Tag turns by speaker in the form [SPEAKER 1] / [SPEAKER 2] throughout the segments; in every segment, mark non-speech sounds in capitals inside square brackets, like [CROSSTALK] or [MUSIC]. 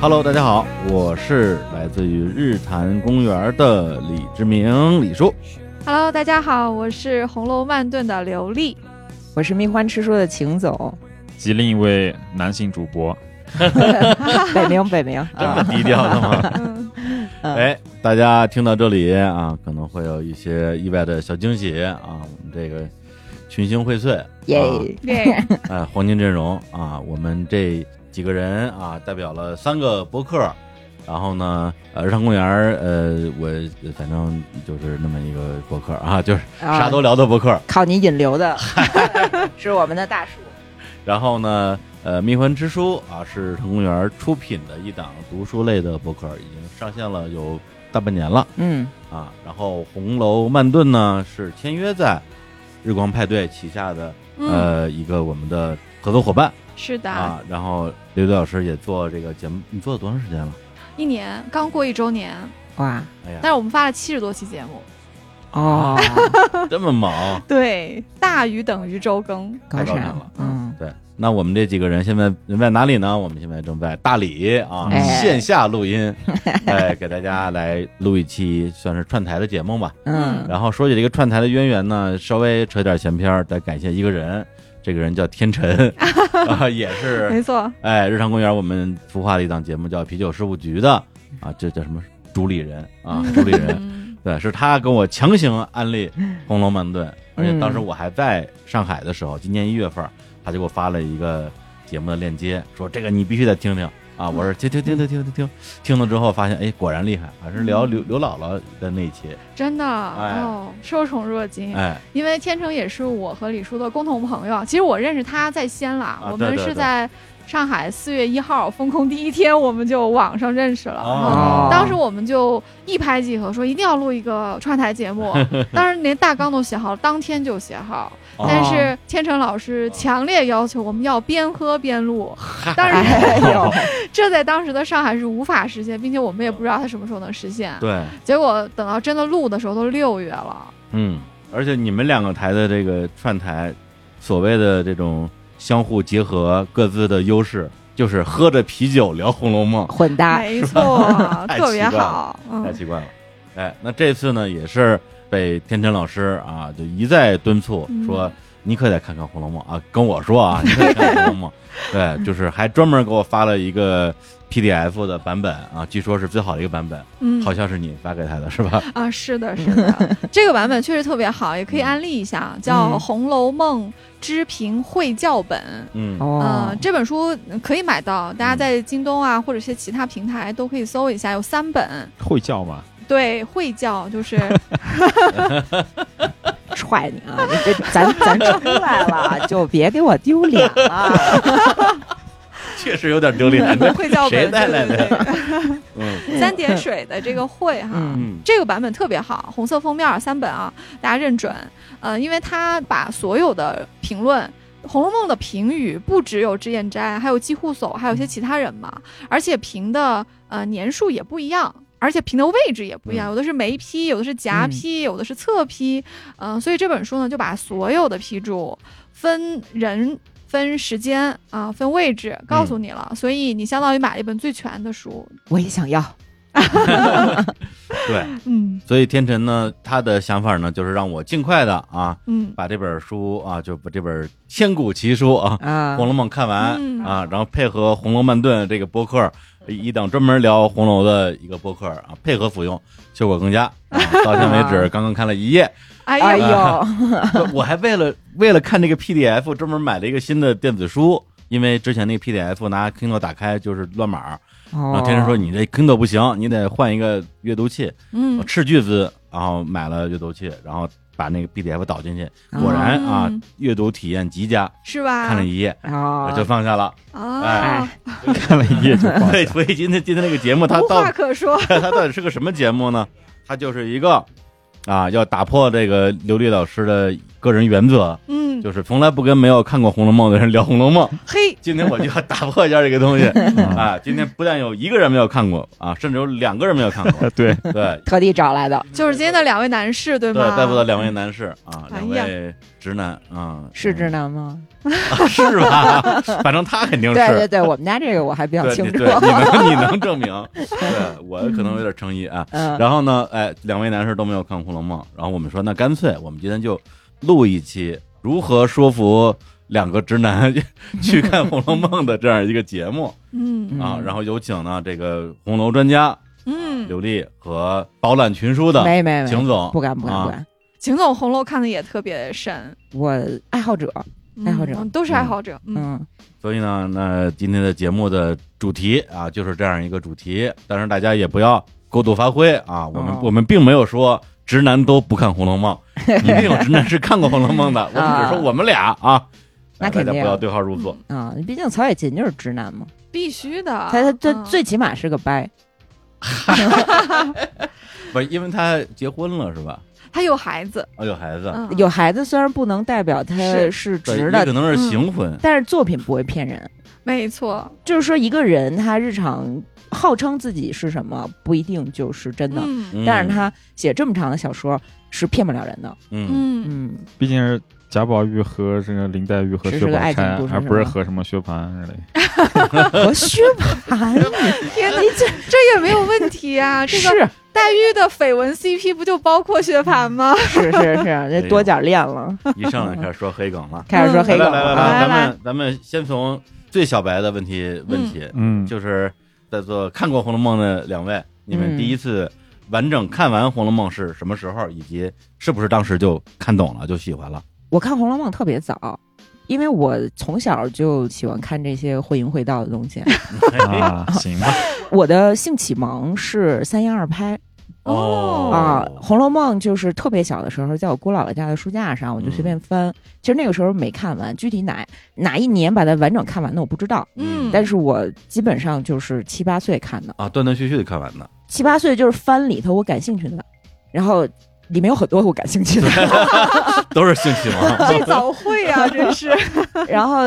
[SPEAKER 1] Hello，大家好，我是来自于日坛公园的李志明李叔。
[SPEAKER 2] Hello，大家好，我是红楼慢炖的刘丽。
[SPEAKER 3] 我是蜜獾吃书的秦 [LAUGHS] 总，
[SPEAKER 4] 及另一位男性主播，
[SPEAKER 3] 北明北明
[SPEAKER 1] 这
[SPEAKER 3] 啊
[SPEAKER 1] 么，低调的吗？
[SPEAKER 2] 嗯，
[SPEAKER 3] [LAUGHS] 嗯
[SPEAKER 1] 哎，大家听到这里啊，可能会有一些意外的小惊喜啊。我们这个群星荟萃，
[SPEAKER 3] 耶，
[SPEAKER 2] 对，
[SPEAKER 1] 呃，黄金阵容啊，我们这几个人啊，代表了三个博客，然后呢，呃，日常公园儿，呃，我反正就是那么一个博客啊，就是啥
[SPEAKER 3] 啊，
[SPEAKER 1] 都聊的博客。
[SPEAKER 3] 靠你引
[SPEAKER 1] [LAUGHS]
[SPEAKER 3] 流的， [LAUGHS] 是我们的大树，
[SPEAKER 1] 然后呢，呃，蜜獾之书啊，是日常公园出品的一档读书类的博客，已经上线了有大半年了
[SPEAKER 3] 嗯，
[SPEAKER 1] 啊。然后红楼慢炖呢，是签约在日光派对旗下的
[SPEAKER 2] [LAUGHS] 嗯，
[SPEAKER 1] 呃一个我们的合作伙伴。
[SPEAKER 2] 是的，
[SPEAKER 1] 啊，然后刘队老师也做这个节目，你做了多长时间了？
[SPEAKER 2] 一年刚过一周年，
[SPEAKER 3] 哇，
[SPEAKER 1] 哎
[SPEAKER 2] 但是我们发了七十多期节目，
[SPEAKER 3] 哦，
[SPEAKER 1] 呀，这么猛！
[SPEAKER 2] 对，大于等于周更，
[SPEAKER 1] 太
[SPEAKER 3] 高
[SPEAKER 1] 高
[SPEAKER 3] 产
[SPEAKER 1] 产了
[SPEAKER 3] 嗯，
[SPEAKER 1] 对，那我们这几个人现在人在哪里呢？我们现在正在大理啊，
[SPEAKER 3] 哎
[SPEAKER 1] 线下录音，哎，给大家来录一期算是串台的节目吧。
[SPEAKER 2] [LAUGHS]
[SPEAKER 3] 嗯，
[SPEAKER 1] 然后说起这个串台的渊源呢，稍微扯点闲篇儿，得感谢一个人，这个人叫天
[SPEAKER 2] [LAUGHS]
[SPEAKER 1] 辰，啊，也是
[SPEAKER 2] 没错，
[SPEAKER 1] 哎，日常公园我们孵化的一档节目叫《啤酒事务局》的啊，这叫什么主理人啊，主理人。
[SPEAKER 2] 嗯，
[SPEAKER 1] 对，是他跟我强行安利《红楼梦炖》，而且当时
[SPEAKER 3] 嗯
[SPEAKER 1] 我还在上海的时候，今年一月份儿，他就给我发了一个节目的链接，说这个你必须得听听啊！
[SPEAKER 2] 嗯
[SPEAKER 1] 我说听听听听听听听，听了之后发现，哎，果然厉害，还是
[SPEAKER 2] 嗯
[SPEAKER 1] 聊刘刘姥姥的那一期，
[SPEAKER 2] 真的
[SPEAKER 1] 哎
[SPEAKER 2] 哦，受宠若惊。
[SPEAKER 1] 哎，
[SPEAKER 2] 因为天成也是我和李叔的共同朋友，其实我认识他在先啦，
[SPEAKER 1] 啊
[SPEAKER 2] 我
[SPEAKER 1] 对
[SPEAKER 2] 们
[SPEAKER 1] 对
[SPEAKER 2] 是
[SPEAKER 1] 对
[SPEAKER 2] 在上海四月一号封控第一天，我们就网上认识了。嗯
[SPEAKER 1] 哦
[SPEAKER 2] 当时我们就一拍即合，说一定要录一个串台
[SPEAKER 1] [LAUGHS]
[SPEAKER 2] 节目。当时连大纲都写好了，当天就写好。
[SPEAKER 1] 哦
[SPEAKER 2] 但是天成老师强烈要求我们要边喝边录，当然
[SPEAKER 3] 哎
[SPEAKER 1] 哦
[SPEAKER 3] 呦，
[SPEAKER 2] [LAUGHS] 这在当时的上海是无法实现，并且我们也不知道它什么时候能实现。
[SPEAKER 1] 对，
[SPEAKER 2] 结果等到真的录的时候都六月了，
[SPEAKER 1] 嗯，而且你们两个台的这个串台，所谓的这种相互结合各自的优势，就是喝着啤酒聊《红楼梦》。
[SPEAKER 3] 混搭，
[SPEAKER 2] 没错，
[SPEAKER 1] 哎 [LAUGHS] 太
[SPEAKER 2] 特别
[SPEAKER 1] 奇怪了
[SPEAKER 2] 好。
[SPEAKER 1] 太
[SPEAKER 2] 嗯，
[SPEAKER 1] 奇怪了。哎，那这次呢，也是被天辰老师啊，就一再敦促
[SPEAKER 2] 嗯
[SPEAKER 1] 说，你可得看看《红楼梦》啊，跟我说啊，你可得看看《红楼梦》。
[SPEAKER 2] [LAUGHS]
[SPEAKER 1] 对，就是还专门给我发了一个 PDF 的版本啊，据说是最好的一个版本，
[SPEAKER 2] 嗯
[SPEAKER 1] 好像是你发给他的是吧？
[SPEAKER 2] 啊，是的，是 [LAUGHS] 的，这个版本确实特别好，也可
[SPEAKER 1] 嗯
[SPEAKER 2] 以安利一下，叫《红楼梦之评绘教本》。
[SPEAKER 1] 嗯，
[SPEAKER 2] 嗯
[SPEAKER 3] 哦，，嗯
[SPEAKER 2] 这本书可以买到，大家在京东啊或者一些其他平台都可以搜一下，有三本。
[SPEAKER 4] 会叫 [LAUGHS] 吗？
[SPEAKER 2] 对，会教就是
[SPEAKER 3] 踹你啊，你这咱咱出来了，就别给我丢脸了，
[SPEAKER 1] 确实有点丢脸的。
[SPEAKER 2] 会教
[SPEAKER 1] 谁
[SPEAKER 2] 本，
[SPEAKER 1] 带来
[SPEAKER 2] 对
[SPEAKER 1] 的
[SPEAKER 2] 对对，
[SPEAKER 1] 嗯
[SPEAKER 2] 对三点水的这个会哈。
[SPEAKER 3] 嗯
[SPEAKER 1] 嗯
[SPEAKER 2] 这个版本特别好，红色封面儿三本啊，大家认准。呃，因为它把所有的评论，《红楼梦》的评语不只有脂砚斋，还有季护叟，还有一些其他人嘛，而且评的呃年数也不一样。而且评的位置也不一样，有的是眉批，有的是夹批，有的是侧批，嗯、所以这本书呢就把所有的批注分人、分时间啊、分位置告诉你了，所以你相当于买了一本最全的书，
[SPEAKER 3] 我也想要，
[SPEAKER 1] 对，
[SPEAKER 2] 嗯
[SPEAKER 1] 所以天辰呢，他的想法呢，就是让我尽快的啊，
[SPEAKER 2] 嗯，
[SPEAKER 1] 把这本书啊，就把这本千古奇书啊，《
[SPEAKER 3] 啊
[SPEAKER 1] 红，楼梦》看完、
[SPEAKER 2] 嗯
[SPEAKER 1] 啊，然后配合《红楼慢炖》这个播客，一档专门聊红楼的一个播客啊，配合服用，效果更佳。啊、到现在为
[SPEAKER 2] [LAUGHS]
[SPEAKER 1] 止，刚刚看了一页，
[SPEAKER 2] 哎呀，
[SPEAKER 3] 哎
[SPEAKER 1] [LAUGHS]
[SPEAKER 3] 呦，
[SPEAKER 1] 我还为了为了看这个 PDF，专门买了一个新的电子书。因为之前那个 PDF 拿 Kindle 打开就是乱码，然后
[SPEAKER 3] 哦，
[SPEAKER 1] 天天说你这 Kindle 不行，你得换一个阅读器。
[SPEAKER 2] 嗯
[SPEAKER 1] 我，斥巨资，然后买了阅读器，然后把那个 PDF 导进去，
[SPEAKER 3] 哦
[SPEAKER 1] 果然啊
[SPEAKER 2] 嗯，
[SPEAKER 1] 阅读体验极佳，
[SPEAKER 2] 是吧？
[SPEAKER 1] 看了一夜
[SPEAKER 3] 哦
[SPEAKER 1] 我，就放下了。
[SPEAKER 2] 啊
[SPEAKER 1] 哎，
[SPEAKER 4] 看了一夜 [LAUGHS] 就忘
[SPEAKER 1] 对，
[SPEAKER 4] 了。
[SPEAKER 1] 所以今天今天那个节目，它
[SPEAKER 2] 无
[SPEAKER 1] 到
[SPEAKER 2] 话可说。
[SPEAKER 1] 它到底是个什么节目呢？它就是一个啊，要打破这个刘丽老师的个人原则
[SPEAKER 2] 嗯
[SPEAKER 1] 就是从来不跟没有看过《红楼梦》的人聊《红楼梦》。 [LAUGHS]
[SPEAKER 2] 嘿，
[SPEAKER 1] 今天我就要打破一下这个东西
[SPEAKER 2] 嗯
[SPEAKER 1] 啊！今天不但有一个人没有看过啊，甚至有两个人没有看
[SPEAKER 2] [LAUGHS]
[SPEAKER 1] 过。
[SPEAKER 4] 对，
[SPEAKER 1] 对
[SPEAKER 3] 特地找来的，
[SPEAKER 2] 就是今天的两位男士，对
[SPEAKER 1] 对，
[SPEAKER 2] 吗？
[SPEAKER 1] 再不到两位男士啊，
[SPEAKER 2] 哎
[SPEAKER 1] 两
[SPEAKER 2] 呀
[SPEAKER 1] 位直男啊，
[SPEAKER 3] 是直男吗？
[SPEAKER 1] 啊是吧？ [LAUGHS] 反正他肯定
[SPEAKER 3] 对对
[SPEAKER 1] 是。
[SPEAKER 3] 对，我们家这个我还比较
[SPEAKER 1] 对，
[SPEAKER 3] 清
[SPEAKER 1] 你
[SPEAKER 3] 楚
[SPEAKER 1] 对。 [LAUGHS] 你能你能证明，对我可能有点诚意啊。
[SPEAKER 3] 嗯，
[SPEAKER 1] 然后呢，哎，两位男士都没有看《红楼梦》，然后我们说，那干脆我们今天就录一期如何说服两个直男 [LAUGHS] 去看《红楼梦》的这样一个节目
[SPEAKER 2] 嗯
[SPEAKER 1] 啊。
[SPEAKER 3] 嗯
[SPEAKER 1] 然后有请呢这个红楼专家
[SPEAKER 2] 嗯，
[SPEAKER 1] 啊刘丽和饱览群书的
[SPEAKER 3] 没没没，
[SPEAKER 1] 邢总，
[SPEAKER 3] 不敢不敢
[SPEAKER 1] 啊
[SPEAKER 3] 不敢，
[SPEAKER 2] 邢总红楼看的也特别深，
[SPEAKER 3] 我爱好者，
[SPEAKER 2] 嗯
[SPEAKER 3] 爱好者
[SPEAKER 2] 都是爱好者，嗯
[SPEAKER 3] 嗯
[SPEAKER 1] 所以呢，那今天的节目的主题啊，就是这样一个主题，但是大家也不要过度发挥啊。我们、
[SPEAKER 3] 哦
[SPEAKER 1] 我们并没有说直男都不看《红楼梦》，
[SPEAKER 3] [LAUGHS]
[SPEAKER 1] 一定有直男是看过《红楼梦》的。我们只是说我们俩啊，
[SPEAKER 3] 哦那
[SPEAKER 1] 大
[SPEAKER 3] 肯
[SPEAKER 1] 家
[SPEAKER 3] 定
[SPEAKER 1] 不要对号入座。
[SPEAKER 3] 啊，毕竟曹雪芹就是直男嘛，
[SPEAKER 2] 嗯必须的。
[SPEAKER 3] 他他他
[SPEAKER 2] 嗯
[SPEAKER 3] 最起码是个掰，
[SPEAKER 1] 不，因为他结婚了是吧？
[SPEAKER 2] 他有孩子，
[SPEAKER 1] 啊，有孩子，
[SPEAKER 2] 嗯
[SPEAKER 3] 有孩子虽然不能代表他
[SPEAKER 2] 是
[SPEAKER 3] 是
[SPEAKER 1] 对，
[SPEAKER 3] 直
[SPEAKER 1] 也可
[SPEAKER 3] 的，
[SPEAKER 1] 能是行婚。
[SPEAKER 3] 但是作品不会骗人。
[SPEAKER 2] 没错，
[SPEAKER 3] 就是说，一个人他日常号称自己是什么，不一定就是真的，
[SPEAKER 2] 嗯
[SPEAKER 1] 嗯
[SPEAKER 3] 但是他写这么长的小说是骗不了人的。
[SPEAKER 1] 嗯，
[SPEAKER 2] 嗯
[SPEAKER 3] 嗯，
[SPEAKER 4] 毕竟是贾宝玉和这个林黛玉和
[SPEAKER 3] 只
[SPEAKER 4] 薛
[SPEAKER 3] 是个
[SPEAKER 4] 宝
[SPEAKER 3] 爱情
[SPEAKER 4] 钗
[SPEAKER 3] 故，事是
[SPEAKER 4] 而不是
[SPEAKER 3] 吗
[SPEAKER 4] 和什么薛蟠之类。
[SPEAKER 3] 和薛蟠，
[SPEAKER 2] [LAUGHS] 天哪，这这也没有问
[SPEAKER 1] [LAUGHS]
[SPEAKER 2] 题啊。这个
[SPEAKER 3] 是
[SPEAKER 2] 黛玉的绯闻 CP 不就包括薛蟠吗？
[SPEAKER 3] 是是
[SPEAKER 1] [LAUGHS]
[SPEAKER 3] 是，这多角恋了，
[SPEAKER 1] 一上来开始说黑梗了。
[SPEAKER 3] 开
[SPEAKER 2] 嗯
[SPEAKER 3] 始说嗯 [LAUGHS] 黑
[SPEAKER 1] 哎来
[SPEAKER 3] 狗
[SPEAKER 1] 来来
[SPEAKER 3] 了
[SPEAKER 1] 来，
[SPEAKER 3] 啊。
[SPEAKER 1] 咱
[SPEAKER 2] 来
[SPEAKER 1] 们咱们先从最小白的问题问起，
[SPEAKER 4] 嗯，
[SPEAKER 1] 就是在座看过《红楼梦》的两位，你们
[SPEAKER 3] 嗯
[SPEAKER 1] 第一次完整看完《红楼梦》是什么时候，以及是不是当时就看懂了就喜欢了？
[SPEAKER 3] 我看《红楼梦》特别早。因为我从小就喜欢看这些会淫会道的东
[SPEAKER 1] [LAUGHS]
[SPEAKER 3] 西，
[SPEAKER 4] 啊，行吧，
[SPEAKER 3] 我的性启蒙是三言二拍，
[SPEAKER 1] 哦
[SPEAKER 3] 啊，《红楼梦》就是特别小的时候，在我姑姥姥家的书架上，我就随便
[SPEAKER 1] 嗯
[SPEAKER 3] 翻。其实那个时候没看完，具体哪哪一年把它完整看完的我不知道，
[SPEAKER 1] 嗯
[SPEAKER 3] 但是我基本上就是七八岁看的，
[SPEAKER 1] 啊，断断续续的看完的，
[SPEAKER 3] 七八岁就是翻里头我感兴趣的，然后里面有很多我感兴
[SPEAKER 1] [LAUGHS]
[SPEAKER 3] 趣的，
[SPEAKER 1] 都是性启蒙。
[SPEAKER 2] 这早会啊，真是。
[SPEAKER 3] [LAUGHS] 然后。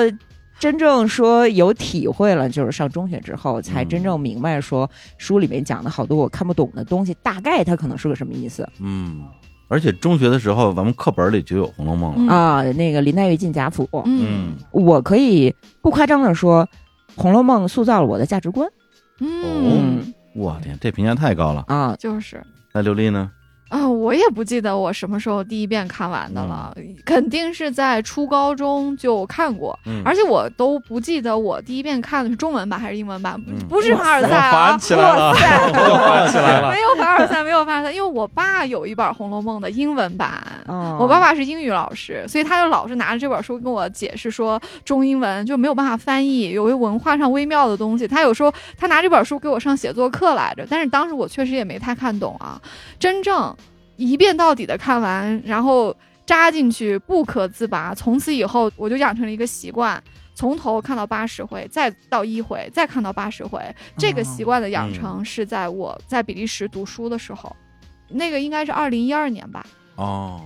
[SPEAKER 3] 真正说有体会了，就是上中学之后才真正明白，说书里面讲的好多我看不懂的东西，大概它可能是个什么意思
[SPEAKER 1] [LAUGHS] 嗯，而且中学的时候，咱们课本里就有《红楼梦》了。
[SPEAKER 2] 嗯
[SPEAKER 3] 啊、那个林黛玉进贾府，
[SPEAKER 1] 嗯，
[SPEAKER 3] 我可以不夸张的说，《红楼梦》塑造了我的价值观
[SPEAKER 2] 嗯，
[SPEAKER 1] 我天，这评价太高了。
[SPEAKER 3] 啊。
[SPEAKER 2] 就是。
[SPEAKER 1] 那刘丽呢？
[SPEAKER 2] 啊，我也不记得我什么时候第一遍看完的了，
[SPEAKER 4] 嗯
[SPEAKER 2] 肯定是在初高中就看过，
[SPEAKER 1] 嗯
[SPEAKER 2] 而且我都不记得我第一遍看的是中文版还是英文版，
[SPEAKER 1] 嗯
[SPEAKER 2] 不是凡尔
[SPEAKER 4] 我
[SPEAKER 2] 赛啊
[SPEAKER 4] 烦，起来了， [LAUGHS] 我烦起来了。
[SPEAKER 2] 没有凡尔赛，没有凡尔赛，因为我爸有一本《红楼梦》的英文版。
[SPEAKER 3] 哦
[SPEAKER 2] 我爸爸是英语老师，所以他就老是拿着这本书跟我解释说中英文就没有办法翻译，有些文化上微妙的东西。他有时候他拿这本书给我上写作课来着，但是当时我确实也没太看懂啊。真正一遍到底的看完，然后扎进去不可自拔。从此以后，我就养成了一个习惯，从头看到八十回，再到一回，再看到八十回。这个习惯的养成是在我在比利时读书的时候，那个应该是二零一二年吧。
[SPEAKER 1] 哦，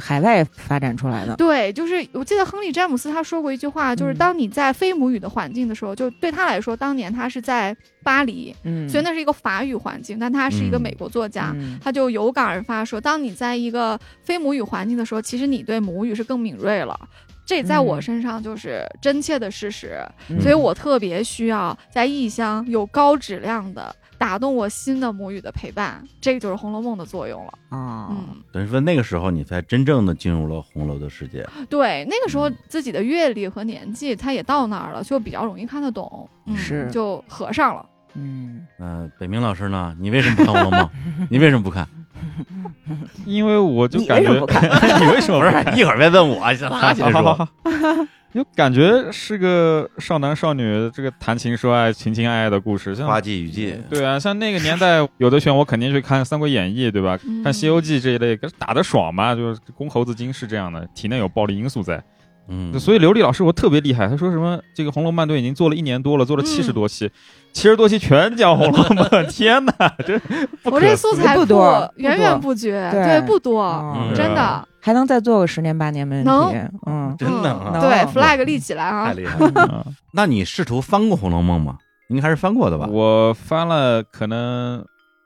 [SPEAKER 3] 海外发展出来的，
[SPEAKER 2] 对，就是我记得亨利·詹姆斯他说过一句话，就是
[SPEAKER 3] 啊嗯
[SPEAKER 2] 当你在非母语的环境的时候，就对他来说，当年他是在巴黎，
[SPEAKER 3] 嗯
[SPEAKER 2] 虽然那是一个法语环境，但他是一个
[SPEAKER 1] 嗯
[SPEAKER 2] 美国作家。
[SPEAKER 3] 嗯
[SPEAKER 2] 他就有感而发说，当你在一个非母语环境的时候，其实你对母语是更敏锐了。这在我
[SPEAKER 3] 嗯
[SPEAKER 2] 身上就是真切的事实，
[SPEAKER 3] 嗯
[SPEAKER 2] 所以我特别需要在异乡有高质量的打动我心的母语的陪伴，这个就是《红楼梦》的作用了。
[SPEAKER 3] 啊，
[SPEAKER 2] 嗯，
[SPEAKER 1] 等于说那个时候你才真正的进入了红楼的世界。
[SPEAKER 2] 对，那个时候自己的阅历和年纪，它也到那儿了，就比较容易看得懂，嗯、
[SPEAKER 3] 是
[SPEAKER 2] 就合上了。
[SPEAKER 3] 嗯，
[SPEAKER 1] 那北明老师呢？你为什么不看《红楼梦》？ [LAUGHS] 你为什么不看？
[SPEAKER 4] 因为我就
[SPEAKER 3] 你
[SPEAKER 4] 感
[SPEAKER 3] 为什么
[SPEAKER 4] 觉
[SPEAKER 3] 不看？
[SPEAKER 1] [LAUGHS] 你为什么不是？一会儿别问 [LAUGHS] 我，行了，
[SPEAKER 4] 好
[SPEAKER 1] 接着
[SPEAKER 4] 好好
[SPEAKER 1] 说。
[SPEAKER 3] [LAUGHS]
[SPEAKER 4] 好，就感觉是个少男少女这个谈情说爱、情情爱爱的故事，像
[SPEAKER 1] 花季雨季，
[SPEAKER 4] 对啊，像那个年代有的选，我肯定去看《三国演义》，对吧？
[SPEAKER 2] 嗯
[SPEAKER 4] 看《西游记》这一类，可是打得爽嘛，就是公猴子精是这样的，体内有暴力因素在。
[SPEAKER 1] 嗯，
[SPEAKER 4] 所以刘丽老师我特别厉害，她说什么这个《红楼梦》都已经做了一年多了，做了七
[SPEAKER 2] 嗯
[SPEAKER 4] 十多期，七十多期全讲《红楼梦》，
[SPEAKER 2] [LAUGHS]
[SPEAKER 4] 天哪，这
[SPEAKER 2] 我
[SPEAKER 4] 不可
[SPEAKER 2] 这
[SPEAKER 4] 思
[SPEAKER 2] 素材
[SPEAKER 3] 不
[SPEAKER 2] 库
[SPEAKER 3] 多不
[SPEAKER 2] 源
[SPEAKER 3] 多
[SPEAKER 2] 源不绝，
[SPEAKER 3] 对
[SPEAKER 2] 对，不多，
[SPEAKER 3] 哦
[SPEAKER 1] 嗯
[SPEAKER 2] 真
[SPEAKER 4] 是
[SPEAKER 2] 的
[SPEAKER 4] 啊。
[SPEAKER 3] 还能再做个十年八年没问题。嗯，
[SPEAKER 1] 真的
[SPEAKER 2] 嗯
[SPEAKER 1] 啊，
[SPEAKER 2] 对
[SPEAKER 3] 能
[SPEAKER 2] ，flag 立起来
[SPEAKER 1] 太
[SPEAKER 2] 啊！
[SPEAKER 1] 厉害了。 [LAUGHS]
[SPEAKER 4] 议
[SPEAKER 2] [LAUGHS]
[SPEAKER 4] 啊
[SPEAKER 1] 那你试图翻过《红楼梦》吗？应该是翻过的吧？
[SPEAKER 4] 我翻了可能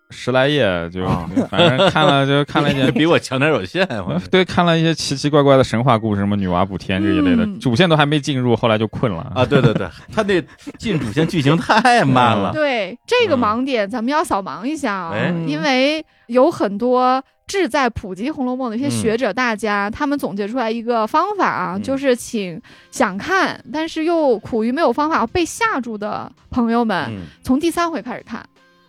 [SPEAKER 4] 十来页，就
[SPEAKER 1] 啊。
[SPEAKER 4] 反正看了就看了一点
[SPEAKER 1] [LAUGHS] 比我强点有限，我
[SPEAKER 4] 对，看了一些奇奇怪怪的神话故事，什么女娲补天这一类的，
[SPEAKER 2] 嗯
[SPEAKER 4] 主线都还没进入，后来就困了
[SPEAKER 1] 啊，。对对对，他那进主线剧情太慢了，
[SPEAKER 2] 对这个
[SPEAKER 1] 嗯
[SPEAKER 2] 盲点，咱们要扫盲一下啊，
[SPEAKER 1] 哎
[SPEAKER 2] 因为有很多志在普及《红楼梦》的一些
[SPEAKER 1] 嗯
[SPEAKER 2] 学者大家，他们总结出来一个方法啊，
[SPEAKER 1] 嗯
[SPEAKER 2] 就是请想看但是又苦于没有方法被吓住的朋友们，
[SPEAKER 1] 嗯，
[SPEAKER 2] 从第三回开始看。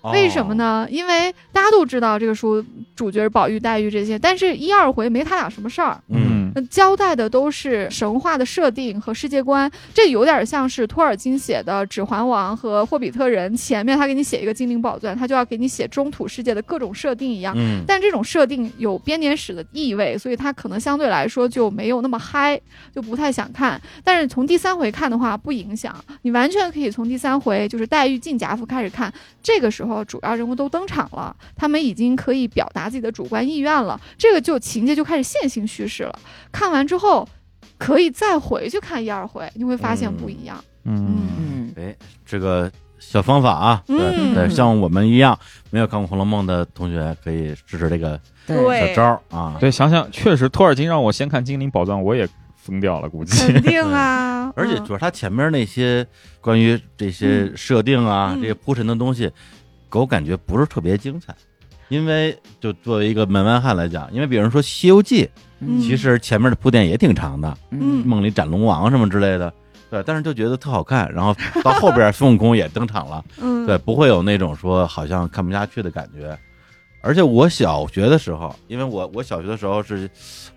[SPEAKER 1] 哦
[SPEAKER 2] 为什么？呢？因为大家都知道这个书主角宝玉、黛玉这些，但是一二回没他俩什么事儿，
[SPEAKER 1] 嗯，
[SPEAKER 4] 嗯
[SPEAKER 2] 那交代的都是神话的设定和世界观，这有点像是托尔金写的《指环王》和《霍比特人》，前面他给你写一个精灵宝钻，他就要给你写中土世界的各种设定一样。
[SPEAKER 1] 嗯，
[SPEAKER 2] 但这种设定有编年史的意味，所以它可能相对来说就没有那么嗨，就不太想看。但是从第三回看的话，不影响，你完全可以从第三回就是黛玉进贾府开始看。这个时候主要人物都登场了，他们已经可以表达自己的主观意愿了，这个就情节就开始线性叙事了。看完之后，可以再回去看一二回，你会发现不一样。
[SPEAKER 4] 嗯，
[SPEAKER 3] 嗯，
[SPEAKER 1] 哎，这个小方法啊，对
[SPEAKER 2] 嗯 [LAUGHS]
[SPEAKER 1] 对，像我们一样没有看过《红楼梦》的同学，可以试试这个
[SPEAKER 3] 对，
[SPEAKER 1] 小招儿啊。，
[SPEAKER 4] 对，想想确实，托尔金让我先看《精灵宝藏》，我也疯掉了，估计。
[SPEAKER 2] 肯定啊
[SPEAKER 1] [LAUGHS] 而且主要他前面那些关于这些设定啊、
[SPEAKER 2] 嗯
[SPEAKER 1] 这些铺陈的东西，给我感觉不是特别精彩。因为就作为一个门外汉来讲，因为比如说《西游记》，
[SPEAKER 2] 嗯
[SPEAKER 1] 其实前面的铺垫也挺长的，
[SPEAKER 2] 嗯
[SPEAKER 1] 梦里斩龙王什么之类的，对，但是就觉得特好看。然后
[SPEAKER 2] [LAUGHS]
[SPEAKER 1] 到后边孙悟空也登场了，
[SPEAKER 2] 嗯，
[SPEAKER 1] 对，不会有那种说好像看不下去的感觉。而且我小学的时候，因为我我小学的时候是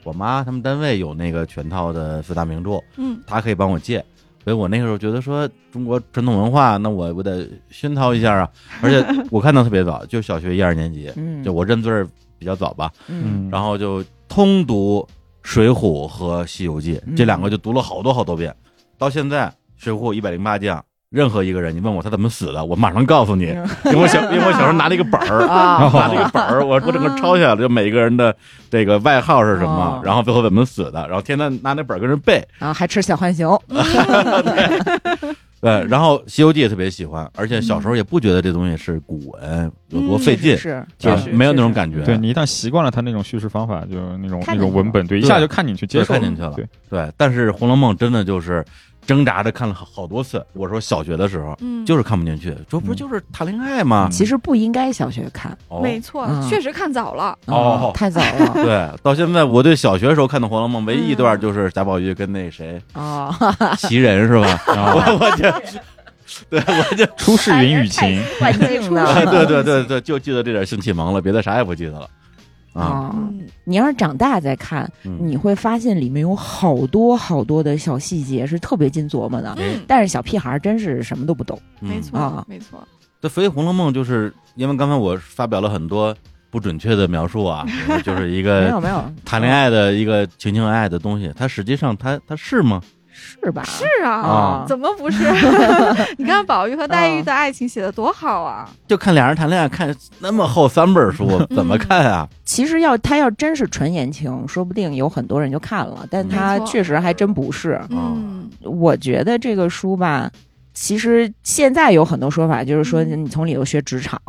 [SPEAKER 1] 我妈他们单位有那个全套的四大名著，
[SPEAKER 2] 嗯
[SPEAKER 1] 她可以帮我借。所以我那个时候觉得说中国传统文化，那我我得熏陶一下啊！而且我看到特别早，就小学一二年级，
[SPEAKER 3] 嗯，
[SPEAKER 1] 就我认字儿比较早吧，
[SPEAKER 4] [LAUGHS]
[SPEAKER 3] 嗯
[SPEAKER 1] 然后就通读《水浒》和《西游记》
[SPEAKER 3] 嗯
[SPEAKER 1] 这两个，就读了好多好多遍。到现在，《水浒》一百零八将，任何一个人，你问我他怎么死的，我马上告诉你，
[SPEAKER 3] 嗯
[SPEAKER 1] 因为我小，因为我小时候拿了一个本
[SPEAKER 3] [LAUGHS]
[SPEAKER 1] 儿。
[SPEAKER 3] 啊，
[SPEAKER 1] 拿了一个本儿，我我整个抄下来了，就每个人的这个外号是什么
[SPEAKER 3] 哦，
[SPEAKER 1] 然后最后怎么死的，然后天天拿那本儿跟人背，
[SPEAKER 3] 然后还吃小浣熊，
[SPEAKER 1] 嗯
[SPEAKER 2] 嗯
[SPEAKER 1] 对，然后《西游记》也特别喜欢，而且小时候也不觉得这东西是古文有
[SPEAKER 2] 嗯
[SPEAKER 1] 多费劲，
[SPEAKER 3] 是
[SPEAKER 1] 啊
[SPEAKER 3] 确实
[SPEAKER 1] 没有那种
[SPEAKER 3] 觉。
[SPEAKER 1] 感觉。
[SPEAKER 4] 对你一旦习惯了他那种叙事方法，就是那种
[SPEAKER 2] 看进
[SPEAKER 4] 那种
[SPEAKER 2] 去
[SPEAKER 4] 文
[SPEAKER 2] 了
[SPEAKER 4] 本，对，一
[SPEAKER 1] 对
[SPEAKER 4] 下就看进去，接
[SPEAKER 1] 对
[SPEAKER 4] 受
[SPEAKER 1] 看进去了
[SPEAKER 4] 对，
[SPEAKER 1] 对，但是《红楼梦》真的就是挣扎着看了好好多次。我说小学的时候
[SPEAKER 2] 嗯，
[SPEAKER 1] 就是看不进去，说不是就是谈恋爱吗？
[SPEAKER 3] 其实不应该小学看，
[SPEAKER 1] 哦
[SPEAKER 2] 没错，
[SPEAKER 3] 嗯
[SPEAKER 2] 确实看早了。
[SPEAKER 1] 哦
[SPEAKER 3] 嗯太早了
[SPEAKER 1] [LAUGHS] 对，到现在我对小学时候看的《红楼梦》唯一一
[SPEAKER 2] 嗯
[SPEAKER 1] 段就是贾宝玉跟那
[SPEAKER 2] [LAUGHS]
[SPEAKER 1] 谁
[SPEAKER 3] 哦，
[SPEAKER 1] 袭人是吧？
[SPEAKER 4] 啊，
[SPEAKER 1] 我我就，对我就，
[SPEAKER 4] 出世
[SPEAKER 3] [LAUGHS]
[SPEAKER 4] 云雨情，
[SPEAKER 3] 幻境
[SPEAKER 2] 啊
[SPEAKER 1] [LAUGHS] 对对对对，就记得这点性启蒙了，别的啥也不记得了啊。
[SPEAKER 3] 啊！
[SPEAKER 2] 嗯，
[SPEAKER 3] 你要是长大再看，
[SPEAKER 1] 嗯
[SPEAKER 3] 你会发现里面有好多好多的小细节是特别经琢磨
[SPEAKER 2] 啊
[SPEAKER 3] 的，
[SPEAKER 1] 哎
[SPEAKER 3] 但是小屁孩儿真是什么都不懂。
[SPEAKER 1] 嗯
[SPEAKER 2] 没
[SPEAKER 3] 啊
[SPEAKER 2] 错，没错。
[SPEAKER 1] 对，所以《红楼梦》就是因为刚才我发表了很多不准确的描述
[SPEAKER 3] [LAUGHS]
[SPEAKER 1] 啊，就是一
[SPEAKER 3] 没
[SPEAKER 1] 个
[SPEAKER 3] 有没有，
[SPEAKER 1] 谈恋爱的一个情情爱爱的东西，它实际上它它是吗？
[SPEAKER 3] 是吧？
[SPEAKER 2] 是啊，
[SPEAKER 1] 啊
[SPEAKER 2] 怎么不是？ [LAUGHS] 你看宝玉和黛
[SPEAKER 3] 啊
[SPEAKER 2] 玉的爱情写的多好啊！
[SPEAKER 1] 就看俩人谈恋爱，看那么厚三本书，怎么看
[SPEAKER 3] [LAUGHS]
[SPEAKER 1] 啊？
[SPEAKER 3] 其实要他要真是纯言情，说不定有很多人就看了，但他
[SPEAKER 2] 没错
[SPEAKER 3] 确实还真不是。
[SPEAKER 1] 嗯
[SPEAKER 2] 嗯，
[SPEAKER 3] 我觉得这个书吧，其实现在有很多说法，就是说
[SPEAKER 2] 嗯
[SPEAKER 3] 你从里头学职场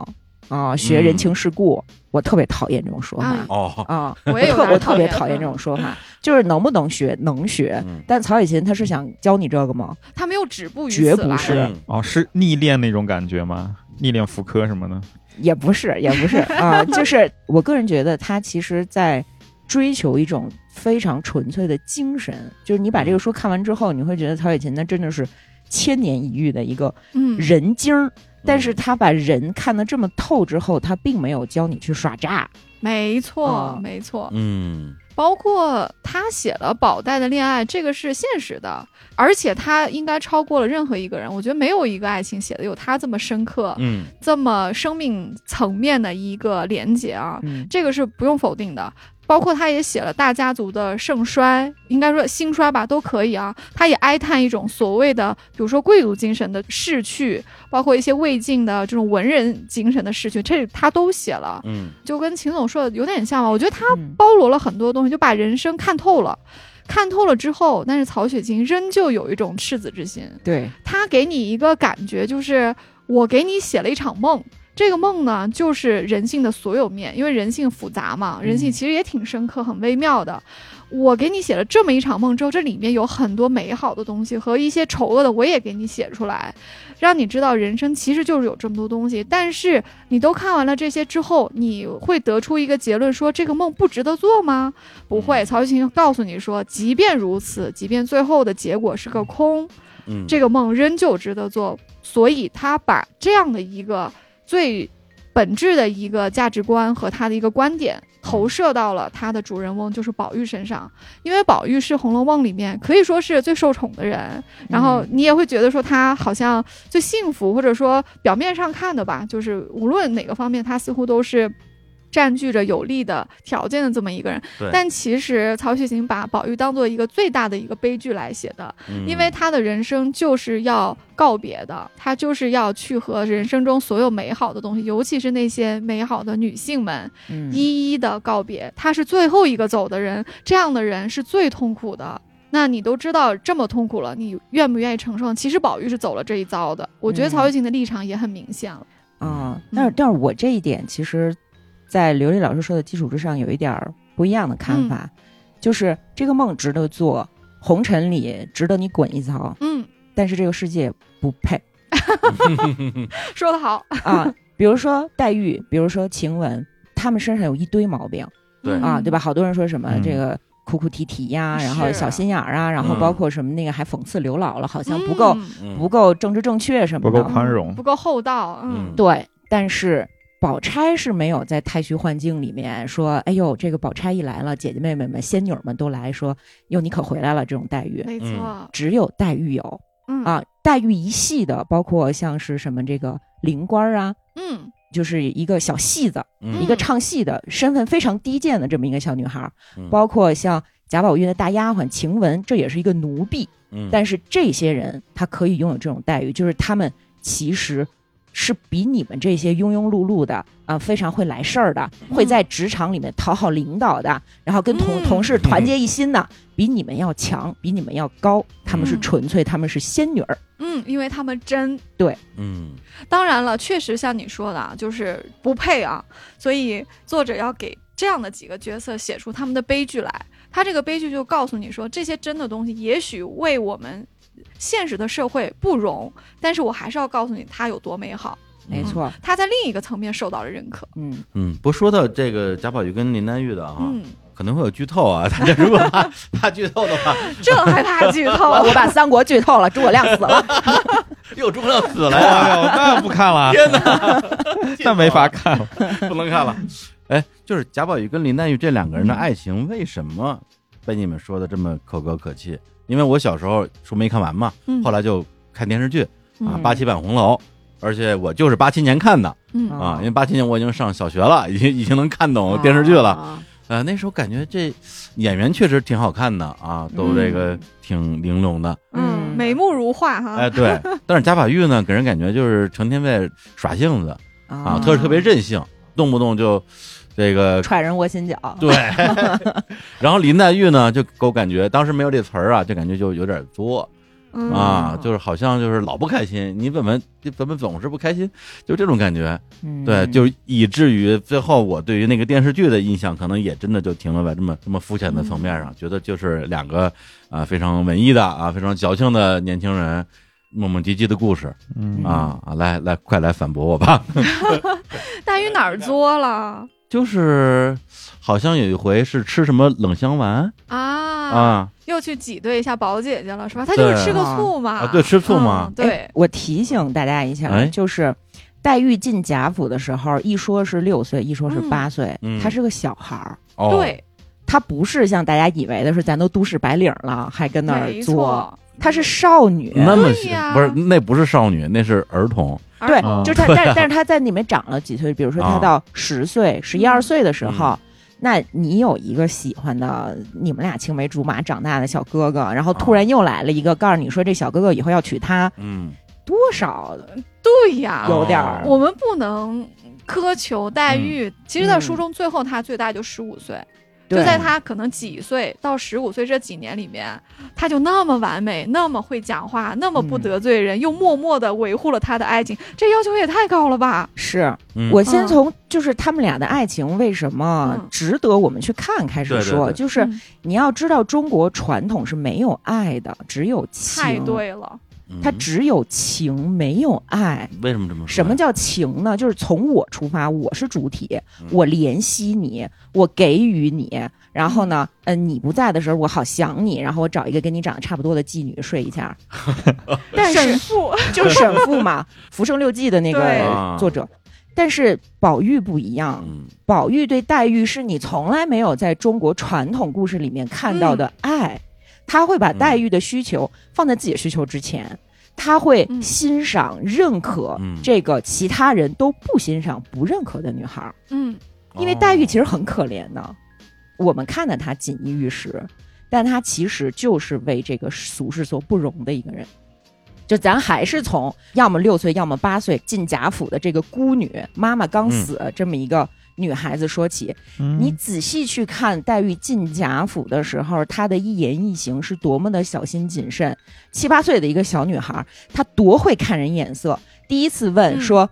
[SPEAKER 3] 啊、学人情世故，我特别讨厌这种说法
[SPEAKER 2] 啊
[SPEAKER 1] 哦，
[SPEAKER 3] 啊。
[SPEAKER 2] 我也有
[SPEAKER 3] 特
[SPEAKER 2] 点
[SPEAKER 3] 我特别
[SPEAKER 2] 讨
[SPEAKER 3] 讨厌
[SPEAKER 2] 厌
[SPEAKER 3] 这
[SPEAKER 2] [LAUGHS]
[SPEAKER 3] 种说法，就是能不能学能学，
[SPEAKER 1] 嗯
[SPEAKER 3] 但曹雪芹他是想教你这个吗？
[SPEAKER 2] 他没有止步于
[SPEAKER 3] 绝
[SPEAKER 2] 此
[SPEAKER 3] 不
[SPEAKER 2] 来
[SPEAKER 3] 是
[SPEAKER 2] 的
[SPEAKER 1] 嗯
[SPEAKER 4] 哦，是逆恋那种感觉吗？逆恋福柯什么的？
[SPEAKER 3] 也不是，也不是
[SPEAKER 2] [LAUGHS]
[SPEAKER 3] 啊、就是我个人觉得他其实在追求一种非常纯粹的精神，就是你把这个书看完之后，你会觉得曹雪芹那真的是千年一遇的一个
[SPEAKER 2] 嗯，
[SPEAKER 3] 人精儿。但是他把人看得这么透之后，他并没有教你去耍诈，
[SPEAKER 2] 没错
[SPEAKER 3] 啊，
[SPEAKER 2] 没错。
[SPEAKER 1] 嗯
[SPEAKER 2] 包括他写了宝黛的恋爱，这个是现实的，而且他应该超过了任何一个人。我觉得没有一个爱情写的有他这么深刻、
[SPEAKER 1] 嗯
[SPEAKER 2] 这么生命层面的一个连接啊。
[SPEAKER 3] 嗯，
[SPEAKER 2] 这个是不用否定的。包括他也写了大家族的盛衰，应该说兴衰吧，都可以啊。他也哀叹一种所谓的，比如说贵族精神的逝去，包括一些魏晋的这种文人精神的逝去，这他都写了，
[SPEAKER 1] 嗯，
[SPEAKER 2] 就跟秦总说的有点像嘛。我觉得他
[SPEAKER 3] 嗯
[SPEAKER 2] 包罗了很多东西，就把人生看透了。看透了之后，但是曹雪芹仍旧有一种赤子之心，
[SPEAKER 3] 对，
[SPEAKER 2] 他给你一个感觉，就是我给你写了一场梦。这个梦呢，就是人性的所有面，因为人性复杂嘛，人性其实也挺深刻、很微妙的。我给你写了这么一场梦之后，这里面有很多美好的东西和一些丑恶的，我也给你写出来，让你知道人生其实就是有这么多东西。但是你都看完了这些之后，你会得出一个结论说这个梦不值得做吗？不会，曹雪芹告诉你说，即便如此，即便最后的结果是个空，
[SPEAKER 1] 嗯，
[SPEAKER 2] 这个梦仍旧值得做。所以他把这样的一个最本质的一个价值观和他的一个观点
[SPEAKER 1] 嗯
[SPEAKER 2] 投射到了他的主人翁就是宝玉身上，因为宝玉是《红楼梦》里面可以说是最受宠的人，
[SPEAKER 1] 嗯
[SPEAKER 2] 然后你也会觉得说他好像最幸福，或者说表面上看的吧，就是无论哪个方面，他似乎都是。占据着有利的条件的这么一个人
[SPEAKER 1] 对，
[SPEAKER 2] 但其实曹雪芹把宝玉当做一个最大的一个悲剧来写的，
[SPEAKER 1] 嗯
[SPEAKER 2] 因为他的人生就是要告别的，他就是要去和人生中所有美好的东西，尤其是那些美好的女性们，
[SPEAKER 3] 嗯
[SPEAKER 2] 一一的告别。他是最后一个走的人，这样的人是最痛苦的。那你都知道这么痛苦了，你愿不愿意承受？其实宝玉是走了这一遭的。我觉得
[SPEAKER 3] 嗯
[SPEAKER 2] 曹雪芹的立场也很明显了。
[SPEAKER 3] 啊，
[SPEAKER 2] 嗯
[SPEAKER 3] 但是但是我这一点其实，在刘丽老师说的基础之上，有一点儿不一样的
[SPEAKER 2] 嗯
[SPEAKER 3] 看法，就是这个梦值得做，红尘里值得你滚一遭，
[SPEAKER 2] 嗯，
[SPEAKER 3] 但是这个世界不配
[SPEAKER 2] 说得好。 [LAUGHS]
[SPEAKER 3] 啊。比如说黛玉，比如说晴雯，她们身上有一堆毛病
[SPEAKER 1] 对
[SPEAKER 3] 啊，
[SPEAKER 2] 嗯
[SPEAKER 3] 对吧？？好多人说什么、
[SPEAKER 4] 嗯
[SPEAKER 3] 这个。哭哭啼啼呀，然
[SPEAKER 2] 是
[SPEAKER 3] 后
[SPEAKER 2] 啊
[SPEAKER 3] 小心眼儿啊，然后
[SPEAKER 1] 嗯
[SPEAKER 3] 包括什么那个还讽刺刘姥姥，好像不够、
[SPEAKER 2] 嗯
[SPEAKER 1] 嗯
[SPEAKER 3] 不够政治正确什么
[SPEAKER 4] 不
[SPEAKER 3] 的，
[SPEAKER 4] 够宽容
[SPEAKER 2] 不，够厚道。嗯
[SPEAKER 1] 嗯
[SPEAKER 3] 对，但是宝钗是没有在太虚幻境里面说，哎呦，这个宝钗一来了，姐姐妹妹们、仙女儿们都来说，哟，你可回来了这种待遇，
[SPEAKER 2] 没错。
[SPEAKER 3] 只有黛玉有
[SPEAKER 2] 嗯
[SPEAKER 3] 啊。黛玉一系的，包括像是什么这个灵官儿啊，
[SPEAKER 2] 嗯
[SPEAKER 3] 就是一个小戏子，
[SPEAKER 1] 嗯
[SPEAKER 3] 一个唱戏的身份非常低贱的这么一个小女孩儿，
[SPEAKER 1] 嗯
[SPEAKER 3] 包括像贾宝玉的大丫鬟晴雯，这也是一个奴婢，
[SPEAKER 1] 嗯
[SPEAKER 3] 但是这些人他可以拥有这种待遇，就是他们其实是比你们这些庸庸碌碌的啊、非常会来事儿的，
[SPEAKER 1] 嗯
[SPEAKER 3] 会在职场里面讨好领导的，然后跟同、
[SPEAKER 2] 嗯
[SPEAKER 3] 同事团结一心的，比你们要强，比你们要高。他们是
[SPEAKER 2] 嗯
[SPEAKER 3] 纯粹，他们是仙女儿。
[SPEAKER 2] 嗯，因为他们真
[SPEAKER 1] 嗯
[SPEAKER 2] 当然了，确实像你说的，啊，就是不配啊，所以作者要给这样的几个角色写出他们的悲剧来。他这个悲剧就告诉你说，这些真的东西也许为我们现实的社会不容，但是我还是要告诉你它有多美好。
[SPEAKER 3] 没错，
[SPEAKER 2] 它在另一个层面受到了认可。
[SPEAKER 3] 嗯，
[SPEAKER 1] 嗯，不说到这个贾宝玉跟林黛玉的哈，
[SPEAKER 2] 嗯，
[SPEAKER 1] 可能会有剧透啊，大家如果怕怕剧透的话，
[SPEAKER 2] 这还哦怕剧
[SPEAKER 3] 我
[SPEAKER 2] 透
[SPEAKER 3] 我？把三国剧透了，诸葛亮死
[SPEAKER 1] [LAUGHS]
[SPEAKER 3] 了。
[SPEAKER 1] 哟，诸葛亮死了
[SPEAKER 3] [LAUGHS]
[SPEAKER 1] 呀！
[SPEAKER 4] 哎呦，那不看 [LAUGHS] 了，
[SPEAKER 1] 天哪，
[SPEAKER 4] 那没法看了。
[SPEAKER 1] [LAUGHS] 不能看了。哎，就是贾宝玉跟林黛玉这两个人的爱情，为什么被你们说的这么可歌可泣？因为我小时候书没看完嘛，
[SPEAKER 2] 嗯
[SPEAKER 1] 后来就看电视剧啊，
[SPEAKER 3] 嗯
[SPEAKER 1] 八七版《红楼》，而且我就是八七年看的
[SPEAKER 2] 嗯
[SPEAKER 1] 啊，因为八七年我已经上小学了， [LAUGHS] 已经已经能看懂电视剧了。
[SPEAKER 2] 哦
[SPEAKER 3] 啊
[SPEAKER 1] 呃，那时候感觉这演员确实挺好看的啊，都这个挺玲珑的。
[SPEAKER 2] 嗯，美目如画
[SPEAKER 1] 哎，
[SPEAKER 2] 哈。
[SPEAKER 1] [LAUGHS] 对，但是贾宝玉呢，给人感觉就是成天在耍性子啊，
[SPEAKER 3] 啊，
[SPEAKER 1] 特特别任性，动不动就这个
[SPEAKER 3] 踹人窝心脚。
[SPEAKER 2] [LAUGHS]
[SPEAKER 1] 对，然后林黛玉呢，就给我感觉当时没有这词儿啊，就感觉就有点作
[SPEAKER 2] 嗯
[SPEAKER 1] 啊，就是好像就是老不开心，你怎么你怎么总是不开心，就这种感觉。
[SPEAKER 3] 嗯
[SPEAKER 1] 对，就以至于最后我对于那个电视剧的印象，可能也真的就停留在这么这么肤浅的层面
[SPEAKER 2] 嗯
[SPEAKER 1] 上，觉得就是两个啊、非常文艺的啊非常矫情的年轻人。磨磨唧唧的故事
[SPEAKER 4] [LAUGHS] 嗯
[SPEAKER 1] 啊啊！来来，快来反驳我吧！ [LAUGHS]
[SPEAKER 2] 黛玉哪儿作了
[SPEAKER 1] 就是好像有一回是吃什么冷香丸
[SPEAKER 2] 啊？
[SPEAKER 1] 啊
[SPEAKER 2] 又去挤兑一下宝姐姐了是吧？她就是吃个
[SPEAKER 3] 对
[SPEAKER 2] 醋嘛。
[SPEAKER 1] 啊，对，吃醋嘛
[SPEAKER 2] 嗯，对
[SPEAKER 3] 哎，我提醒大家一下，
[SPEAKER 1] 哎
[SPEAKER 3] 就是黛玉进贾府的时候，一说是六岁，一说是
[SPEAKER 2] 嗯
[SPEAKER 3] 八岁，
[SPEAKER 1] 嗯
[SPEAKER 3] 她是个小孩儿。
[SPEAKER 1] 哦，
[SPEAKER 2] 对，
[SPEAKER 3] 她不是像大家以为的是，咱都都市白领了，还跟那儿
[SPEAKER 2] 没
[SPEAKER 3] 作，嗯
[SPEAKER 2] 错，
[SPEAKER 3] 她是少女。
[SPEAKER 1] 那么
[SPEAKER 2] 对
[SPEAKER 1] 小
[SPEAKER 2] 呀
[SPEAKER 1] 不是那不是少女，那是儿童。
[SPEAKER 2] 而
[SPEAKER 3] 对
[SPEAKER 4] 啊
[SPEAKER 3] 就是她，但是但是她在里面长了几岁，比如说她
[SPEAKER 1] 啊
[SPEAKER 2] 嗯
[SPEAKER 1] 嗯
[SPEAKER 3] 到十岁、十一二岁的时候，那你有一个喜欢的，你们俩青梅竹马长大的小哥哥，然后突
[SPEAKER 1] 啊
[SPEAKER 3] 然又来了一个，告诉你说这小哥哥以后要娶她，
[SPEAKER 1] 嗯，
[SPEAKER 3] 多少
[SPEAKER 2] 对呀，
[SPEAKER 3] 啊有点儿
[SPEAKER 1] 哦
[SPEAKER 2] 我们不能苛求待遇。其实，在书中最后他最大就十五岁，就
[SPEAKER 3] 嗯对
[SPEAKER 2] 在他可能几岁到十五岁这几年里面，他就那么完美，那么会讲话，那么不
[SPEAKER 3] 嗯
[SPEAKER 2] 得罪人，又默默的维护了他的爱情，这要求也太高了吧？
[SPEAKER 3] 是
[SPEAKER 1] 嗯
[SPEAKER 3] 我先从就是他们俩的爱情为什么
[SPEAKER 2] 嗯
[SPEAKER 3] 值得我们去看开始
[SPEAKER 1] 对对
[SPEAKER 3] 说，
[SPEAKER 1] 对
[SPEAKER 3] 就是
[SPEAKER 2] 嗯
[SPEAKER 3] 你要知道中国传统是没有爱的，只有情，
[SPEAKER 2] 太对了，
[SPEAKER 3] 它
[SPEAKER 1] 嗯
[SPEAKER 3] 只有情没有爱。
[SPEAKER 1] 为什么这么说呀？
[SPEAKER 3] 什么叫情呢？就是从我出发，我是主体，
[SPEAKER 1] 嗯
[SPEAKER 3] 我怜惜你，我给予你。然后呢，
[SPEAKER 2] 嗯
[SPEAKER 3] 呃，你不在的时候，我好想你，然后我找一个跟你长得差不多的妓女睡一
[SPEAKER 2] [LAUGHS]
[SPEAKER 3] 下。
[SPEAKER 4] 呃
[SPEAKER 3] 但
[SPEAKER 2] 神
[SPEAKER 3] 是
[SPEAKER 2] 父
[SPEAKER 3] 就是沈复嘛，《浮生六记》的那
[SPEAKER 2] 对
[SPEAKER 3] 个
[SPEAKER 1] 啊
[SPEAKER 3] 作者。但是宝玉不一样，
[SPEAKER 1] 嗯
[SPEAKER 3] 宝玉对黛玉是你从来没有在中国传统故事里面看到的爱，他会把黛玉的需求放在自己的需求之前，他会
[SPEAKER 2] 嗯
[SPEAKER 3] 欣赏、认可
[SPEAKER 1] 嗯
[SPEAKER 3] 这个其他人都不欣赏、不认可的女孩儿，
[SPEAKER 2] [LAUGHS] 嗯，
[SPEAKER 1] 哦
[SPEAKER 3] 因为黛玉其
[SPEAKER 1] 实
[SPEAKER 3] 实很可怜的，我们看到她锦衣玉食，但她其实就是为这个俗世所不容的一个人。就咱还是从要么六岁，要么八岁进贾府的这个孤女，妈妈刚死、这么一个女孩子说起，
[SPEAKER 4] 嗯
[SPEAKER 3] 你仔细去看黛玉进贾府的时候，她的一言一行是多么的小心谨慎。七八岁的一个小女孩，她多会看人眼色。第一次问
[SPEAKER 2] 嗯
[SPEAKER 3] 说、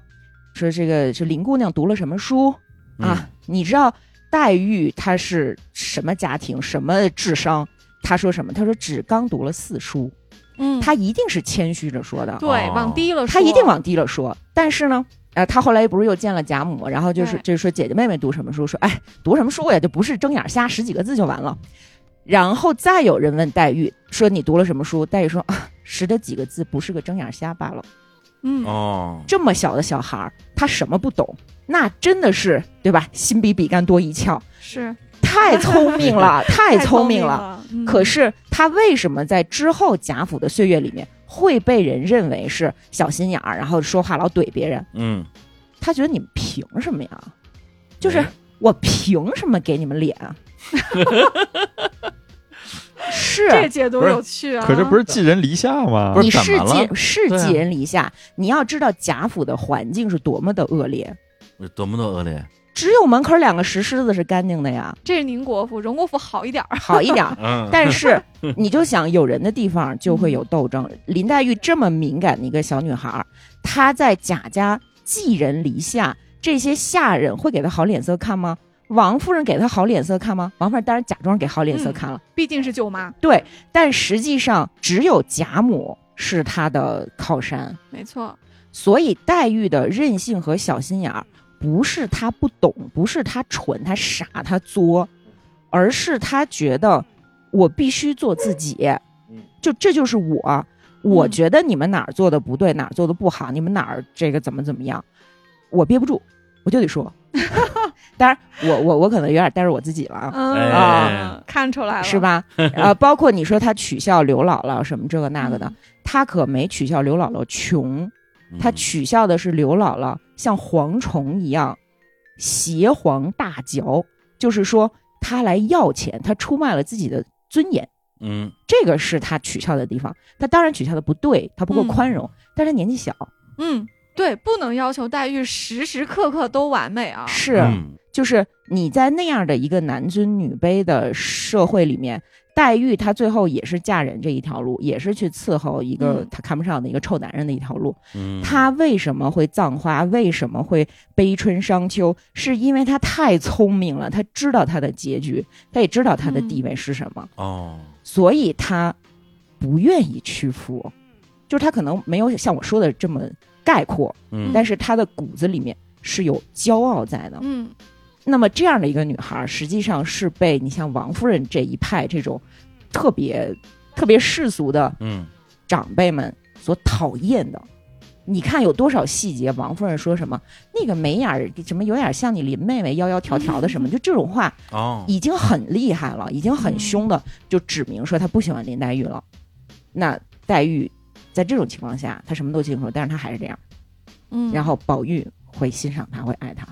[SPEAKER 3] 说这个是林姑娘读了什么书、
[SPEAKER 1] 嗯
[SPEAKER 3] 啊？你知道黛玉她是什么家庭、什么智商？她说什么？她说只刚读了四书，
[SPEAKER 2] 嗯，
[SPEAKER 3] 她一定是谦虚着说的。
[SPEAKER 2] 对
[SPEAKER 1] 哦
[SPEAKER 2] 往低了说，
[SPEAKER 3] 他一定往低了说。但是呢，呃，他后来不是又见了贾母，然后就是
[SPEAKER 2] 对
[SPEAKER 3] 就是说姐姐妹妹读什么书，说哎读什么书呀，就不是睁眼瞎十几个字就完了。然后再有人问黛玉说你读了什么书，黛玉说啊识得几个字，不是个睁眼瞎罢了。
[SPEAKER 2] 嗯，
[SPEAKER 1] 哦，
[SPEAKER 3] 这么小的小孩儿，他什么不懂？那真的是对吧？心比比干多一窍，
[SPEAKER 2] 是
[SPEAKER 3] 太聪明了，
[SPEAKER 1] [LAUGHS]
[SPEAKER 3] 太聪
[SPEAKER 2] 明
[SPEAKER 3] 明了。，
[SPEAKER 2] 嗯
[SPEAKER 3] 可是他为什么在之后贾府的岁月里面会被人认为是小心眼儿，然后说话老怼别人？
[SPEAKER 1] 嗯，
[SPEAKER 3] 他觉得你们凭什么呀？就是
[SPEAKER 1] 哎
[SPEAKER 3] 我凭什么给你们脸？啊
[SPEAKER 1] [LAUGHS]
[SPEAKER 3] 是，啊
[SPEAKER 2] 这解读
[SPEAKER 4] 不是
[SPEAKER 2] 有趣啊，
[SPEAKER 4] 可这不是寄人篱下吗？
[SPEAKER 1] 不是
[SPEAKER 3] 你是
[SPEAKER 1] 怎么了
[SPEAKER 3] 寄是
[SPEAKER 1] 对啊
[SPEAKER 3] 寄人篱下。你要知道贾府的环境是多么的恶劣，
[SPEAKER 1] 多么的恶劣，。
[SPEAKER 3] 只有门口两个石狮子是干净的呀，
[SPEAKER 2] 这是宁国府，荣国府好一点儿，
[SPEAKER 3] 好一点儿
[SPEAKER 1] 嗯
[SPEAKER 3] 但是你就想，有人的地方就会有斗争。林黛玉这么敏感的一个小女孩儿，她在贾家寄人篱下，这些下人会给她好脸色看吗？王夫人给她好脸色看吗？王夫人当然假装给好脸色看了，
[SPEAKER 2] 毕竟是舅妈，
[SPEAKER 3] 对，但实际上只有贾母是她的靠山，
[SPEAKER 2] 没错，
[SPEAKER 3] 所以黛玉的任性和小心眼儿，不是她不懂，不是她蠢，她傻，她作，而是她觉得我必须做自己，就这就是我。我
[SPEAKER 2] 嗯
[SPEAKER 3] 觉得你们哪儿做的不对，哪儿做的不好，你们哪儿这个怎么怎么样，我憋不住，我就
[SPEAKER 2] [LAUGHS]
[SPEAKER 3] 得说。当然，我我我可能有点带着我自己了啊，
[SPEAKER 2] 嗯
[SPEAKER 1] 啊，
[SPEAKER 2] 看出来了，[LAUGHS]
[SPEAKER 3] 是？吧？呃，包括你说他取笑刘姥姥什么这个那个的，
[SPEAKER 2] 嗯
[SPEAKER 3] 他可没取笑刘姥姥穷，他
[SPEAKER 1] 嗯
[SPEAKER 3] 取笑的是刘姥姥像蝗虫一样挟黄大嚼，就是说他来要钱，他出卖了自己的尊严，
[SPEAKER 1] 嗯
[SPEAKER 3] 这个是他取笑的地方。他当然取笑的不对，他不够
[SPEAKER 2] 嗯
[SPEAKER 3] 宽容，但是他年纪小，
[SPEAKER 2] 嗯，对，不能要求黛玉时时刻刻都完美啊。
[SPEAKER 3] 是、
[SPEAKER 1] 嗯
[SPEAKER 3] 就是你在那样的一个男尊女卑的社会里面，黛玉她最后也是嫁人这一条路，也是去伺候一个
[SPEAKER 2] 嗯
[SPEAKER 3] 她看不上的一个臭男人的一条路。
[SPEAKER 1] 嗯，
[SPEAKER 3] 她为什么会葬花？为什么会悲春伤秋？是因为她太聪明了，她知道她的结局，她也知道她的地位是什么，
[SPEAKER 1] 哦，
[SPEAKER 3] 所以她不愿意屈服。就是她可能没有像我说的这么概括，
[SPEAKER 1] 嗯
[SPEAKER 3] 但是她的骨子里面是有骄傲在的。
[SPEAKER 2] 嗯，
[SPEAKER 3] 那么这样的一个女孩儿，实际上是被你像王夫人这一派这种特别特别世俗的
[SPEAKER 1] 嗯
[SPEAKER 3] 长辈们所讨厌的。你看有多少细节？王夫人说什么那个眉眼儿什么有点像你林妹妹妖妖条条的
[SPEAKER 2] [LAUGHS]
[SPEAKER 3] 什么，就这种话
[SPEAKER 1] 哦，
[SPEAKER 3] 已经很厉害了，已经很凶
[SPEAKER 2] 嗯
[SPEAKER 3] 的，就指明说她不喜欢林黛玉了。那黛玉在这种情况下，她什么都清楚，但是她还是这样。
[SPEAKER 2] 嗯，
[SPEAKER 3] 然后宝玉会欣赏她，会爱她。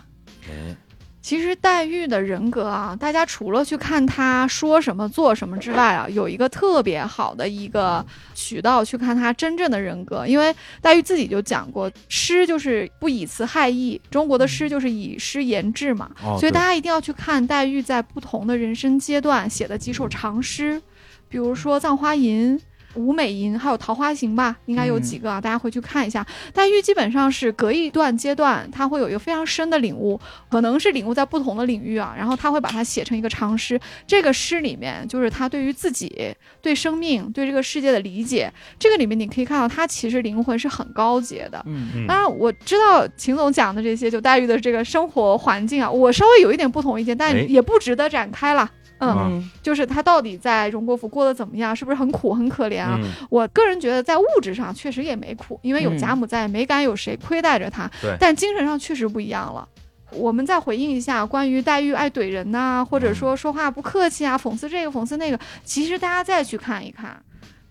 [SPEAKER 1] 哎，
[SPEAKER 2] 其实黛玉的人格啊，大家除了去看她说什么、做什么之外啊，有一个特别好的一个渠道去看她真正的人格。因为黛玉自己就讲过，诗就是不以词害意，中国的诗就是以诗言志嘛，
[SPEAKER 1] 哦
[SPEAKER 2] 所
[SPEAKER 1] 对
[SPEAKER 2] 以大家一定要去看黛玉在不同的人生阶段写的几首长诗，比如说《葬花吟》。《舞美吟》还有《桃花行》吧，应该有几
[SPEAKER 1] 嗯
[SPEAKER 2] 个啊，大家回去看一下。黛玉基本上是隔一段阶段，她会有一个非常深的领悟，可能是领悟在不同的领域啊，然后她会把它写成一个长诗。这个诗里面就是她对于自己、对生命、对这个世界的理解。这个里面你可以看到，她其实灵魂是很高洁的。
[SPEAKER 3] 嗯
[SPEAKER 4] 嗯
[SPEAKER 2] 当然，我知道秦总讲的这些，就黛玉的这个生活环境啊，我稍微有一点不同意见，但
[SPEAKER 1] 哎
[SPEAKER 2] 也不值得展开了。
[SPEAKER 3] 啊
[SPEAKER 2] 嗯，
[SPEAKER 1] 嗯
[SPEAKER 2] 就是她到底在荣国府过得怎么样，是不是很苦很可怜啊？
[SPEAKER 4] 嗯
[SPEAKER 2] 我个人觉得，在物质上确实也没苦，因为有
[SPEAKER 3] 嗯
[SPEAKER 2] 贾母在，没敢有谁亏待着她
[SPEAKER 1] 对。
[SPEAKER 2] 但精神上确实不一样了。我们再回应一下关于黛玉爱怼人呐、或者说说话不客气啊，讽刺这个讽刺那个，其实大家再去看一看，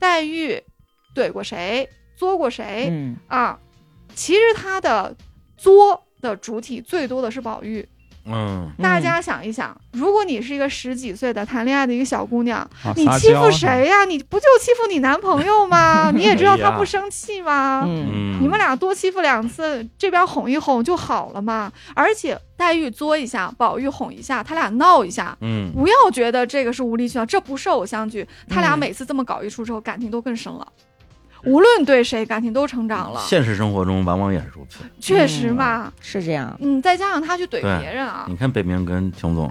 [SPEAKER 2] 黛玉怼过谁，作过谁、
[SPEAKER 3] 嗯
[SPEAKER 2] 啊？其实她的作的主体最多的是宝玉。
[SPEAKER 1] 嗯，
[SPEAKER 2] 大家想一想，如果你是一个十几岁的谈恋爱的一个小姑娘，
[SPEAKER 4] 啊
[SPEAKER 2] 你
[SPEAKER 4] 撒
[SPEAKER 2] 欺
[SPEAKER 4] 娇
[SPEAKER 2] 负谁呀、你不就欺负你男朋友吗？你也知道他不生气吗？
[SPEAKER 3] 嗯
[SPEAKER 1] 嗯
[SPEAKER 2] 你们俩多欺负两次，这边哄一哄就好了嘛。而且黛玉作一下，宝玉哄一下，他俩闹一下，
[SPEAKER 1] 嗯
[SPEAKER 2] 不要觉得这个是无理取闹，这不是偶像剧。他俩
[SPEAKER 3] 嗯
[SPEAKER 2] 每次这么搞一出之后，感情都更深了。无论对谁，感情都成长了，
[SPEAKER 1] 现实生活中往往也是如此。
[SPEAKER 2] 确实嘛。。
[SPEAKER 3] 是这样
[SPEAKER 2] 嗯，再加上他去怼
[SPEAKER 1] 嗯对
[SPEAKER 2] 别人啊，
[SPEAKER 1] 你看北冥跟熊
[SPEAKER 3] [LAUGHS]
[SPEAKER 1] 总，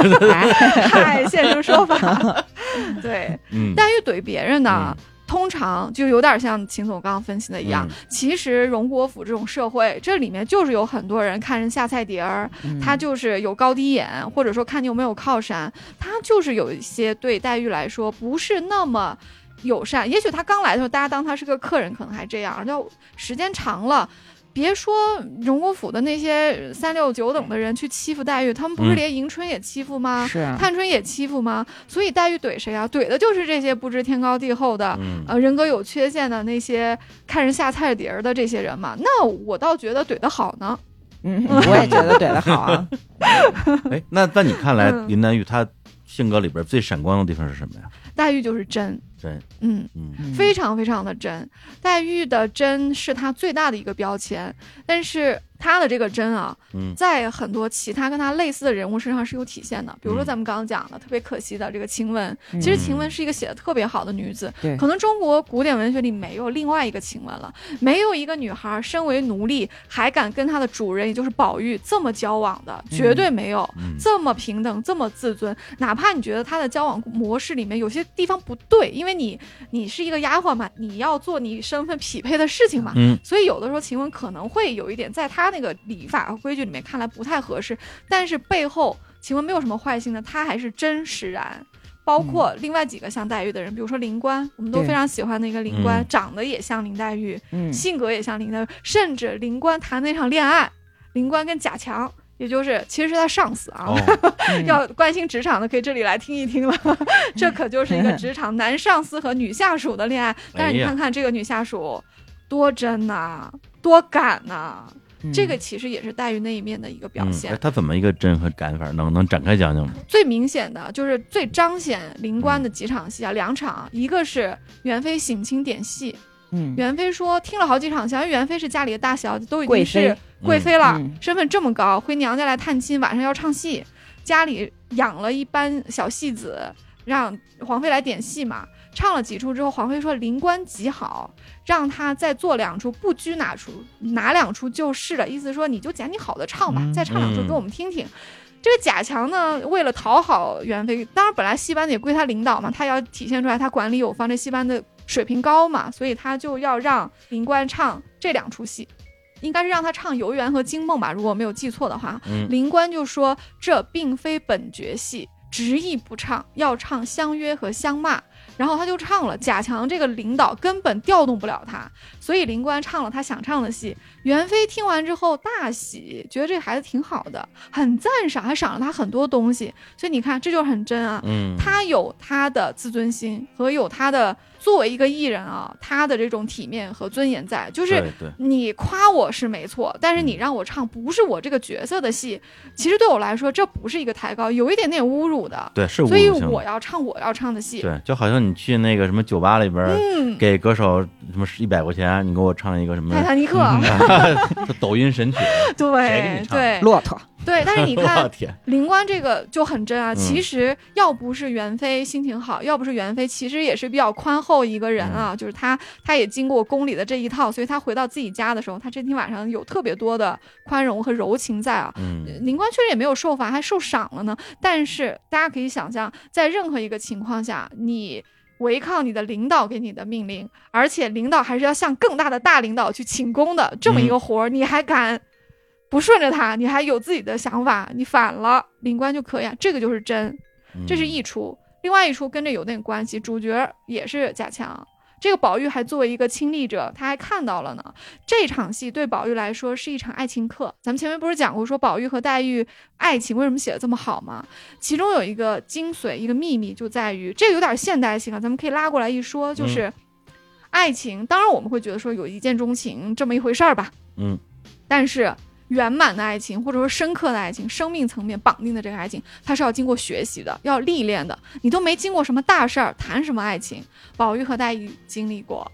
[SPEAKER 3] 哎
[SPEAKER 2] 太现实说法。
[SPEAKER 1] [LAUGHS]
[SPEAKER 2] 对，
[SPEAKER 1] 嗯，
[SPEAKER 2] 黛玉怼别人呢，通常就有点像秦总刚刚分析的一样。
[SPEAKER 1] 嗯
[SPEAKER 2] 其实荣国府这种社会，这里面就是有很多人看人下菜碟儿， [LAUGHS]
[SPEAKER 3] 嗯
[SPEAKER 2] 他就是有高低眼，或者说看你有没有靠山，他就是有一些对黛玉来说不是那么。友善，也许他刚来的时候，大家当他是个客人，可能还这样。要时间长了，别说荣国府的那些三六九等的人去欺负黛玉，他们不
[SPEAKER 1] 嗯
[SPEAKER 2] 是连迎春也欺负吗？
[SPEAKER 3] 是啊，
[SPEAKER 2] 探春也欺负吗？所以黛玉怼谁啊？怼的就是这些不知天高地厚的，
[SPEAKER 1] 嗯
[SPEAKER 3] 啊
[SPEAKER 2] 呃，人格有缺陷的那些看人下菜碟儿的这些人嘛。那我倒觉得怼得好呢。
[SPEAKER 3] 嗯，我也觉得怼的好
[SPEAKER 2] [LAUGHS]
[SPEAKER 3] 啊。
[SPEAKER 1] 哎，那在你看来，
[SPEAKER 2] 嗯
[SPEAKER 1] 林黛玉她性格里边最闪光的地方是什么呀？
[SPEAKER 2] 黛玉就是真，
[SPEAKER 1] 真，
[SPEAKER 2] 嗯，
[SPEAKER 1] 嗯
[SPEAKER 3] 嗯
[SPEAKER 2] 非常非常的真。黛玉的真是她最大的一个标签，但是她的这个真啊，
[SPEAKER 1] 嗯
[SPEAKER 2] 在很多其他跟她类似的人物身上是有体现的。比如说
[SPEAKER 1] 嗯
[SPEAKER 2] 咱们刚刚讲的特别可惜的这个晴雯，
[SPEAKER 3] 嗯
[SPEAKER 2] 其实晴雯是一个写的特别好的女子，
[SPEAKER 3] 对
[SPEAKER 2] 可能中国古典文学里没有另外一个晴雯了，没有一个女孩身为奴隶还敢跟她的主人，也就是宝玉这么交往的，
[SPEAKER 3] 嗯
[SPEAKER 2] 绝对没有。
[SPEAKER 1] 嗯，
[SPEAKER 2] 这么平等，这么自尊，哪怕你觉得她的交往模式里面有些地方不对，因为你你是一个丫鬟嘛，你要做你身份匹配的事情嘛，
[SPEAKER 1] 嗯
[SPEAKER 2] 所以有的时候晴雯可能会有一点，在她那个礼法和规矩里面看来不太合适，但是背后晴雯没有什么坏心的，她还是真使然。包
[SPEAKER 1] 嗯
[SPEAKER 2] 括另外几个像黛玉的人，比如说灵官，我们都
[SPEAKER 3] 对
[SPEAKER 2] 非常喜欢的一个灵官，
[SPEAKER 1] 嗯
[SPEAKER 2] 长得也像林黛玉，
[SPEAKER 3] 嗯
[SPEAKER 2] 性格也像林黛玉，甚至灵官谈那场恋爱，灵官跟贾强，也就是其实是他上司啊，
[SPEAKER 1] 哦，
[SPEAKER 3] 嗯
[SPEAKER 2] 要关心职场的可以这里来听一
[SPEAKER 3] [LAUGHS]
[SPEAKER 2] 听了，这可就是一个职场男上司和女下属的恋
[SPEAKER 3] 哎
[SPEAKER 2] 爱。但是你看看这个女下属，多真呐、多敢呐、
[SPEAKER 3] 嗯
[SPEAKER 2] 这个其实也是黛玉那一面的一个表
[SPEAKER 1] 嗯
[SPEAKER 2] 现。
[SPEAKER 1] 哎她怎么一个真和敢法能能展开讲讲吗？
[SPEAKER 2] 最明显的就是最彰显灵官的几场戏啊，两场，一个是元妃省亲点戏，
[SPEAKER 3] 嗯
[SPEAKER 2] 元妃说听了好几场戏，因为元妃是家里的大小姐，都已经
[SPEAKER 3] 贵
[SPEAKER 2] 是
[SPEAKER 3] 妃
[SPEAKER 2] 贵妃了，
[SPEAKER 3] 嗯
[SPEAKER 2] 身份这么高，回娘家来探亲，晚上要唱戏，家里养了一班小戏子，让皇妃来点戏嘛。唱了几出之后，皇妃说灵官极好，让她再做两出，不拘哪出，哪两出就是了。意思说你就捡你好的唱吧，
[SPEAKER 3] 嗯
[SPEAKER 2] 再唱两出
[SPEAKER 1] 嗯
[SPEAKER 2] 给我们听听。这个贾强呢，为了讨好元妃，当然本来戏班子也归他领导嘛，他要体现出来他管理有方，这戏班的水平高嘛，所以他就要让林官唱这两出戏，应该是让他唱《游园》和《惊梦》吧，如果我没有记错的话。
[SPEAKER 1] 嗯
[SPEAKER 2] 林官就说这并非本角戏，执意不唱，要唱相约和相骂。然后他就唱了，贾强这个领导根本调动不了他，所以林官唱了他想唱的戏。元妃听完之后大喜，觉得这个孩子挺好的，很赞赏，还赏了他很多东西。所以你看，这就是很真啊。
[SPEAKER 1] 嗯，
[SPEAKER 2] 他有他的自尊心和有他的作为一个艺人啊，他的这种体面和尊严在，就是
[SPEAKER 1] 对对，
[SPEAKER 2] 你夸我是没错，但是你让我唱不是我这个角色的戏，其实对我来说这不是一个抬高，有一点点侮辱的。
[SPEAKER 1] 对是侮
[SPEAKER 2] 所以
[SPEAKER 1] 辱性
[SPEAKER 2] 我
[SPEAKER 1] 的，
[SPEAKER 2] 要唱我要唱的戏，
[SPEAKER 1] 对，就好像你去那个什么酒吧里边儿
[SPEAKER 2] 嗯，
[SPEAKER 1] 给歌手什么一百块钱，你给我唱一个什么
[SPEAKER 2] 泰坦尼克， [LAUGHS]
[SPEAKER 1] [LAUGHS] 这抖音神曲，谁给
[SPEAKER 2] 对
[SPEAKER 1] 你唱
[SPEAKER 2] 对
[SPEAKER 3] 骆驼，
[SPEAKER 2] 对，
[SPEAKER 1] [LAUGHS]
[SPEAKER 2] 但是你
[SPEAKER 1] 我
[SPEAKER 2] 看
[SPEAKER 1] 天，
[SPEAKER 2] 灵官这个就很真啊。
[SPEAKER 1] 嗯
[SPEAKER 2] 其实要不是袁飞心情好，要不是袁飞其实也是比较宽厚一个人
[SPEAKER 1] 嗯
[SPEAKER 2] 啊，就是他他也经过宫里的这一套，所以他回到自己家的时候，他这天晚上有特别多的宽容和柔情在啊。
[SPEAKER 1] 嗯，
[SPEAKER 2] 灵官确实也没有受罚，还受赏了呢。但是大家可以想象，在任何一个情况下，你违抗你的领导给你的命令，而且领导还是要向更大的大领导去请功的这么一个活儿，你还敢不顺着他，你还有自己的想法，你反了灵官就可以啊。这个就是真，
[SPEAKER 1] 嗯
[SPEAKER 2] 这是一出。另外一出跟这有点关系，主角也是贾强。这个宝玉还作为一个亲历者，他还看到了呢。这场戏对宝玉来说是一场爱情课。咱们前面不是讲过，说宝玉和黛玉爱情为什么写的这么好吗？其中有一个精髓，一个秘密就在于这个有点现代性啊，咱们可以拉过来一说，
[SPEAKER 1] 嗯
[SPEAKER 2] 就是、爱情。当然我们会觉得说有一见钟情这么一回事儿吧，
[SPEAKER 1] 嗯，
[SPEAKER 2] 但是圆满的爱情，或者说深刻的爱情，生命层面绑定的这个爱情，它是要经过学习的，要历练的。你都没经过什么大事儿，谈什么爱情？宝玉和黛玉经历过，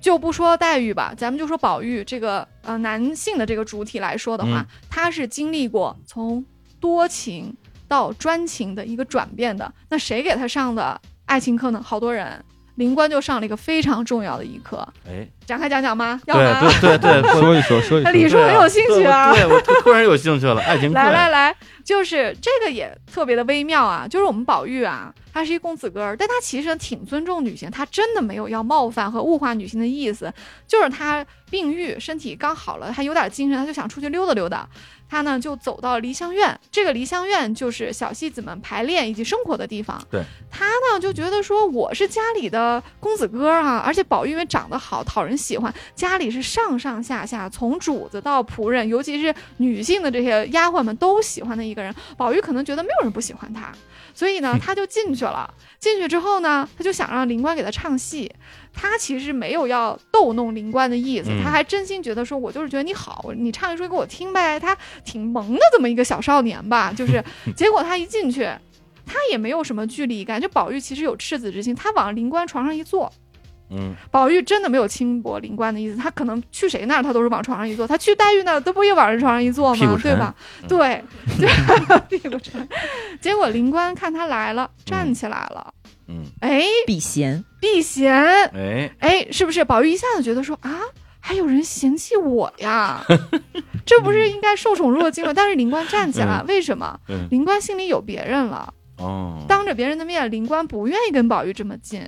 [SPEAKER 2] 就不说黛玉吧，咱们就说宝玉这个呃男性的这个主体来说的话，
[SPEAKER 1] 嗯
[SPEAKER 2] 他是经历过从多情到专情的一个转变的。那谁给他上的爱情课呢？好多人，灵官就上了一个非常重要的一课。
[SPEAKER 1] 哎，
[SPEAKER 2] 展开讲讲吗？要
[SPEAKER 1] 对
[SPEAKER 2] 吗？
[SPEAKER 1] 对对对，
[SPEAKER 2] [LAUGHS]
[SPEAKER 1] 对
[SPEAKER 4] 说一说，说一
[SPEAKER 2] 李
[SPEAKER 4] 说。
[SPEAKER 2] 叔很有兴趣啊
[SPEAKER 1] 对，我对我突然有兴趣了，爱情
[SPEAKER 2] 来
[SPEAKER 1] 课
[SPEAKER 2] 来来，就是这个也特别的微妙啊，就是我们宝玉啊，他是一公子哥儿，但他其实挺尊重女性，他真的没有要冒犯和物化女性的意思，就是他病愈，身体刚好了，还有点精神，他就想出去溜达溜达。他呢就走到梨香院，这个梨香院就是小戏子们排练以及生活的地方。
[SPEAKER 1] 对，
[SPEAKER 2] 他呢就觉得说我是家里的公子哥儿啊，而且宝玉因为长得好，讨人喜欢，家里是上上下下，从主子到仆人，尤其是女性的这些丫鬟们都喜欢的一个人。宝玉可能觉得没有人不喜欢他，所以呢，他就进去了。进去之后呢，他就想让灵官给他唱戏。他其实没有要逗弄灵官的意思，
[SPEAKER 1] 嗯
[SPEAKER 2] 他还真心觉得说，我就是觉得你好，你唱一出给我听呗。他挺萌的这么一个小少年吧，就是。结果他一进去，他也没有什么距离感。就宝玉其实有赤子之心，他往灵官床上一坐，
[SPEAKER 1] 嗯，
[SPEAKER 2] 宝玉真的没有轻薄灵官的意思，他可能去谁那儿，他都是往床上一坐，他去黛玉那儿，他不也往人床上一坐
[SPEAKER 1] 屁股
[SPEAKER 2] 吗？
[SPEAKER 1] 沉
[SPEAKER 2] 对吧？
[SPEAKER 1] 嗯
[SPEAKER 2] 对，对， [LAUGHS] 屁股沉。结果灵官看他来了，站起来了，
[SPEAKER 1] 嗯，
[SPEAKER 2] 哎，
[SPEAKER 3] 避嫌，
[SPEAKER 2] 避嫌，
[SPEAKER 1] 哎，
[SPEAKER 2] 哎，是不是？宝玉一下子觉得说啊，还有人嫌弃我
[SPEAKER 1] [LAUGHS]
[SPEAKER 2] 呀，这不是应该受宠若惊吗？但是灵官站起来，为什么？
[SPEAKER 1] 嗯，
[SPEAKER 2] 灵官心里有别人了。
[SPEAKER 1] 哦，
[SPEAKER 2] 当着别人的面，灵官不愿意跟宝玉这么近，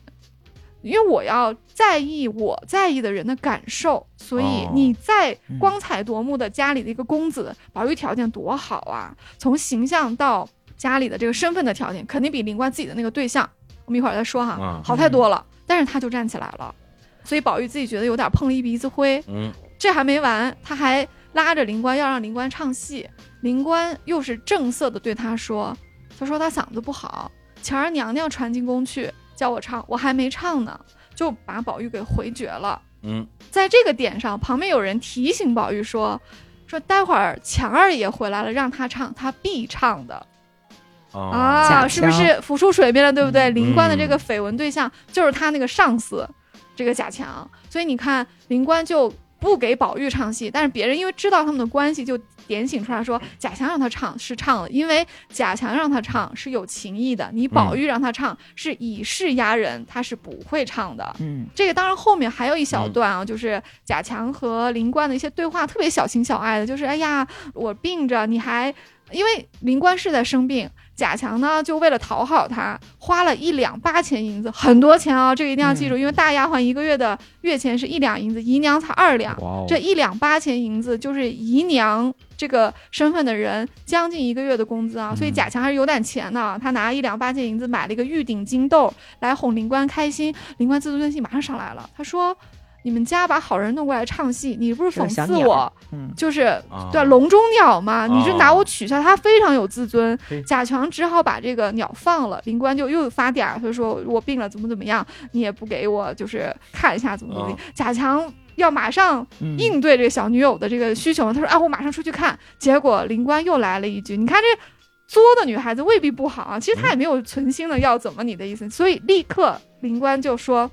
[SPEAKER 2] 因为我要在意我在意的人的感受。所以
[SPEAKER 1] 哦
[SPEAKER 2] 你在
[SPEAKER 3] 嗯
[SPEAKER 2] 光彩夺目的家里的一个公子，宝玉条件多好啊，从形象到家里的这个身份的条件，肯定比灵官自己的那个对象，我们一会儿再说哈，
[SPEAKER 1] 嗯
[SPEAKER 2] 好太多了。但是他就站起来了，所以宝玉自己觉得有点碰了一鼻子灰，
[SPEAKER 1] 嗯，
[SPEAKER 2] 这还没完，他还拉着灵官要让灵官唱戏，灵官又是正色的对他说：“他说他嗓子不好，前儿娘娘传进宫去叫我唱，我还没唱呢，就把宝玉给回绝了。”
[SPEAKER 1] 嗯，
[SPEAKER 2] 在这个点上，旁边有人提醒宝玉说：“说待会儿强二爷回来了，让他唱，他必唱的
[SPEAKER 1] 哦，
[SPEAKER 2] 啊，
[SPEAKER 3] 贾
[SPEAKER 2] 是不
[SPEAKER 3] 强
[SPEAKER 2] 是浮出水面了，对不对？灵官的
[SPEAKER 1] 嗯
[SPEAKER 2] 这个绯闻对象就是他那个上司，这个贾强。所以你看，灵官就不给宝玉唱戏，但是别人因为知道他们的关系，就点醒出来说，贾强让他唱是唱了，因为贾强让他唱是有情义的，你
[SPEAKER 1] 嗯
[SPEAKER 2] 宝玉让他唱是以势压人，他是不会唱的。
[SPEAKER 3] 嗯，
[SPEAKER 2] 这个当然后面还有一小段啊，就是贾强和林冠的一些对话，特别小情小爱的，就是哎呀，我病着，你还因为林冠是在生病，贾强呢就为了讨好他，花了一两八钱银子，很多钱啊，这个一定要记住，因为大丫鬟一个月的月钱是一两银子，姨娘才二两，
[SPEAKER 4] 哇哦
[SPEAKER 2] 这一两八钱银子就是姨娘这个身份的人将近一个月的工资啊，所以
[SPEAKER 1] 嗯
[SPEAKER 2] 贾强还是有点钱的啊。他拿一两八钱银子买了一个玉鼎金豆来哄灵官开心，灵官自尊心马上上来了，他说：“你们家把好人弄过来唱戏，你不是讽
[SPEAKER 3] 是个小
[SPEAKER 2] 刺
[SPEAKER 3] 鸟
[SPEAKER 2] 我，
[SPEAKER 3] 嗯，
[SPEAKER 2] 就是
[SPEAKER 1] 啊
[SPEAKER 2] 对笼中鸟嘛，你就
[SPEAKER 1] 哦
[SPEAKER 2] 拿我取笑，他非常有自尊
[SPEAKER 1] 嘿。
[SPEAKER 2] 贾强只好把这个鸟放了，林官就又发嗲，他就说我病了怎么怎么样，你也不给我就是看一下怎么
[SPEAKER 1] 哦
[SPEAKER 2] 怎么样。贾强要马上
[SPEAKER 3] 嗯
[SPEAKER 2] 应对这个小女友的这个需求，他说啊我马上出去看，结果林官又来了一句，你看这。作的女孩子未必不好
[SPEAKER 3] 嗯
[SPEAKER 2] 啊，其实她也没有存心的要怎么你的意思，所以立刻林官就说，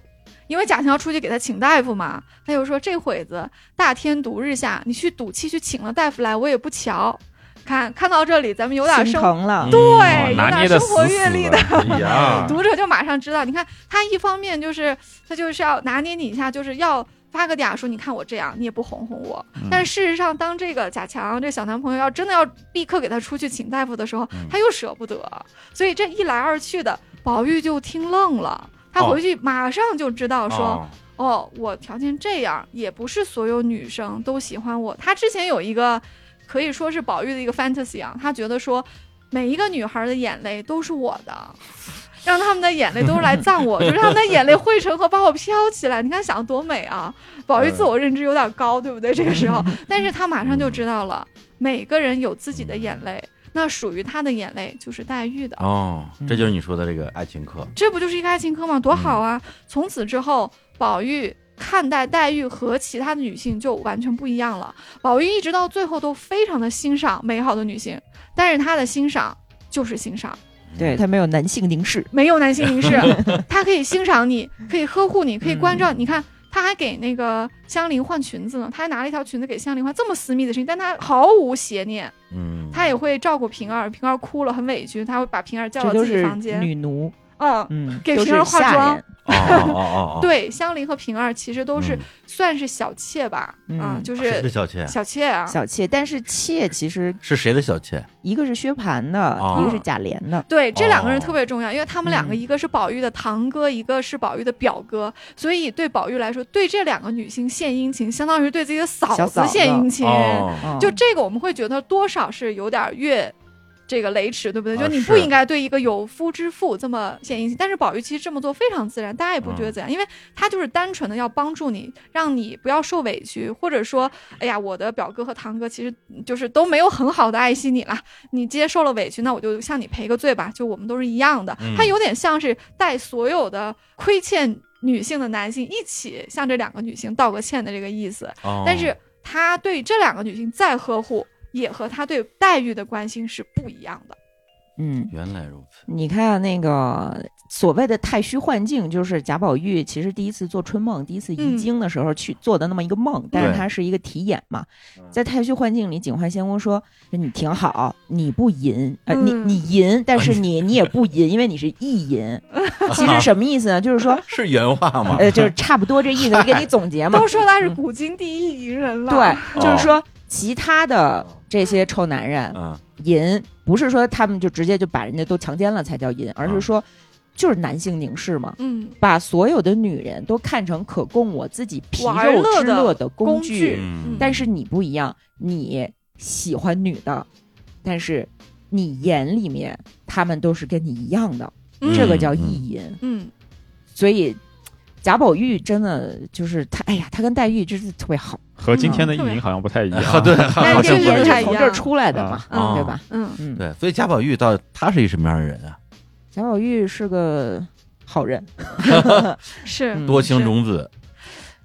[SPEAKER 2] 因为贾强要出去给他请大夫嘛，他就说这会子大天独日下，你去赌气去请了大夫来，我也不瞧。看看到这里，咱们有点
[SPEAKER 3] 心
[SPEAKER 2] 生
[SPEAKER 3] 疼了，
[SPEAKER 2] 对
[SPEAKER 4] 哦嗯拿
[SPEAKER 2] 有点
[SPEAKER 4] 捏
[SPEAKER 2] 生
[SPEAKER 4] 的死
[SPEAKER 2] 活
[SPEAKER 4] 死
[SPEAKER 2] 阅历
[SPEAKER 4] 的，
[SPEAKER 2] [LAUGHS]
[SPEAKER 4] 哎呀，
[SPEAKER 2] 读者就马上知道。你看他一方面就是他就是要拿捏你一下，就是要发个嗲说你看我这样，你也不哄哄我。但是事实上，当这个贾强这小男朋友要真的要立刻给他出去请大夫的时候
[SPEAKER 1] 嗯，
[SPEAKER 2] 他又舍不得，所以这一来二去的，宝玉就听愣了。他回去马上就知道说，
[SPEAKER 1] 哦
[SPEAKER 2] 哦，我条件这样，也不是所有女生都喜欢我。他之前有一个可以说是宝玉的一个 fantasy 啊，他觉得说每一个女孩的眼泪都是我的，让他们的眼泪都是来葬我，就是他们的眼泪汇成河把我飘起来。你看想得多美啊！宝玉自我认知有点高，对不对？这个时候，但是他马上就知道了，每个人有自己的眼泪，那属于他的眼泪就是黛玉的。嗯
[SPEAKER 1] 哦，这就是你说的这个爱情课，
[SPEAKER 2] 这不就是一个爱情课吗？多
[SPEAKER 3] 嗯
[SPEAKER 2] 好啊！从此之后，宝玉看待黛玉和其他的女性就完全不一样了。宝玉一直到最后都非常的欣赏美好的女性，但是他的欣赏就是欣赏，
[SPEAKER 3] 对他没有男性凝视，
[SPEAKER 2] 没有男性
[SPEAKER 3] [LAUGHS]
[SPEAKER 2] 凝视，他可以欣赏你，可以呵护你，
[SPEAKER 3] 嗯
[SPEAKER 2] 可以关照你。你看。他还给那个香菱换裙子呢，他还拿了一条裙子给香菱换，这么私密的事情，但他毫无邪念，
[SPEAKER 1] 嗯，
[SPEAKER 2] 他也会照顾平儿，平儿哭了很委屈，他会把平儿叫
[SPEAKER 3] 这
[SPEAKER 2] 到
[SPEAKER 3] 都
[SPEAKER 2] 自己
[SPEAKER 3] 是
[SPEAKER 2] 房间，
[SPEAKER 3] 女奴，
[SPEAKER 2] 嗯，
[SPEAKER 3] 嗯，
[SPEAKER 2] 给
[SPEAKER 3] 都
[SPEAKER 2] 平儿
[SPEAKER 3] 是
[SPEAKER 2] 化
[SPEAKER 3] 下
[SPEAKER 2] 妆
[SPEAKER 3] 人，
[SPEAKER 1] 哦哦哦哦，
[SPEAKER 2] [LAUGHS] 对，香菱和平儿其实都是
[SPEAKER 1] 嗯
[SPEAKER 2] 算是小妾吧，
[SPEAKER 3] 嗯
[SPEAKER 2] 啊，就
[SPEAKER 1] 谁的
[SPEAKER 2] 是
[SPEAKER 1] 哦小妾？
[SPEAKER 2] 小妾啊，
[SPEAKER 3] 小妾，但是妾其实
[SPEAKER 1] 是谁的小妾？
[SPEAKER 3] 一个是薛蟠的，
[SPEAKER 1] 哦
[SPEAKER 3] 一个是贾琏的，
[SPEAKER 2] 对，这两个人
[SPEAKER 1] 哦
[SPEAKER 2] 特别重要，因为他们两个
[SPEAKER 3] 嗯
[SPEAKER 2] 一个是宝玉的堂哥，一个是宝玉的表哥，所以对宝玉来说，对这两个女性献殷勤，相当于对自己的嫂
[SPEAKER 3] 小
[SPEAKER 2] 子
[SPEAKER 3] 嫂
[SPEAKER 2] 献
[SPEAKER 3] 子
[SPEAKER 2] 殷勤。
[SPEAKER 1] 哦，
[SPEAKER 3] 嗯
[SPEAKER 2] 就这个，我们会觉得多少是有点越这个雷池，对不对？
[SPEAKER 1] 啊
[SPEAKER 2] 就你不
[SPEAKER 1] 是
[SPEAKER 2] 应该对一个有夫之妇这么献殷勤。但是宝玉其实这么做非常自然，大家也不觉得
[SPEAKER 1] 嗯
[SPEAKER 2] 怎样，因为他就是单纯的要帮助你，让你不要受委屈，或者说，哎呀，我的表哥和堂哥其实就是都没有很好的爱惜你啦，你接受了委屈，那我就向你赔个罪吧，就我们都是一样的。
[SPEAKER 1] 嗯
[SPEAKER 2] 他有点像是带所有的亏欠女性的男性一起向这两个女性道个歉的这个意思。
[SPEAKER 1] 哦
[SPEAKER 2] 但是他对这两个女性再呵护，也和他对黛玉的关心是不一样的。
[SPEAKER 3] 嗯，
[SPEAKER 1] 原来如此，
[SPEAKER 3] 你看啊那个所谓的太虚幻境，就是贾宝玉其实第一次做春梦，第一次
[SPEAKER 2] 嗯
[SPEAKER 3] 遗经的时候去做的那么一个梦，但是它是一个题眼嘛。
[SPEAKER 1] 嗯
[SPEAKER 3] 在太虚幻境里，警幻仙翁说：“你挺好，你不淫，呃，你
[SPEAKER 2] 嗯
[SPEAKER 3] 你淫，但
[SPEAKER 1] 啊
[SPEAKER 3] 是你你也不淫，因为你是
[SPEAKER 2] [LAUGHS]
[SPEAKER 3] 意淫。其实什么意思呢？就
[SPEAKER 1] [LAUGHS]
[SPEAKER 3] 是说，
[SPEAKER 1] 是原话吗？
[SPEAKER 3] 呃，就是差不多这意思，我给你总结
[SPEAKER 2] [LAUGHS]
[SPEAKER 3] 嘛
[SPEAKER 2] 都。说他是古今第一淫人了，
[SPEAKER 3] 嗯对，就
[SPEAKER 1] 哦
[SPEAKER 3] 是说其他的这些臭男人，
[SPEAKER 1] 嗯，
[SPEAKER 3] 淫不是说他们就直接就把人家都强奸了才叫
[SPEAKER 1] 啊
[SPEAKER 3] 淫，而是说就是男性凝视嘛，
[SPEAKER 2] 嗯，
[SPEAKER 3] 把所有的女人都看成可供我自己皮
[SPEAKER 2] 玩
[SPEAKER 3] 肉
[SPEAKER 2] 乐
[SPEAKER 3] 之
[SPEAKER 2] 的
[SPEAKER 3] 乐的工
[SPEAKER 2] 工具嗯
[SPEAKER 3] 但是你不一样，你喜欢女的，但是你眼里面她们都是跟你一样的，
[SPEAKER 2] 嗯
[SPEAKER 3] 这个叫意淫。
[SPEAKER 2] 嗯，
[SPEAKER 3] 所以贾宝玉真的就是他，哎呀，他跟黛玉真是特
[SPEAKER 1] [LAUGHS]
[SPEAKER 3] 别好，
[SPEAKER 4] 和今天的意淫好像不太一样 [LAUGHS]
[SPEAKER 1] 啊，， [LAUGHS]
[SPEAKER 2] [LAUGHS]
[SPEAKER 1] 对，
[SPEAKER 2] 哎
[SPEAKER 1] 好
[SPEAKER 2] 这
[SPEAKER 1] 像
[SPEAKER 2] 个
[SPEAKER 1] 不
[SPEAKER 3] 也
[SPEAKER 2] 人
[SPEAKER 1] 是
[SPEAKER 3] 是
[SPEAKER 2] 才
[SPEAKER 3] 从这儿出来的嘛，
[SPEAKER 2] 啊
[SPEAKER 3] 对吧？？
[SPEAKER 2] 嗯，
[SPEAKER 3] 嗯，
[SPEAKER 1] 对，所以贾宝玉到底他是一什么样的人啊？
[SPEAKER 3] 贾宝玉是个好人，
[SPEAKER 2] 是，
[SPEAKER 3] 嗯
[SPEAKER 1] 多情种子，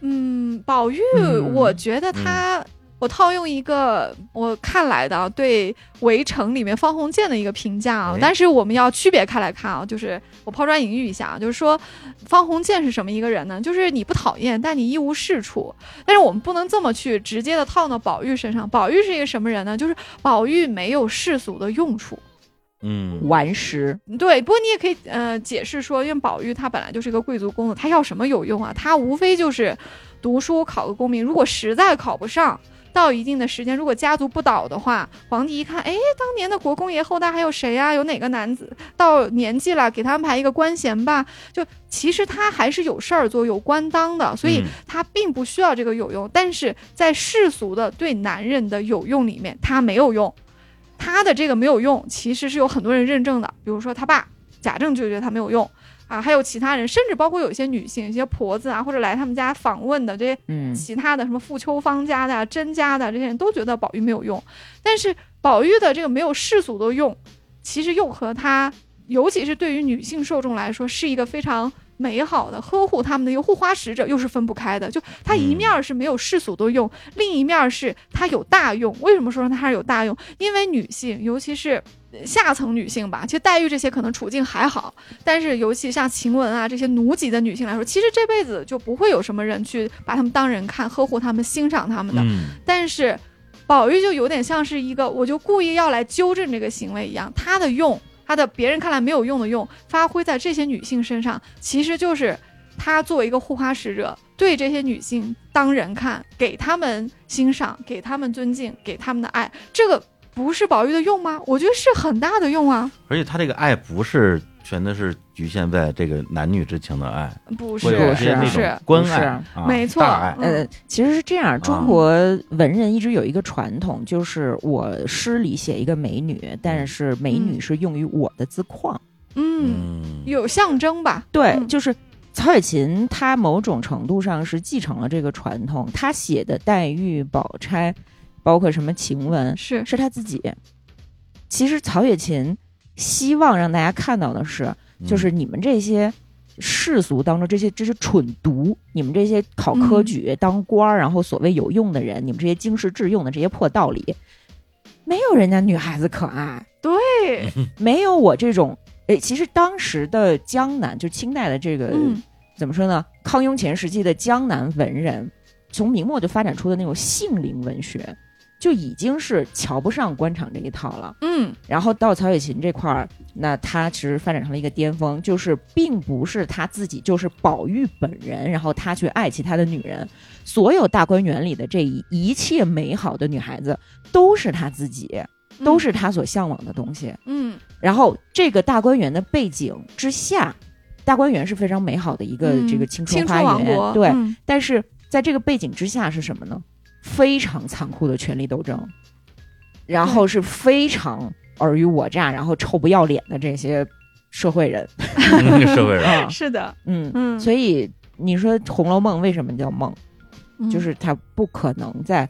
[SPEAKER 2] 嗯，宝玉，
[SPEAKER 3] 嗯
[SPEAKER 2] 我觉得他。我套用一个我看来的啊，对《围城》里面方鸿渐的一个评价啊
[SPEAKER 1] 哎，
[SPEAKER 2] 但是我们要区别开来看啊，就是我抛砖引玉一下啊，就是说方鸿渐是什么一个人呢？就是你不讨厌，但你一无是处。但是我们不能这么去直接的套到宝玉身上。宝玉是一个什么人呢？就是宝玉没有世俗的用处，
[SPEAKER 1] 嗯，
[SPEAKER 3] 顽石，
[SPEAKER 2] 对，不过你也可以呃解释说，因为宝玉他本来就是一个贵族公子，他要什么有用啊？他无非就是读书考个功名，如果实在考不上。到一定的时间，如果家族不倒的话，皇帝一看，哎，当年的国公爷后代还有谁啊？有哪个男子到年纪了，给他安排一个官衔吧？就其实他还是有事儿做，有官当的，所以
[SPEAKER 1] 嗯
[SPEAKER 2] 他并不需要这个有用，但是在世俗的对男人的有用里面，他没有用。他的这个没有用，其实是有很多人认证的，比如说他爸贾政就觉得他没有用，啊，还有其他人，甚至包括有一些女性、一些婆子啊，或者来他们家访问的这些
[SPEAKER 3] 嗯，
[SPEAKER 2] 其他的什么傅秋芳家的、啊、甄家的这些人都觉得宝玉没有用，但是宝玉的这个没有世俗的用，其实又和他，尤其是对于女性受众来说，是一个非常美好的呵护他们的一个护花使者，又是分不开的。就他一面儿是没有世俗的用，另一面儿是他有大用。为什么说他是有大用？因为女性，尤其是。呃下层女性吧，其实黛玉这些可能处境还好，但是尤其像晴雯啊这些奴籍的女性来说，其实这辈子就不会有什么人去把她们当人看、呵护她们、欣赏她们的。
[SPEAKER 4] 嗯，
[SPEAKER 2] 但是宝玉就有点像是一个，我就故意要来纠正这个行为一样，他的用，他的别人看来没有用的用，发挥在这些女性身上，其实就是他作为一个护花使者，对这些女性当人看，给他们欣赏，给他们尊敬，给他们的爱，这个不是宝玉的用吗？我觉得是很大的用啊，
[SPEAKER 1] 而且他这个爱不是全都是局限在这个男女之情的爱，
[SPEAKER 2] 不
[SPEAKER 1] 会有一
[SPEAKER 2] 是
[SPEAKER 1] 些那
[SPEAKER 2] 是
[SPEAKER 1] 种关爱，啊
[SPEAKER 2] 没错
[SPEAKER 1] 大爱，
[SPEAKER 3] 呃
[SPEAKER 2] 嗯，
[SPEAKER 3] 其实是这样，
[SPEAKER 1] 啊
[SPEAKER 3] 中国文人一直有一个传统，就是我诗里写一个美女，但是美女是用于我的自况。
[SPEAKER 2] 嗯，
[SPEAKER 1] 嗯，
[SPEAKER 2] 有象征吧，
[SPEAKER 3] 对，
[SPEAKER 2] 嗯
[SPEAKER 3] 就是曹雪芹，他某种程度上是继承了这个传统，他写的黛玉、宝钗，包括什么晴雯，
[SPEAKER 2] 是
[SPEAKER 3] 是他自己。其实曹雪芹希望让大家看到的是，
[SPEAKER 1] 嗯
[SPEAKER 3] 就是你们这些世俗当中这些这些蠢犊，你们这些考科举、当官儿，然后所谓有用的人，你们这些经世致用的这些破道理，没有人家女孩子可爱，
[SPEAKER 2] 对，
[SPEAKER 3] 没有我这种。诶，其实当时的江南，就清代的这个、
[SPEAKER 2] 嗯，
[SPEAKER 3] 怎么说呢？康雍乾时期的江南文人，从明末就发展出的那种性灵文学，就已经是瞧不上官场这一套了。
[SPEAKER 2] 嗯，
[SPEAKER 3] 然后到曹雪芹这块儿，那他其实发展成了一个巅峰，就是并不是他自己，就是宝玉本人，然后他去爱其他的女人，所有大观园里的这一一切美好的女孩子，都是他自己，都是他所向往的东西。
[SPEAKER 2] 嗯，
[SPEAKER 3] 然后这个大观园的背景之下，大观园是非常美好的一个、
[SPEAKER 2] 嗯
[SPEAKER 3] 这个青
[SPEAKER 2] 青
[SPEAKER 3] 花
[SPEAKER 2] 春王
[SPEAKER 3] 园，
[SPEAKER 2] 国，
[SPEAKER 3] 对。
[SPEAKER 2] 嗯
[SPEAKER 3] 但是在这个背景之下是什么呢？非常残酷的权力斗争，然后是非常尔虞我诈，然后臭不要脸的这些社会人。
[SPEAKER 1] [LAUGHS] 嗯社会人，
[SPEAKER 3] 啊
[SPEAKER 2] 是的，
[SPEAKER 3] 嗯，
[SPEAKER 2] 嗯，
[SPEAKER 3] 所以你说《红楼梦》为什么叫梦？
[SPEAKER 2] 以
[SPEAKER 3] 就是它不可能在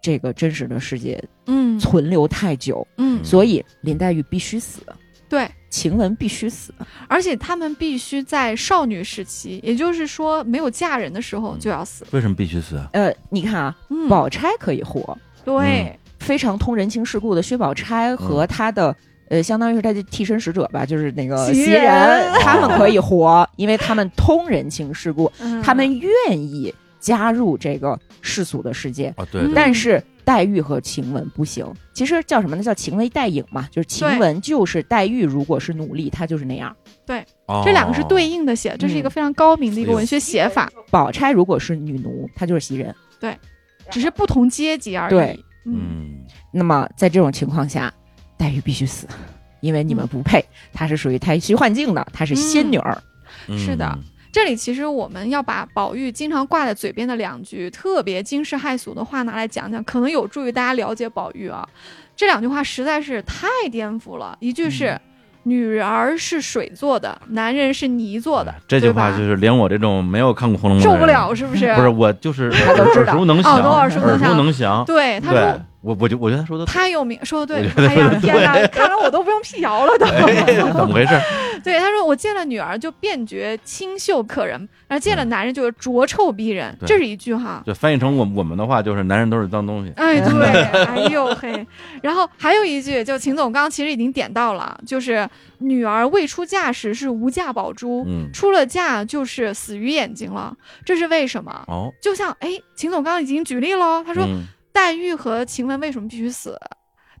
[SPEAKER 3] 这个真实的世界
[SPEAKER 2] 嗯
[SPEAKER 3] 存留太久，
[SPEAKER 2] 嗯
[SPEAKER 1] 嗯
[SPEAKER 3] 所以林黛玉必须死，
[SPEAKER 2] 对，
[SPEAKER 3] 晴雯必须死。
[SPEAKER 2] 而且他们必须在少女时期，也就是说没有嫁人的时候
[SPEAKER 1] 嗯
[SPEAKER 2] 就要死。
[SPEAKER 1] 为什么必须死啊？
[SPEAKER 3] 呃，你看啊，
[SPEAKER 2] 嗯，
[SPEAKER 3] 宝钗可以活，
[SPEAKER 2] 对，
[SPEAKER 3] 非常通人情世故的薛宝钗和她的、呃，相当于是她的替身使者吧，就是那个
[SPEAKER 2] 袭
[SPEAKER 3] 袭
[SPEAKER 2] 人哦
[SPEAKER 3] 人，他们可以活，因为他们通人情世故，
[SPEAKER 2] 嗯
[SPEAKER 3] 他们愿意加入这个世俗的世界。
[SPEAKER 1] 啊，对
[SPEAKER 2] 嗯
[SPEAKER 1] 对，
[SPEAKER 3] 但是黛玉和晴雯不行，其实叫什么呢？叫情为黛影嘛，就是晴雯就是黛玉，如果是努力，她就是那样；
[SPEAKER 1] 哦
[SPEAKER 2] 这两个是对应的写，这是一个非常高明的一个文学写法，
[SPEAKER 3] 宝钗如果是女奴，她就是袭人。
[SPEAKER 2] 只是不同阶级而已。
[SPEAKER 3] 对，
[SPEAKER 2] 嗯，
[SPEAKER 1] 嗯，
[SPEAKER 3] 那么在这种情况下，黛玉必须死，因为你
[SPEAKER 2] 嗯
[SPEAKER 3] 们不配。她是属于太虚幻境的，她是仙女儿。
[SPEAKER 1] 嗯
[SPEAKER 2] 是的，这里其实我们要把宝玉经常挂在嘴边的两句特别惊世骇俗的话拿来讲讲，可能有助于大家了解宝玉啊。这两句话实在是太颠覆了，一句是。女儿是水做的，男人是泥做的
[SPEAKER 1] 哎。这句话
[SPEAKER 2] 对吧
[SPEAKER 1] 就是连我这种没有看过《红楼梦》
[SPEAKER 2] 受
[SPEAKER 1] 的
[SPEAKER 2] 不
[SPEAKER 1] 人
[SPEAKER 2] 了，是不是？
[SPEAKER 1] 嗯 [LAUGHS] 不是，我就是
[SPEAKER 2] 他都知
[SPEAKER 1] 耳
[SPEAKER 2] 道
[SPEAKER 1] 熟能
[SPEAKER 2] 哦，都
[SPEAKER 1] 详，
[SPEAKER 2] 耳熟能
[SPEAKER 1] 耳熟
[SPEAKER 2] 详。
[SPEAKER 1] 能详。
[SPEAKER 2] 对，他
[SPEAKER 1] 对
[SPEAKER 2] 说，
[SPEAKER 1] 我我就我觉得他说的 [LAUGHS]
[SPEAKER 2] 太有名，说的
[SPEAKER 1] 我
[SPEAKER 2] 对
[SPEAKER 1] 觉。得
[SPEAKER 2] 哎呀，
[SPEAKER 1] 对
[SPEAKER 2] 天哪！看来我都不用辟谣了都。
[SPEAKER 1] 哎怎么回事？
[SPEAKER 2] [LAUGHS] 对，他说我见了女儿就便觉清秀可人，而见了男人就是浊臭逼人，
[SPEAKER 1] 嗯对
[SPEAKER 2] 这是一句哈。
[SPEAKER 1] 就翻译成我我们的话就是男人都是脏东西。
[SPEAKER 2] 哎，
[SPEAKER 1] [LAUGHS]
[SPEAKER 2] 对，哎呦嘿，然后还有一句，就秦总刚刚其实已经点到了，就是女儿未出嫁时是无价宝珠，
[SPEAKER 1] 嗯，
[SPEAKER 2] 出了嫁就是死鱼眼睛了，这是为什么？
[SPEAKER 1] 哦，
[SPEAKER 2] 就像哎，秦总刚刚已经举例喽，他说
[SPEAKER 1] 嗯
[SPEAKER 2] 黛玉和晴雯为什么必须死？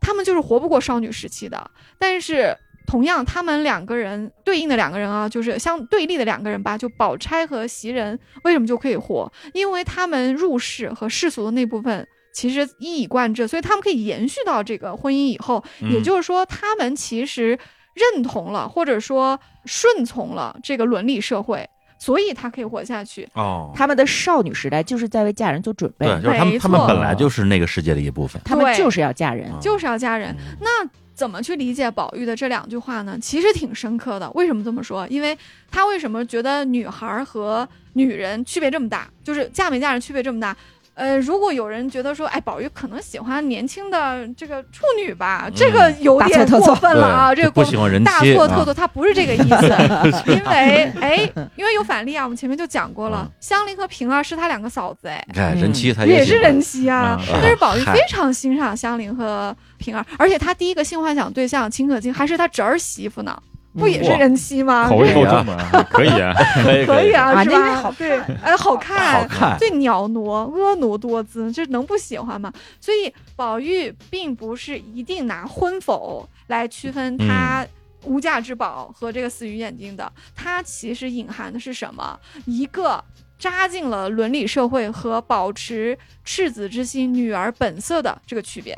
[SPEAKER 2] 他们就是活不过少女时期的。但是同样，他们两个人对应的两个人啊，就是相对立的两个人吧，就宝钗和袭人为什么就可以活？因为他们入世和世俗的那部分。其实一以贯之，所以他们可以延续到这个婚姻以后。
[SPEAKER 1] 嗯
[SPEAKER 2] 也就是说，他们其实认同了，或者说顺从了这个伦理社会，所以他可以活下去。
[SPEAKER 1] 哦，
[SPEAKER 3] 他们的少女时代就是在为嫁人做准备，
[SPEAKER 1] 对，就是他们
[SPEAKER 2] 没
[SPEAKER 1] 他们
[SPEAKER 2] 错
[SPEAKER 1] 本来就是那个世界的一部分。
[SPEAKER 3] 他们
[SPEAKER 2] 对
[SPEAKER 3] 就是要嫁人。
[SPEAKER 1] 啊
[SPEAKER 2] 就是要嫁人，
[SPEAKER 1] 嗯
[SPEAKER 2] 那怎么去理解宝玉的这两句话呢？其实挺深刻的。为什么这么说？因为他为什么觉得女孩儿和女人区别这么大，就是嫁没嫁人区别这么大？呃，如果有人觉得说，哎，宝玉可能喜欢年轻的这个处女吧，
[SPEAKER 1] 嗯
[SPEAKER 2] 这个有
[SPEAKER 3] 大错
[SPEAKER 2] 点
[SPEAKER 3] 特
[SPEAKER 2] 过
[SPEAKER 3] 错
[SPEAKER 2] 分了啊，
[SPEAKER 1] 对
[SPEAKER 2] 这个
[SPEAKER 1] 不
[SPEAKER 2] 过
[SPEAKER 1] 喜欢人
[SPEAKER 2] 大
[SPEAKER 1] 妻
[SPEAKER 2] 错
[SPEAKER 1] 啊
[SPEAKER 2] 特错，他不是这个意
[SPEAKER 1] [LAUGHS]
[SPEAKER 2] 思，因为哎，因为有反例啊，我们前面就讲过
[SPEAKER 1] 嗯，
[SPEAKER 2] 了香菱和平儿是他两个嫂子，哎，
[SPEAKER 1] 你看人妻他
[SPEAKER 2] 也
[SPEAKER 1] 喜
[SPEAKER 2] 是
[SPEAKER 1] 欢
[SPEAKER 2] 人妻啊
[SPEAKER 1] 啊。
[SPEAKER 2] 但是宝玉
[SPEAKER 1] 嗨
[SPEAKER 2] 非常欣赏香菱和平儿，而且他第一个性幻想对象秦可卿还是他侄儿媳妇呢，不也是
[SPEAKER 4] 哇
[SPEAKER 2] 人妻吗？
[SPEAKER 4] 口
[SPEAKER 1] 味
[SPEAKER 4] 味
[SPEAKER 1] 够
[SPEAKER 4] 够
[SPEAKER 1] 重
[SPEAKER 4] 重啊， [LAUGHS] 可以啊，
[SPEAKER 1] 可以
[SPEAKER 2] 可以
[SPEAKER 3] 啊
[SPEAKER 2] 啊，是
[SPEAKER 3] 那
[SPEAKER 2] 吧？
[SPEAKER 3] 边好
[SPEAKER 2] 对，哎，好看，
[SPEAKER 1] 好看
[SPEAKER 2] 最袅娜、婀娜多姿，这能不喜欢吗？所以宝玉并不是一定拿婚否来区分他无价之宝和这个死鱼眼睛的，它其实隐含的是什么？一个。扎进了伦理社会和保持赤子之心、女儿本色的这个区别。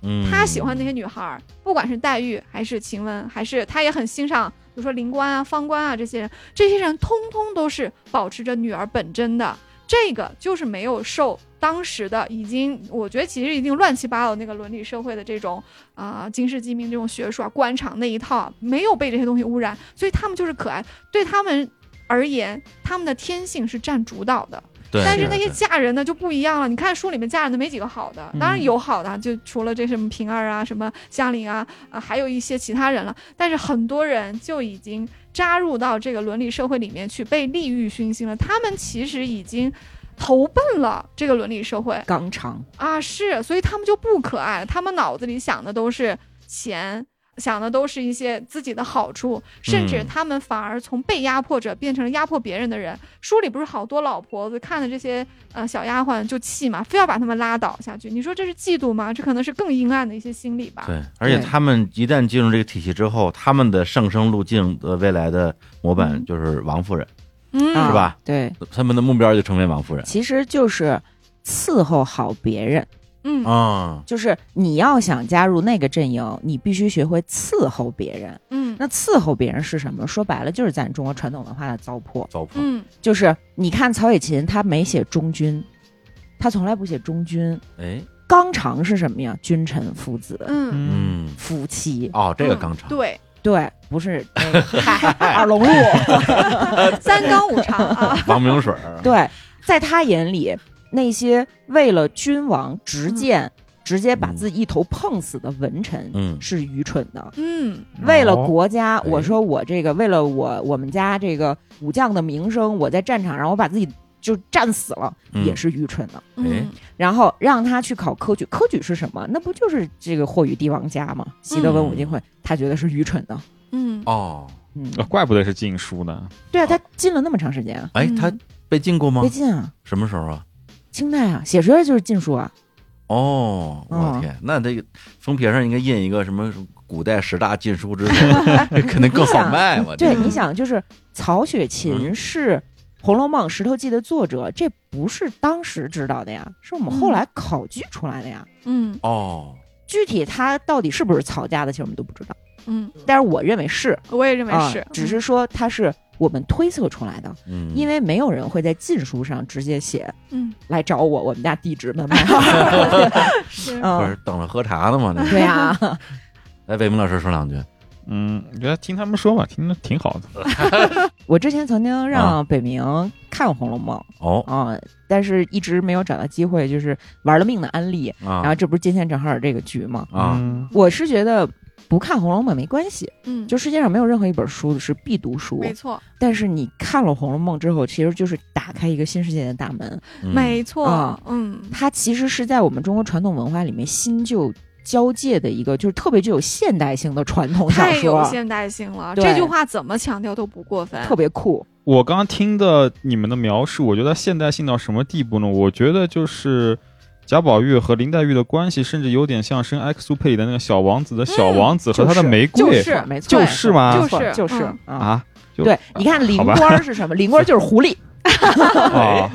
[SPEAKER 1] 嗯
[SPEAKER 2] 他喜欢那些女孩儿，不管是黛玉还是晴雯，还是他也很欣赏，比如说灵官啊、方官啊这些人，这些人通通都是保持着女儿本真的，这个就是没有受当时的已经，我觉得其实已经乱七八糟那个伦理社会的这种啊、经世济民这种学术啊、官场那一套啊，没有被这些东西污染，所以他们就是可爱，对他们。而言，他们的天性是占主导的，
[SPEAKER 1] 对，啊
[SPEAKER 2] 但是那些
[SPEAKER 1] 对嗯
[SPEAKER 2] 嫁人的就不一样了。你看书里面嫁人的没几个好的，当然有好的啊，就除了这什么平儿啊、什么香菱啊，啊，还有一些其他人了。但是很多人就已经扎入到这个伦理社会里面去，被利欲熏心了。他们其实已经投奔了这个伦理社会
[SPEAKER 3] 肛肠，
[SPEAKER 2] 啊，是，所以他们就不可爱，他们脑子里想的都是钱。想的都是一些自己的好处，甚至
[SPEAKER 1] 嗯
[SPEAKER 2] 他们反而从被压迫者变成了压迫别人的人。书里不是好多老婆子看的这些呃小丫鬟就气嘛，非要把他们拉倒下去。你说这是嫉妒吗？这可能是更阴暗的一些心理吧。
[SPEAKER 1] 对，而且
[SPEAKER 3] 对
[SPEAKER 1] 他们一旦进入这个体系之后，他们的上升路径的未来的模板就是王夫人，
[SPEAKER 2] 嗯，
[SPEAKER 3] 啊
[SPEAKER 1] 是吧？
[SPEAKER 3] 对，
[SPEAKER 1] 他们的目标就成为王夫人
[SPEAKER 3] 其实就是伺候好别人。
[SPEAKER 2] 嗯，
[SPEAKER 1] 啊。
[SPEAKER 3] 就是你要想加入那个阵营，你必须学会伺候别人。
[SPEAKER 2] 嗯
[SPEAKER 3] 那伺候别人是什么？说白了就是咱中国传统文化的糟粕。
[SPEAKER 1] 糟粕，
[SPEAKER 2] 嗯
[SPEAKER 3] 就是你看曹雪芹，他没写忠君，他从来不写忠君。
[SPEAKER 1] 哎，
[SPEAKER 3] 纲常是什么呀？君臣、父子、
[SPEAKER 2] 嗯，
[SPEAKER 1] 嗯，
[SPEAKER 3] 夫妻。
[SPEAKER 1] 哦，这个肛肠，
[SPEAKER 2] 对，
[SPEAKER 3] 嗯
[SPEAKER 2] 哎
[SPEAKER 3] 对，不是那个
[SPEAKER 1] [LAUGHS]
[SPEAKER 3] 嗨二龙路。
[SPEAKER 2] 三纲五常
[SPEAKER 1] [LAUGHS]
[SPEAKER 2] 啊，
[SPEAKER 1] 王明
[SPEAKER 3] [LAUGHS]
[SPEAKER 1] 水儿，
[SPEAKER 3] 对，在他眼里，那些为了君王执剑，直接把自己一头碰死的文臣、
[SPEAKER 1] 嗯
[SPEAKER 3] 是愚蠢的。
[SPEAKER 2] 嗯
[SPEAKER 3] 为了
[SPEAKER 4] 哦
[SPEAKER 3] 国家，我
[SPEAKER 1] 哎
[SPEAKER 3] 说我这个为了我我们家这个武将的名声，我在战场上我把自己就战死了，
[SPEAKER 1] 嗯
[SPEAKER 3] 也是愚蠢的。
[SPEAKER 1] 哎
[SPEAKER 2] 嗯
[SPEAKER 3] 然后让他去考科举，科举是什么？那不就是这个霍与帝王家
[SPEAKER 1] 嗯
[SPEAKER 3] 吗？习得文武进会，他觉得是愚蠢的。
[SPEAKER 2] 嗯，
[SPEAKER 1] 哦， [LAUGHS]
[SPEAKER 3] 嗯，
[SPEAKER 4] 呃怪不得是禁书呢。
[SPEAKER 3] 对啊，他禁了那么长时间啊，
[SPEAKER 1] 哎，他
[SPEAKER 2] 嗯
[SPEAKER 1] 被禁过吗
[SPEAKER 3] 别？禁啊，
[SPEAKER 1] 什么时候啊？
[SPEAKER 3] 清代啊，写诗就是禁书啊。
[SPEAKER 1] 哦，我
[SPEAKER 3] 嗯
[SPEAKER 1] 天，那这个封皮上应该印一个什么古代十大禁书之首，
[SPEAKER 3] [LAUGHS]
[SPEAKER 1] 这肯定更好卖嘛。这
[SPEAKER 3] 对，
[SPEAKER 1] 个
[SPEAKER 3] 你想，就是曹雪
[SPEAKER 1] 嗯
[SPEAKER 3] 芹是《红楼梦》《石头记》的作者，这不是当时知道的呀，是我们后来考据出来的呀。
[SPEAKER 2] 嗯
[SPEAKER 1] 哦，
[SPEAKER 3] 具体他到底是不是曹家的，其实我们都不知道。
[SPEAKER 2] 嗯，
[SPEAKER 3] 但是我认为是，
[SPEAKER 2] 我也认为
[SPEAKER 3] 啊
[SPEAKER 2] 是，
[SPEAKER 3] 只是说他是我们推测出来的，
[SPEAKER 1] 嗯，
[SPEAKER 3] 因为没有人会在禁书上直接写
[SPEAKER 2] 嗯
[SPEAKER 3] 来找我，我们家地址
[SPEAKER 1] [LAUGHS]
[SPEAKER 3] 门牌。
[SPEAKER 2] 是，
[SPEAKER 1] 不是
[SPEAKER 3] 嗯，
[SPEAKER 1] 等着喝茶呢嘛。这
[SPEAKER 3] 对呀、
[SPEAKER 1] 来，魏明老师说两句，
[SPEAKER 4] 嗯，我觉得听他们说吧，听着挺好的。
[SPEAKER 3] 我之前曾经
[SPEAKER 1] 啊
[SPEAKER 3] 让北明看《红楼梦
[SPEAKER 1] 哦》
[SPEAKER 3] 啊、但是一直没有找到机会，就是玩了命的安利。
[SPEAKER 1] 啊
[SPEAKER 3] 然后这不是今天正好有这个局吗？
[SPEAKER 1] 啊，
[SPEAKER 4] 嗯
[SPEAKER 3] 我是觉得不看《红楼梦》没关系，
[SPEAKER 2] 嗯，
[SPEAKER 3] 就世界上没有任何一本书是必读书，
[SPEAKER 2] 没错，
[SPEAKER 3] 但是你看了《红楼梦》之后，其实就是打开一个新世界的大门。
[SPEAKER 1] 嗯
[SPEAKER 2] 没错
[SPEAKER 3] 啊，
[SPEAKER 2] 嗯
[SPEAKER 3] 它其实是在我们中国传统文化里面新旧交界的一个，就是特别具有现代性的传统小
[SPEAKER 2] 太有
[SPEAKER 3] 说，
[SPEAKER 2] 现代性了，
[SPEAKER 3] 对
[SPEAKER 2] 这句话怎么强调都不过分，
[SPEAKER 3] 特别酷。
[SPEAKER 4] 我刚刚听的你们的描述，我觉得现代性到什么地步呢？我觉得就是贾宝玉和林黛玉的关系，甚至有点像《深 X 苏佩》里的那个小王子的小王子和他的玫
[SPEAKER 2] 嗯就
[SPEAKER 4] 瑰，
[SPEAKER 2] 是
[SPEAKER 3] 没错，
[SPEAKER 4] 就是吗？
[SPEAKER 2] 就
[SPEAKER 3] 没
[SPEAKER 2] 是
[SPEAKER 3] 错就是
[SPEAKER 2] 嗯
[SPEAKER 3] 啊。
[SPEAKER 4] 啊，就
[SPEAKER 3] 对，你看灵官儿是
[SPEAKER 4] [LAUGHS]
[SPEAKER 3] 什么？灵官儿就是狐狸，
[SPEAKER 4] 啊，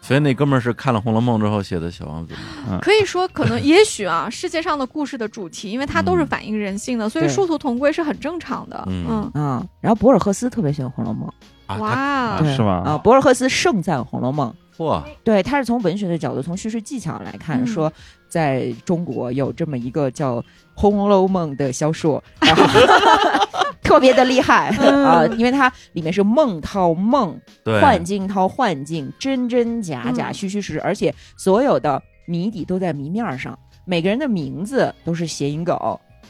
[SPEAKER 1] 所以那哥们儿是看了《红楼梦》之后写的《小王子》吗。
[SPEAKER 2] 可以说，可能也许啊，世界上的故事的主题，因为它都是
[SPEAKER 1] 嗯
[SPEAKER 2] 反映人性的，所以
[SPEAKER 3] 对
[SPEAKER 2] 殊途同归是很正常的。
[SPEAKER 1] 嗯
[SPEAKER 2] 嗯，
[SPEAKER 3] 啊、然后博尔赫斯特别喜欢《红楼梦
[SPEAKER 1] 啊，》，他
[SPEAKER 2] 哇，哦
[SPEAKER 4] 是吗
[SPEAKER 3] 啊，博尔赫斯盛赞《红楼梦》，
[SPEAKER 1] 嚯，
[SPEAKER 3] 对，他是从文学的角度，从叙事技巧来看，
[SPEAKER 2] 嗯
[SPEAKER 3] 说在中国有这么一个叫《红楼梦》的小说，
[SPEAKER 2] [LAUGHS]
[SPEAKER 3] 然后特别的厉害
[SPEAKER 2] 嗯
[SPEAKER 3] 啊、因为它里面是梦套梦，
[SPEAKER 1] 对，
[SPEAKER 3] 幻境套幻境，真真假假，
[SPEAKER 2] 嗯
[SPEAKER 3] 虚虚实实，而且所有的谜底都在谜面儿上。每个人的名字都是谐音梗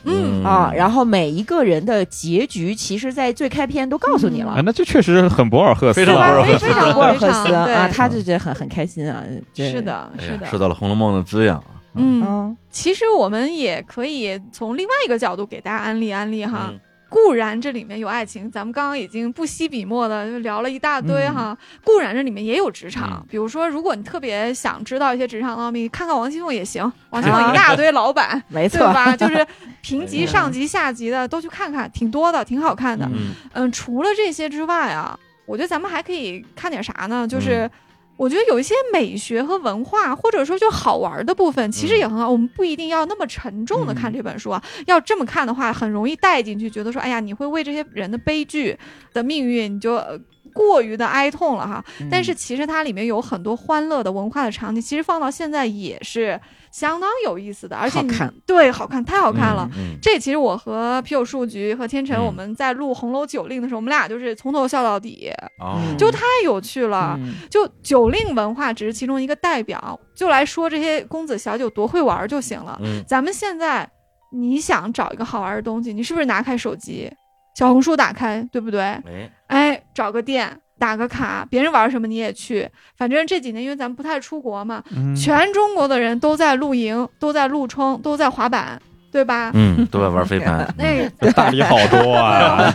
[SPEAKER 2] 嗯
[SPEAKER 3] 啊，然
[SPEAKER 1] 后
[SPEAKER 3] 后每一个人的结局，其实，在最开篇都告诉你了
[SPEAKER 4] 啊，，那这确实很博尔赫
[SPEAKER 1] 非
[SPEAKER 4] 斯
[SPEAKER 1] 常
[SPEAKER 4] 了，
[SPEAKER 1] 博尔赫
[SPEAKER 2] 非
[SPEAKER 1] 斯
[SPEAKER 2] 嗯非常
[SPEAKER 3] 博尔
[SPEAKER 2] 非
[SPEAKER 3] 赫
[SPEAKER 2] 常
[SPEAKER 3] 斯啊，
[SPEAKER 2] 对
[SPEAKER 3] 他就觉得很很开心啊，对
[SPEAKER 2] 是，的，是的，
[SPEAKER 1] 哎受到了《红楼梦》的滋养啊，
[SPEAKER 2] 嗯，
[SPEAKER 3] 嗯，
[SPEAKER 2] 其实我们也可以从另外一个角度给大家安利安利
[SPEAKER 3] 嗯
[SPEAKER 2] 哈。固然这里面有爱情，咱们刚刚已经不惜笔墨的就聊了一大堆哈。
[SPEAKER 3] 嗯
[SPEAKER 2] 固然这里面也有职场，比如说，如果你特别想知道一些职场奥秘，看看王熙凤也行。王熙凤
[SPEAKER 3] [LAUGHS]
[SPEAKER 2] 一大堆老板，
[SPEAKER 3] 没
[SPEAKER 2] 对
[SPEAKER 3] 错，
[SPEAKER 2] 吧？
[SPEAKER 3] [LAUGHS]
[SPEAKER 2] 就是评级、
[SPEAKER 1] 嗯
[SPEAKER 2] 上级、下级的都去看看，挺多的，挺好看的。嗯
[SPEAKER 1] 嗯，
[SPEAKER 2] 除了这些之外啊，我觉得咱们还可以看点啥呢？就是。
[SPEAKER 3] 嗯
[SPEAKER 2] 我觉得有一些美学和文化，或者说就好玩的部分，
[SPEAKER 3] 嗯
[SPEAKER 2] 其实也很好。我们不一定要那么沉重的看这本书啊，要这么看的话，很容易带进去，觉得说，哎呀，你会为这些人的悲剧的命运，你就呃过于的哀痛了哈。
[SPEAKER 3] 嗯
[SPEAKER 2] 但是其实它里面有很多欢乐的文化的场景，其实放到现在也是相当有意思的，而且你
[SPEAKER 3] 好看
[SPEAKER 2] 对好看太好看了。
[SPEAKER 1] 嗯，
[SPEAKER 2] 这其实我和啤酒数局和天辰，
[SPEAKER 1] 嗯
[SPEAKER 2] 我们在录《红楼九令》的时候，我们俩就是从头笑到底，
[SPEAKER 1] 哦，
[SPEAKER 2] 就太有趣了。
[SPEAKER 3] 嗯
[SPEAKER 2] 就九令文化只是其中一个代表，就来说这些公子小酒多会玩儿就行了。
[SPEAKER 1] 嗯，
[SPEAKER 2] 咱们现在你想找一个好玩儿的东西，你是不是拿开手机，小红书打开，对不对？
[SPEAKER 1] 哎，
[SPEAKER 2] 哎，找个店打个卡，别人玩什么你也去。反正这几年因为咱们不太出国嘛，
[SPEAKER 4] 嗯
[SPEAKER 2] 全中国的人都在露营，都在陆冲，都在滑板，对吧？
[SPEAKER 1] 嗯，都在玩飞盘，嗯
[SPEAKER 2] [LAUGHS] 那
[SPEAKER 4] 大理好多啊，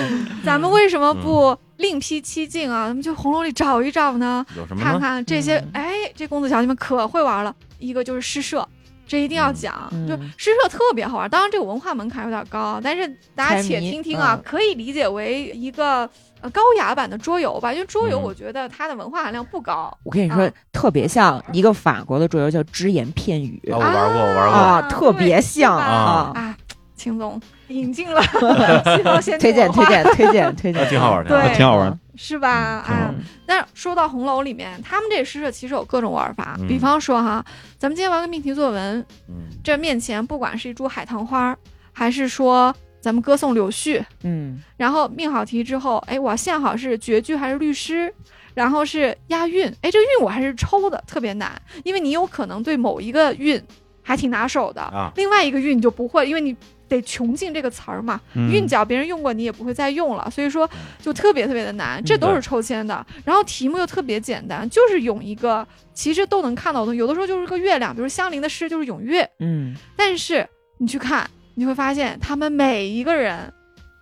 [SPEAKER 1] [LAUGHS]
[SPEAKER 2] 咱们为什
[SPEAKER 1] 嗯
[SPEAKER 2] 么不另辟蹊径啊？咱们去红楼里找一找呢，
[SPEAKER 1] 有什么
[SPEAKER 2] 看
[SPEAKER 1] 呢？啊
[SPEAKER 2] 看这些
[SPEAKER 3] 嗯。
[SPEAKER 2] 哎，这公子小姐们可会玩了。一个就是诗社，这一定要讲，
[SPEAKER 3] 嗯
[SPEAKER 2] 就
[SPEAKER 3] 嗯
[SPEAKER 2] 诗社特别好玩。当然，这个文化门槛有点高，啊但是大家且听听
[SPEAKER 3] 猜
[SPEAKER 2] 啊
[SPEAKER 3] 谜嗯，
[SPEAKER 2] 可以理解为一个呃高雅版的桌游吧，因为桌游
[SPEAKER 1] 嗯
[SPEAKER 2] 我觉得它的文化含量不高。
[SPEAKER 3] 我跟你说
[SPEAKER 2] 啊，
[SPEAKER 3] 特别像一个法国的桌游叫《只言片语
[SPEAKER 1] 啊，我》玩过，我玩过，
[SPEAKER 3] 啊，特别像
[SPEAKER 1] 啊
[SPEAKER 3] 啊，
[SPEAKER 2] 啊，秦总引进了 [LAUGHS] 西方先进
[SPEAKER 3] 推荐
[SPEAKER 2] 文化
[SPEAKER 3] 推荐
[SPEAKER 1] [LAUGHS]
[SPEAKER 3] 推荐推
[SPEAKER 1] 啊
[SPEAKER 3] 荐，
[SPEAKER 1] 挺好玩的
[SPEAKER 2] 对
[SPEAKER 4] 挺好玩的。
[SPEAKER 2] 是吧？
[SPEAKER 1] 嗯挺好
[SPEAKER 2] 啊
[SPEAKER 1] 玩，
[SPEAKER 2] 但是说到红楼里面，他们这诗社其实有各种玩法，
[SPEAKER 1] 嗯
[SPEAKER 2] 比方说哈，咱们今天玩个命题作文，
[SPEAKER 1] 嗯，
[SPEAKER 2] 这面前不管是一株海棠花儿，还是说咱们歌颂柳絮，
[SPEAKER 3] 嗯，
[SPEAKER 2] 然后命好题之后，哎，我限好是绝句还是律诗，然后是押韵，哎，这韵我还是抽的，特别难，因为你有可能对某一个韵还挺拿手的，
[SPEAKER 1] 啊
[SPEAKER 2] 另外一个韵你就不会，因为你得穷尽这个词儿嘛，
[SPEAKER 4] 嗯
[SPEAKER 2] 韵脚别人用过，你也不会再用了，所以
[SPEAKER 3] 嗯
[SPEAKER 2] 说就特别特别的难，这都是抽签的。然后题目又特别简单，就是咏一个其实都能看到的东西，有的时候就是个月亮，比如香菱的诗就是咏月，
[SPEAKER 3] 嗯
[SPEAKER 2] 但是你去看，你会发现他们每一个人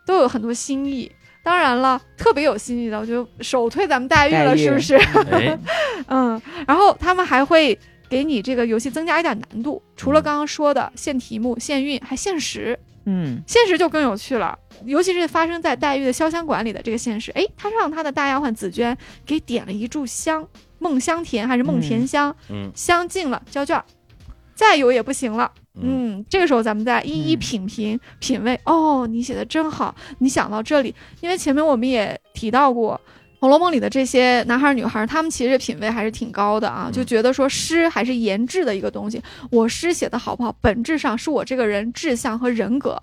[SPEAKER 2] 都有很多新意。当然了，特别有新意的，我就首推咱们黛玉
[SPEAKER 3] 黛
[SPEAKER 2] 了，
[SPEAKER 3] 玉
[SPEAKER 2] 是不是？ [LAUGHS]
[SPEAKER 1] 哎，
[SPEAKER 2] 嗯，然后他们还会给你这个游戏增加一点难度，除了刚刚说的限题目、限韵，还限时。
[SPEAKER 3] 嗯
[SPEAKER 2] 现实就更有趣了，尤其是发生在黛玉的潇湘馆里的这个现实。诶，他让他的大丫鬟紫娟给点了一炷香，梦香甜还是梦甜香？
[SPEAKER 1] 嗯
[SPEAKER 2] 香尽了，交卷儿，再有也不行了。
[SPEAKER 1] 嗯
[SPEAKER 2] 嗯，这个时候咱们再一一
[SPEAKER 3] 嗯
[SPEAKER 2] 品评、品味。哦，你写的真好，你想到这里，因为前面我们也提到过。《红楼梦》里的这些男孩儿女孩儿，他们其实品味还是挺高的啊，
[SPEAKER 1] 嗯
[SPEAKER 2] 就觉得说诗还是言志的一个东西。我诗写的好不好，本质上是我这个人志向和人格。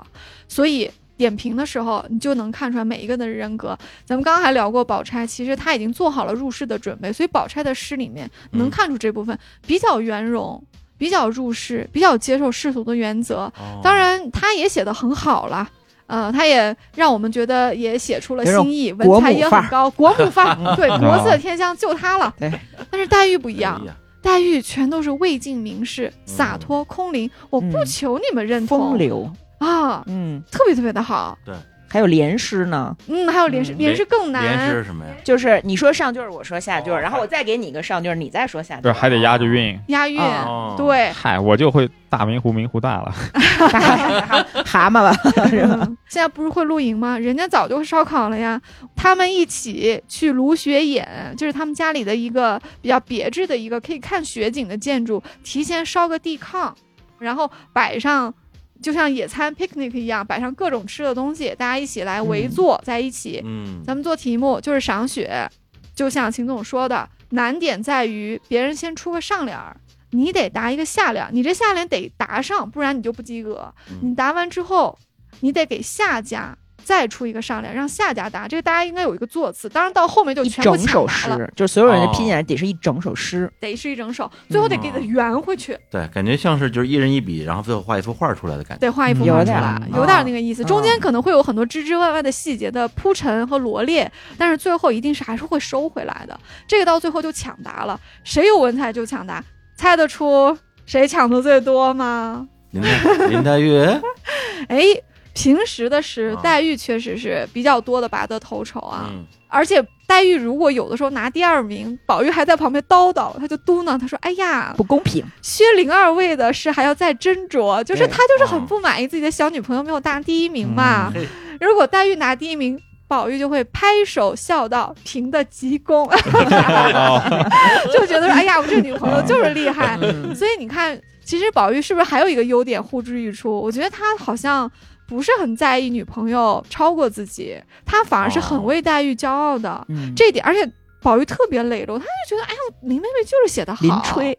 [SPEAKER 2] 所以点评的时候，你就能看出来每一个的人格。咱们刚刚还聊过宝钗，其实她已经做好了入世的准备，所以宝钗的诗里面
[SPEAKER 1] 嗯
[SPEAKER 2] 能看出这部分比较圆融，比较入世，比较接受世俗的原则。
[SPEAKER 1] 哦
[SPEAKER 2] 当然，他也写的很好了。呃，他也让我们觉得也写出了
[SPEAKER 3] 这种
[SPEAKER 2] 新意，
[SPEAKER 3] 国
[SPEAKER 2] 文采
[SPEAKER 3] 母
[SPEAKER 2] 也
[SPEAKER 3] 范
[SPEAKER 2] 很
[SPEAKER 3] 儿 [LAUGHS]
[SPEAKER 2] 高，国母范 [LAUGHS] 儿，对，国色
[SPEAKER 4] 啊
[SPEAKER 2] 天香就他了。
[SPEAKER 3] 对，
[SPEAKER 2] 但是黛玉不一
[SPEAKER 1] 哎
[SPEAKER 2] 样，
[SPEAKER 1] 呀
[SPEAKER 2] 黛玉全都是魏晋名士，洒
[SPEAKER 1] 嗯
[SPEAKER 2] 脱空灵，我不
[SPEAKER 3] 嗯
[SPEAKER 2] 求你们认
[SPEAKER 3] 风
[SPEAKER 2] 同
[SPEAKER 3] 流，
[SPEAKER 2] 啊，
[SPEAKER 3] 嗯，
[SPEAKER 2] 特别特别的好。
[SPEAKER 3] 还有联诗呢，
[SPEAKER 2] 嗯，还有连诗，
[SPEAKER 3] 嗯
[SPEAKER 2] 连诗
[SPEAKER 1] 莲
[SPEAKER 2] 更难
[SPEAKER 1] 是。什么呀？
[SPEAKER 3] 就是你说上句儿，我说下句
[SPEAKER 1] 哦
[SPEAKER 3] 儿，然后我再给你一个上句儿，你再说下句
[SPEAKER 4] 这
[SPEAKER 3] 儿，
[SPEAKER 4] 还得押着韵。
[SPEAKER 2] 押韵，
[SPEAKER 3] 啊
[SPEAKER 1] 哦，
[SPEAKER 2] 对，
[SPEAKER 4] 嗨，我就会大明湖明湖大了，
[SPEAKER 3] [LAUGHS] 蛤蟆吧，是吧？
[SPEAKER 2] 嗯现在不是会露营吗？人家早就烧烤了呀。他们一起去芦雪眼，就是他们家里的一个比较别致的一个可以看雪景的建筑，提前烧个地炕，然后摆上。就像野餐 picnic 一样，摆上各种吃的东西，大家一起来围
[SPEAKER 3] 嗯
[SPEAKER 2] 坐在一起。
[SPEAKER 1] 嗯，
[SPEAKER 2] 咱们做题目就是赏雪，就像秦总说的，难点在于别人先出个上联儿，你得答一个下联儿，你这下联得答上，不然你就不及格。你
[SPEAKER 1] 嗯
[SPEAKER 2] 答完之后，你得给下家再出一个上联，让下家答。这个大家应该有一个座次，当然到后面就 [LAUGHS]
[SPEAKER 3] 一
[SPEAKER 2] 全部
[SPEAKER 3] 整
[SPEAKER 2] 抢
[SPEAKER 3] 首
[SPEAKER 2] 答了，
[SPEAKER 3] 诗，就是所有人的
[SPEAKER 1] 哦
[SPEAKER 3] 拼起来得是一整首诗。
[SPEAKER 2] 得是一整首，最后得
[SPEAKER 3] 嗯
[SPEAKER 2] 给它圆回去，
[SPEAKER 1] 对，感觉像是就是一人一笔，然后最后画一幅画出来的感觉。
[SPEAKER 2] 得画一幅
[SPEAKER 3] 嗯有
[SPEAKER 2] 画出
[SPEAKER 3] 点
[SPEAKER 2] 来
[SPEAKER 3] 儿，
[SPEAKER 2] 有点儿那个意思。
[SPEAKER 3] 嗯
[SPEAKER 2] 中间可能会有很多枝枝外外的细节的铺陈和罗列，但是最后一定是还是会收回来的。这个到最后就抢答了，谁有文采就抢答，猜得出谁抢的最多吗？
[SPEAKER 1] 林黛林黛
[SPEAKER 2] [LAUGHS]
[SPEAKER 1] 玉，
[SPEAKER 2] 哎，平时的诗
[SPEAKER 1] 啊，
[SPEAKER 2] 黛玉确实是比较多的拔得头筹啊。
[SPEAKER 1] 嗯，
[SPEAKER 2] 而且黛玉如果有的时候拿第二名，宝玉还在旁边叨叨，他就嘟囔，他说：“哎呀，
[SPEAKER 3] 不公
[SPEAKER 2] [LAUGHS]
[SPEAKER 3] 平，
[SPEAKER 2] 薛灵二位的事还要再斟酌。”就是
[SPEAKER 3] 对
[SPEAKER 2] 他就是很
[SPEAKER 1] 哦
[SPEAKER 2] 不满意自己的小女朋友没有拿第一名嘛
[SPEAKER 1] 嗯嘿。
[SPEAKER 2] 如果黛玉拿第一名，宝玉就会拍手笑道：“评的极
[SPEAKER 3] [LAUGHS]
[SPEAKER 2] 公。” [LAUGHS]
[SPEAKER 4] 哦
[SPEAKER 2] 就觉得说：“哎呀，我这女朋友就是厉害。”
[SPEAKER 3] 嗯
[SPEAKER 2] 所以你看，其实宝玉是不是还有一个优点呼之欲出？我觉得他好像不是很在意女朋友超过自己，他反而是很
[SPEAKER 1] 哦
[SPEAKER 2] 为黛玉骄傲的、
[SPEAKER 3] 嗯
[SPEAKER 2] 这一点。而且宝玉特别磊落，他就觉得，哎呀，林妹妹就是写的好，
[SPEAKER 3] 林吹，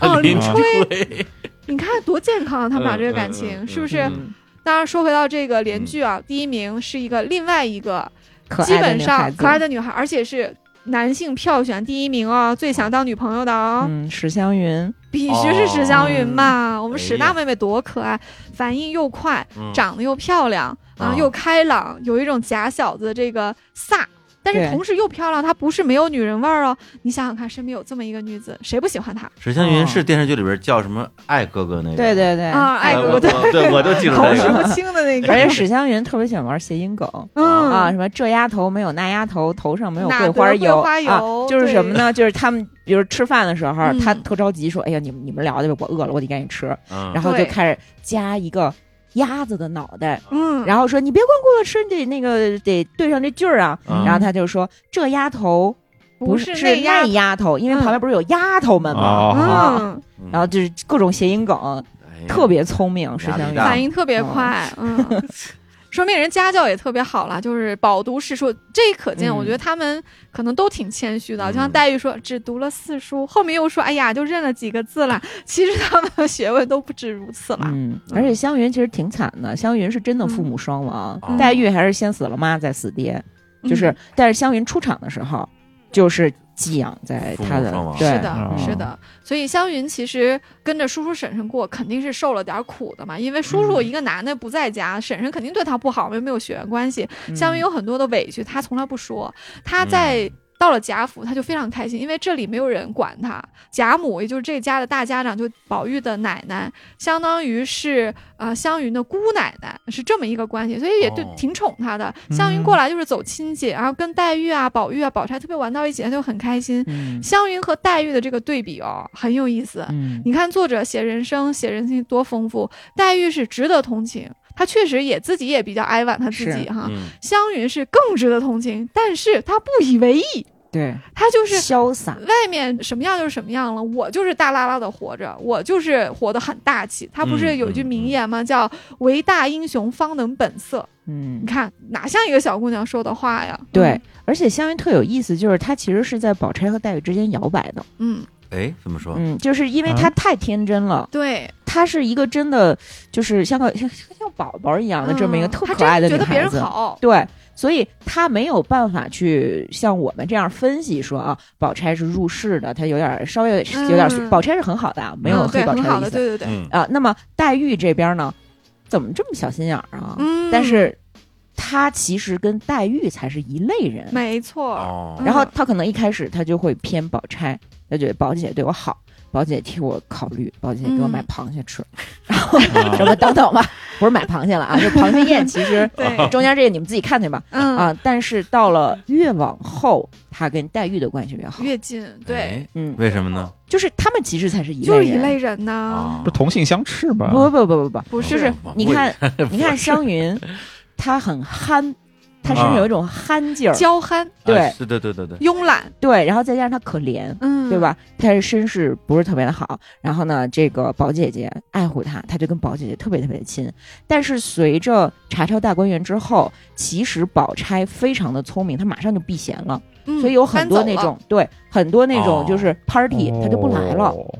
[SPEAKER 2] 哦，
[SPEAKER 1] [LAUGHS]
[SPEAKER 2] 林
[SPEAKER 1] 林
[SPEAKER 4] 吹
[SPEAKER 1] 吹，
[SPEAKER 2] 你看多健康啊！他们俩
[SPEAKER 1] 嗯
[SPEAKER 2] 这个感
[SPEAKER 1] 嗯
[SPEAKER 2] 情、
[SPEAKER 1] 嗯
[SPEAKER 2] 是
[SPEAKER 1] 嗯
[SPEAKER 2] 不是？
[SPEAKER 3] 嗯
[SPEAKER 2] 当然，说回到这个连剧啊，第一名是一个另外一个
[SPEAKER 3] 可
[SPEAKER 2] 基
[SPEAKER 3] 爱的
[SPEAKER 2] 本
[SPEAKER 3] 女
[SPEAKER 2] 上
[SPEAKER 3] 孩
[SPEAKER 2] 可爱
[SPEAKER 3] 子，
[SPEAKER 2] 的女孩，而且是男性票选第一名哦，最想当女朋友的哦。
[SPEAKER 3] 嗯，史湘云，
[SPEAKER 2] 必须是史湘云嘛！我们史
[SPEAKER 1] 哎呀
[SPEAKER 2] 大妹妹多可爱，反应又快，
[SPEAKER 1] 嗯
[SPEAKER 2] 长得又漂亮，啊、
[SPEAKER 1] 啊
[SPEAKER 2] 又开朗，有一种假小子的这个飒。但是
[SPEAKER 3] 对
[SPEAKER 2] 同时又漂亮，她不是没有女人味儿哦。你想想看，身边有这么一个女子，谁不喜欢她
[SPEAKER 1] 史湘云是电视剧里边叫什么爱哥哥那个，
[SPEAKER 3] 哦
[SPEAKER 1] 呃哎
[SPEAKER 3] 对对对，
[SPEAKER 2] 啊？爱
[SPEAKER 1] 我
[SPEAKER 2] 哥哥，
[SPEAKER 1] 我对，我就
[SPEAKER 3] [LAUGHS]
[SPEAKER 1] 记住
[SPEAKER 2] 口
[SPEAKER 1] 这
[SPEAKER 2] 齿
[SPEAKER 1] 个，
[SPEAKER 2] 不清的那
[SPEAKER 3] 而且
[SPEAKER 2] 个，
[SPEAKER 3] 史湘云特别喜欢玩谐音梗
[SPEAKER 2] 嗯
[SPEAKER 3] 啊，什么这丫头没有那丫头，头上没有
[SPEAKER 2] 哪
[SPEAKER 3] 桂
[SPEAKER 2] 得
[SPEAKER 3] 花
[SPEAKER 2] 桂
[SPEAKER 3] 油
[SPEAKER 2] 花
[SPEAKER 3] 啊
[SPEAKER 2] 油，
[SPEAKER 3] 就是
[SPEAKER 2] 对
[SPEAKER 3] 什么呢？就是他们，比如吃饭的时候，
[SPEAKER 2] 嗯
[SPEAKER 3] 他特着急说：“哎呀，你们你们聊去吧，我饿了，我得赶紧吃。”
[SPEAKER 1] 嗯
[SPEAKER 3] 然后就
[SPEAKER 2] 对
[SPEAKER 3] 开始夹一个鸭子的脑袋，
[SPEAKER 2] 嗯，
[SPEAKER 3] 然后说：“你别光顾着吃，你得那个得对上这句儿啊。”
[SPEAKER 1] 嗯
[SPEAKER 3] 然后他就说：“这丫头
[SPEAKER 2] 不
[SPEAKER 3] 是
[SPEAKER 2] 那
[SPEAKER 3] 那
[SPEAKER 2] 样，
[SPEAKER 3] 丫头，因为
[SPEAKER 2] 嗯
[SPEAKER 3] 旁边不是有丫头们吗？”
[SPEAKER 4] 哦
[SPEAKER 2] 嗯，
[SPEAKER 1] 嗯
[SPEAKER 3] 然后就是各种谐音梗，
[SPEAKER 1] 哎呀
[SPEAKER 3] 特别聪明，史
[SPEAKER 1] 压
[SPEAKER 3] 湘
[SPEAKER 1] 力
[SPEAKER 3] 云。
[SPEAKER 1] 大
[SPEAKER 2] 反应特别快，
[SPEAKER 3] 哦 [LAUGHS]
[SPEAKER 2] 嗯，说明人家教也特别好了，就是饱读诗书，这可见，
[SPEAKER 3] 嗯
[SPEAKER 2] 我觉得他们可能都挺谦虚的，
[SPEAKER 1] 嗯
[SPEAKER 2] 就像黛玉说只读了四书，后面又说哎呀就认了几个字
[SPEAKER 3] [LAUGHS]
[SPEAKER 2] 了，其实他们的学问都不止如此了，
[SPEAKER 3] 嗯，而且湘云其实挺惨的，湘云是真的父母双亡，
[SPEAKER 1] 哦
[SPEAKER 3] 黛啊玉还是先死了妈再死爹，
[SPEAKER 2] 嗯
[SPEAKER 3] 就是但是湘云出场的时候，就是寄养在她的
[SPEAKER 1] 父母双亡
[SPEAKER 3] 对
[SPEAKER 2] 是的
[SPEAKER 4] 嗯，
[SPEAKER 2] 是的，所以湘云其实跟着叔叔婶婶过，肯定是受了点苦的嘛，因为叔
[SPEAKER 3] 嗯
[SPEAKER 2] 叔一个男的不在家，婶婶肯定对他不好，因为没有血缘关系，
[SPEAKER 3] 嗯
[SPEAKER 2] 湘云有很多的委屈，她从来不说。她在到了贾府，她就非常开心，因为这里没有人管她。贾母也就是这家的大家长，就宝玉的奶奶，相当于是呃湘云的姑奶奶，是这么一个关系，所以也对
[SPEAKER 1] 哦
[SPEAKER 2] 挺宠她的。湘云过来就是走亲戚，然后跟黛玉啊、宝玉啊、宝钗特别玩到一起，她就很开心。
[SPEAKER 3] 嗯
[SPEAKER 2] 湘云和黛玉的这个对比哦，很有意思。
[SPEAKER 3] 嗯
[SPEAKER 2] 你看作者写人生、写人性多丰富，黛玉是值得同情，她确实也自己也比较哀婉她自己
[SPEAKER 3] 是
[SPEAKER 2] 哈，
[SPEAKER 1] 嗯
[SPEAKER 2] 湘云是更值得同情，但是她不以为意，
[SPEAKER 3] 对，
[SPEAKER 2] 她就是呃
[SPEAKER 3] 潇洒，
[SPEAKER 2] 外面什么样就是什么样了，我就是大拉拉的活着，我就是活得很大气。她不
[SPEAKER 3] 嗯
[SPEAKER 2] 是有一句名言吗？叫“唯大英雄方能本色”。
[SPEAKER 3] 嗯
[SPEAKER 2] 你。看哪像一个小姑娘说的话呀？
[SPEAKER 3] 对，而且湘云特有意思，就是她其实是在宝钗和黛玉之间摇摆的，
[SPEAKER 2] 嗯，嗯，
[SPEAKER 1] 哎怎么说？
[SPEAKER 3] 嗯，就是因为她
[SPEAKER 4] 啊
[SPEAKER 3] 太天真了，
[SPEAKER 2] 对，
[SPEAKER 3] 她是一个真的就是像个像像宝宝一样的这么一个
[SPEAKER 2] 嗯
[SPEAKER 3] 特
[SPEAKER 2] 她
[SPEAKER 3] 可爱的
[SPEAKER 2] 真
[SPEAKER 3] 女
[SPEAKER 2] 觉得别
[SPEAKER 3] 孩
[SPEAKER 2] 人
[SPEAKER 3] 子，
[SPEAKER 2] 好，
[SPEAKER 3] 对，所以他没有办法去像我们这样分析说啊，宝钗是入世的，她有点儿稍微有点有点儿俗，
[SPEAKER 2] 嗯
[SPEAKER 3] 宝钗是很好的，啊，没有
[SPEAKER 2] 嗯，
[SPEAKER 3] 黑
[SPEAKER 2] 对，
[SPEAKER 3] 宝钗
[SPEAKER 2] 很好
[SPEAKER 3] 意
[SPEAKER 2] 的，
[SPEAKER 3] 思
[SPEAKER 2] 对对对，
[SPEAKER 1] 嗯
[SPEAKER 3] 啊。那么黛玉这边呢，怎么这么小心眼儿啊？
[SPEAKER 2] 嗯，
[SPEAKER 3] 但是她其实跟黛玉才是一类人，
[SPEAKER 2] 没错，
[SPEAKER 1] 哦
[SPEAKER 3] 然后
[SPEAKER 2] 嗯
[SPEAKER 3] 她可能一开始她就会偏宝钗，她觉得宝姐对我好。宝姐替我考虑，宝姐给我买
[SPEAKER 2] 嗯
[SPEAKER 3] 螃蟹吃，
[SPEAKER 4] 啊
[SPEAKER 3] 什么等等吧，不是买螃蟹了啊，就螃蟹宴。其实
[SPEAKER 2] 对，
[SPEAKER 3] 中间这个你们自己看去吧。
[SPEAKER 2] 嗯
[SPEAKER 3] 哦啊，但是到了越往后，他跟黛玉的关系越好。
[SPEAKER 2] 越近，对，
[SPEAKER 1] 哎
[SPEAKER 3] 嗯，
[SPEAKER 1] 为什么呢？
[SPEAKER 3] 就是他们其实才是一
[SPEAKER 2] 就是一
[SPEAKER 3] 人。哦
[SPEAKER 2] 类人
[SPEAKER 1] 啊
[SPEAKER 3] 嗯
[SPEAKER 2] 呐，
[SPEAKER 4] 不是同性相斥吧？
[SPEAKER 3] 不不不不不不，
[SPEAKER 2] 不
[SPEAKER 1] 就是
[SPEAKER 3] 是你看，你看湘云，她很憨，他身上有一种憨劲儿，
[SPEAKER 2] 娇憨、
[SPEAKER 3] 对
[SPEAKER 1] 哎是对对对对，
[SPEAKER 2] 慵懒，
[SPEAKER 3] 对，然后再加上他可怜，
[SPEAKER 2] 嗯，
[SPEAKER 3] 对？吧？他是身世不是特别的好，然后呢，这个宝姐姐爱护他，他就跟宝姐姐特别特别的亲。但是随着查抄大观园之后，其实宝钗非常的聪明，她马上就避嫌了，
[SPEAKER 2] 嗯、
[SPEAKER 3] 所以有很多
[SPEAKER 2] 搬走
[SPEAKER 3] 那
[SPEAKER 2] 了
[SPEAKER 3] 种对很多那种就
[SPEAKER 1] 哦
[SPEAKER 3] 是 party，、她就不来了。
[SPEAKER 4] 哦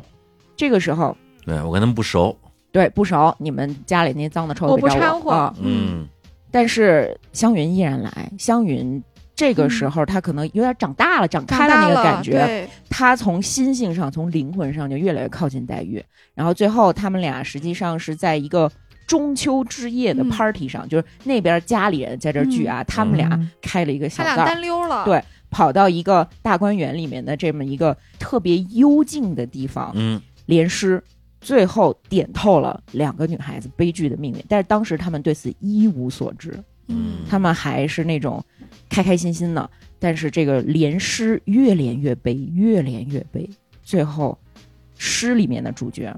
[SPEAKER 3] 这个时候，
[SPEAKER 1] 对我跟他们不熟，
[SPEAKER 3] 对不熟，你们家里那脏的臭的
[SPEAKER 2] 我
[SPEAKER 3] 别
[SPEAKER 2] 不
[SPEAKER 3] 找
[SPEAKER 2] 掺和
[SPEAKER 3] 啊
[SPEAKER 1] 嗯
[SPEAKER 3] 但是湘云依然来，湘云。这个时候，她可能有点长大了，长开
[SPEAKER 2] 嗯长
[SPEAKER 3] 了
[SPEAKER 2] 大
[SPEAKER 3] 那
[SPEAKER 2] 了
[SPEAKER 3] 个感觉，
[SPEAKER 2] 对，
[SPEAKER 3] 他从心性上、从灵魂上就越来越靠近黛玉，然后最后他们俩实际上是在一个中秋之夜的
[SPEAKER 2] 嗯
[SPEAKER 3] party 上，就是那边家里人在这儿聚啊，他们俩
[SPEAKER 4] 嗯
[SPEAKER 3] 开了一个小
[SPEAKER 2] 他俩
[SPEAKER 3] 道儿，
[SPEAKER 2] 单溜了，
[SPEAKER 3] 对跑到一个大观园里面的这么一个特别幽静的地方
[SPEAKER 1] 嗯
[SPEAKER 3] 联诗，最后点透了两个女孩子悲剧的命运，但是当时他们对此一无所知，
[SPEAKER 1] 嗯
[SPEAKER 3] 他们还是那种开开心心的，但是这个连诗越连越悲，越连越悲，最后诗里面的主角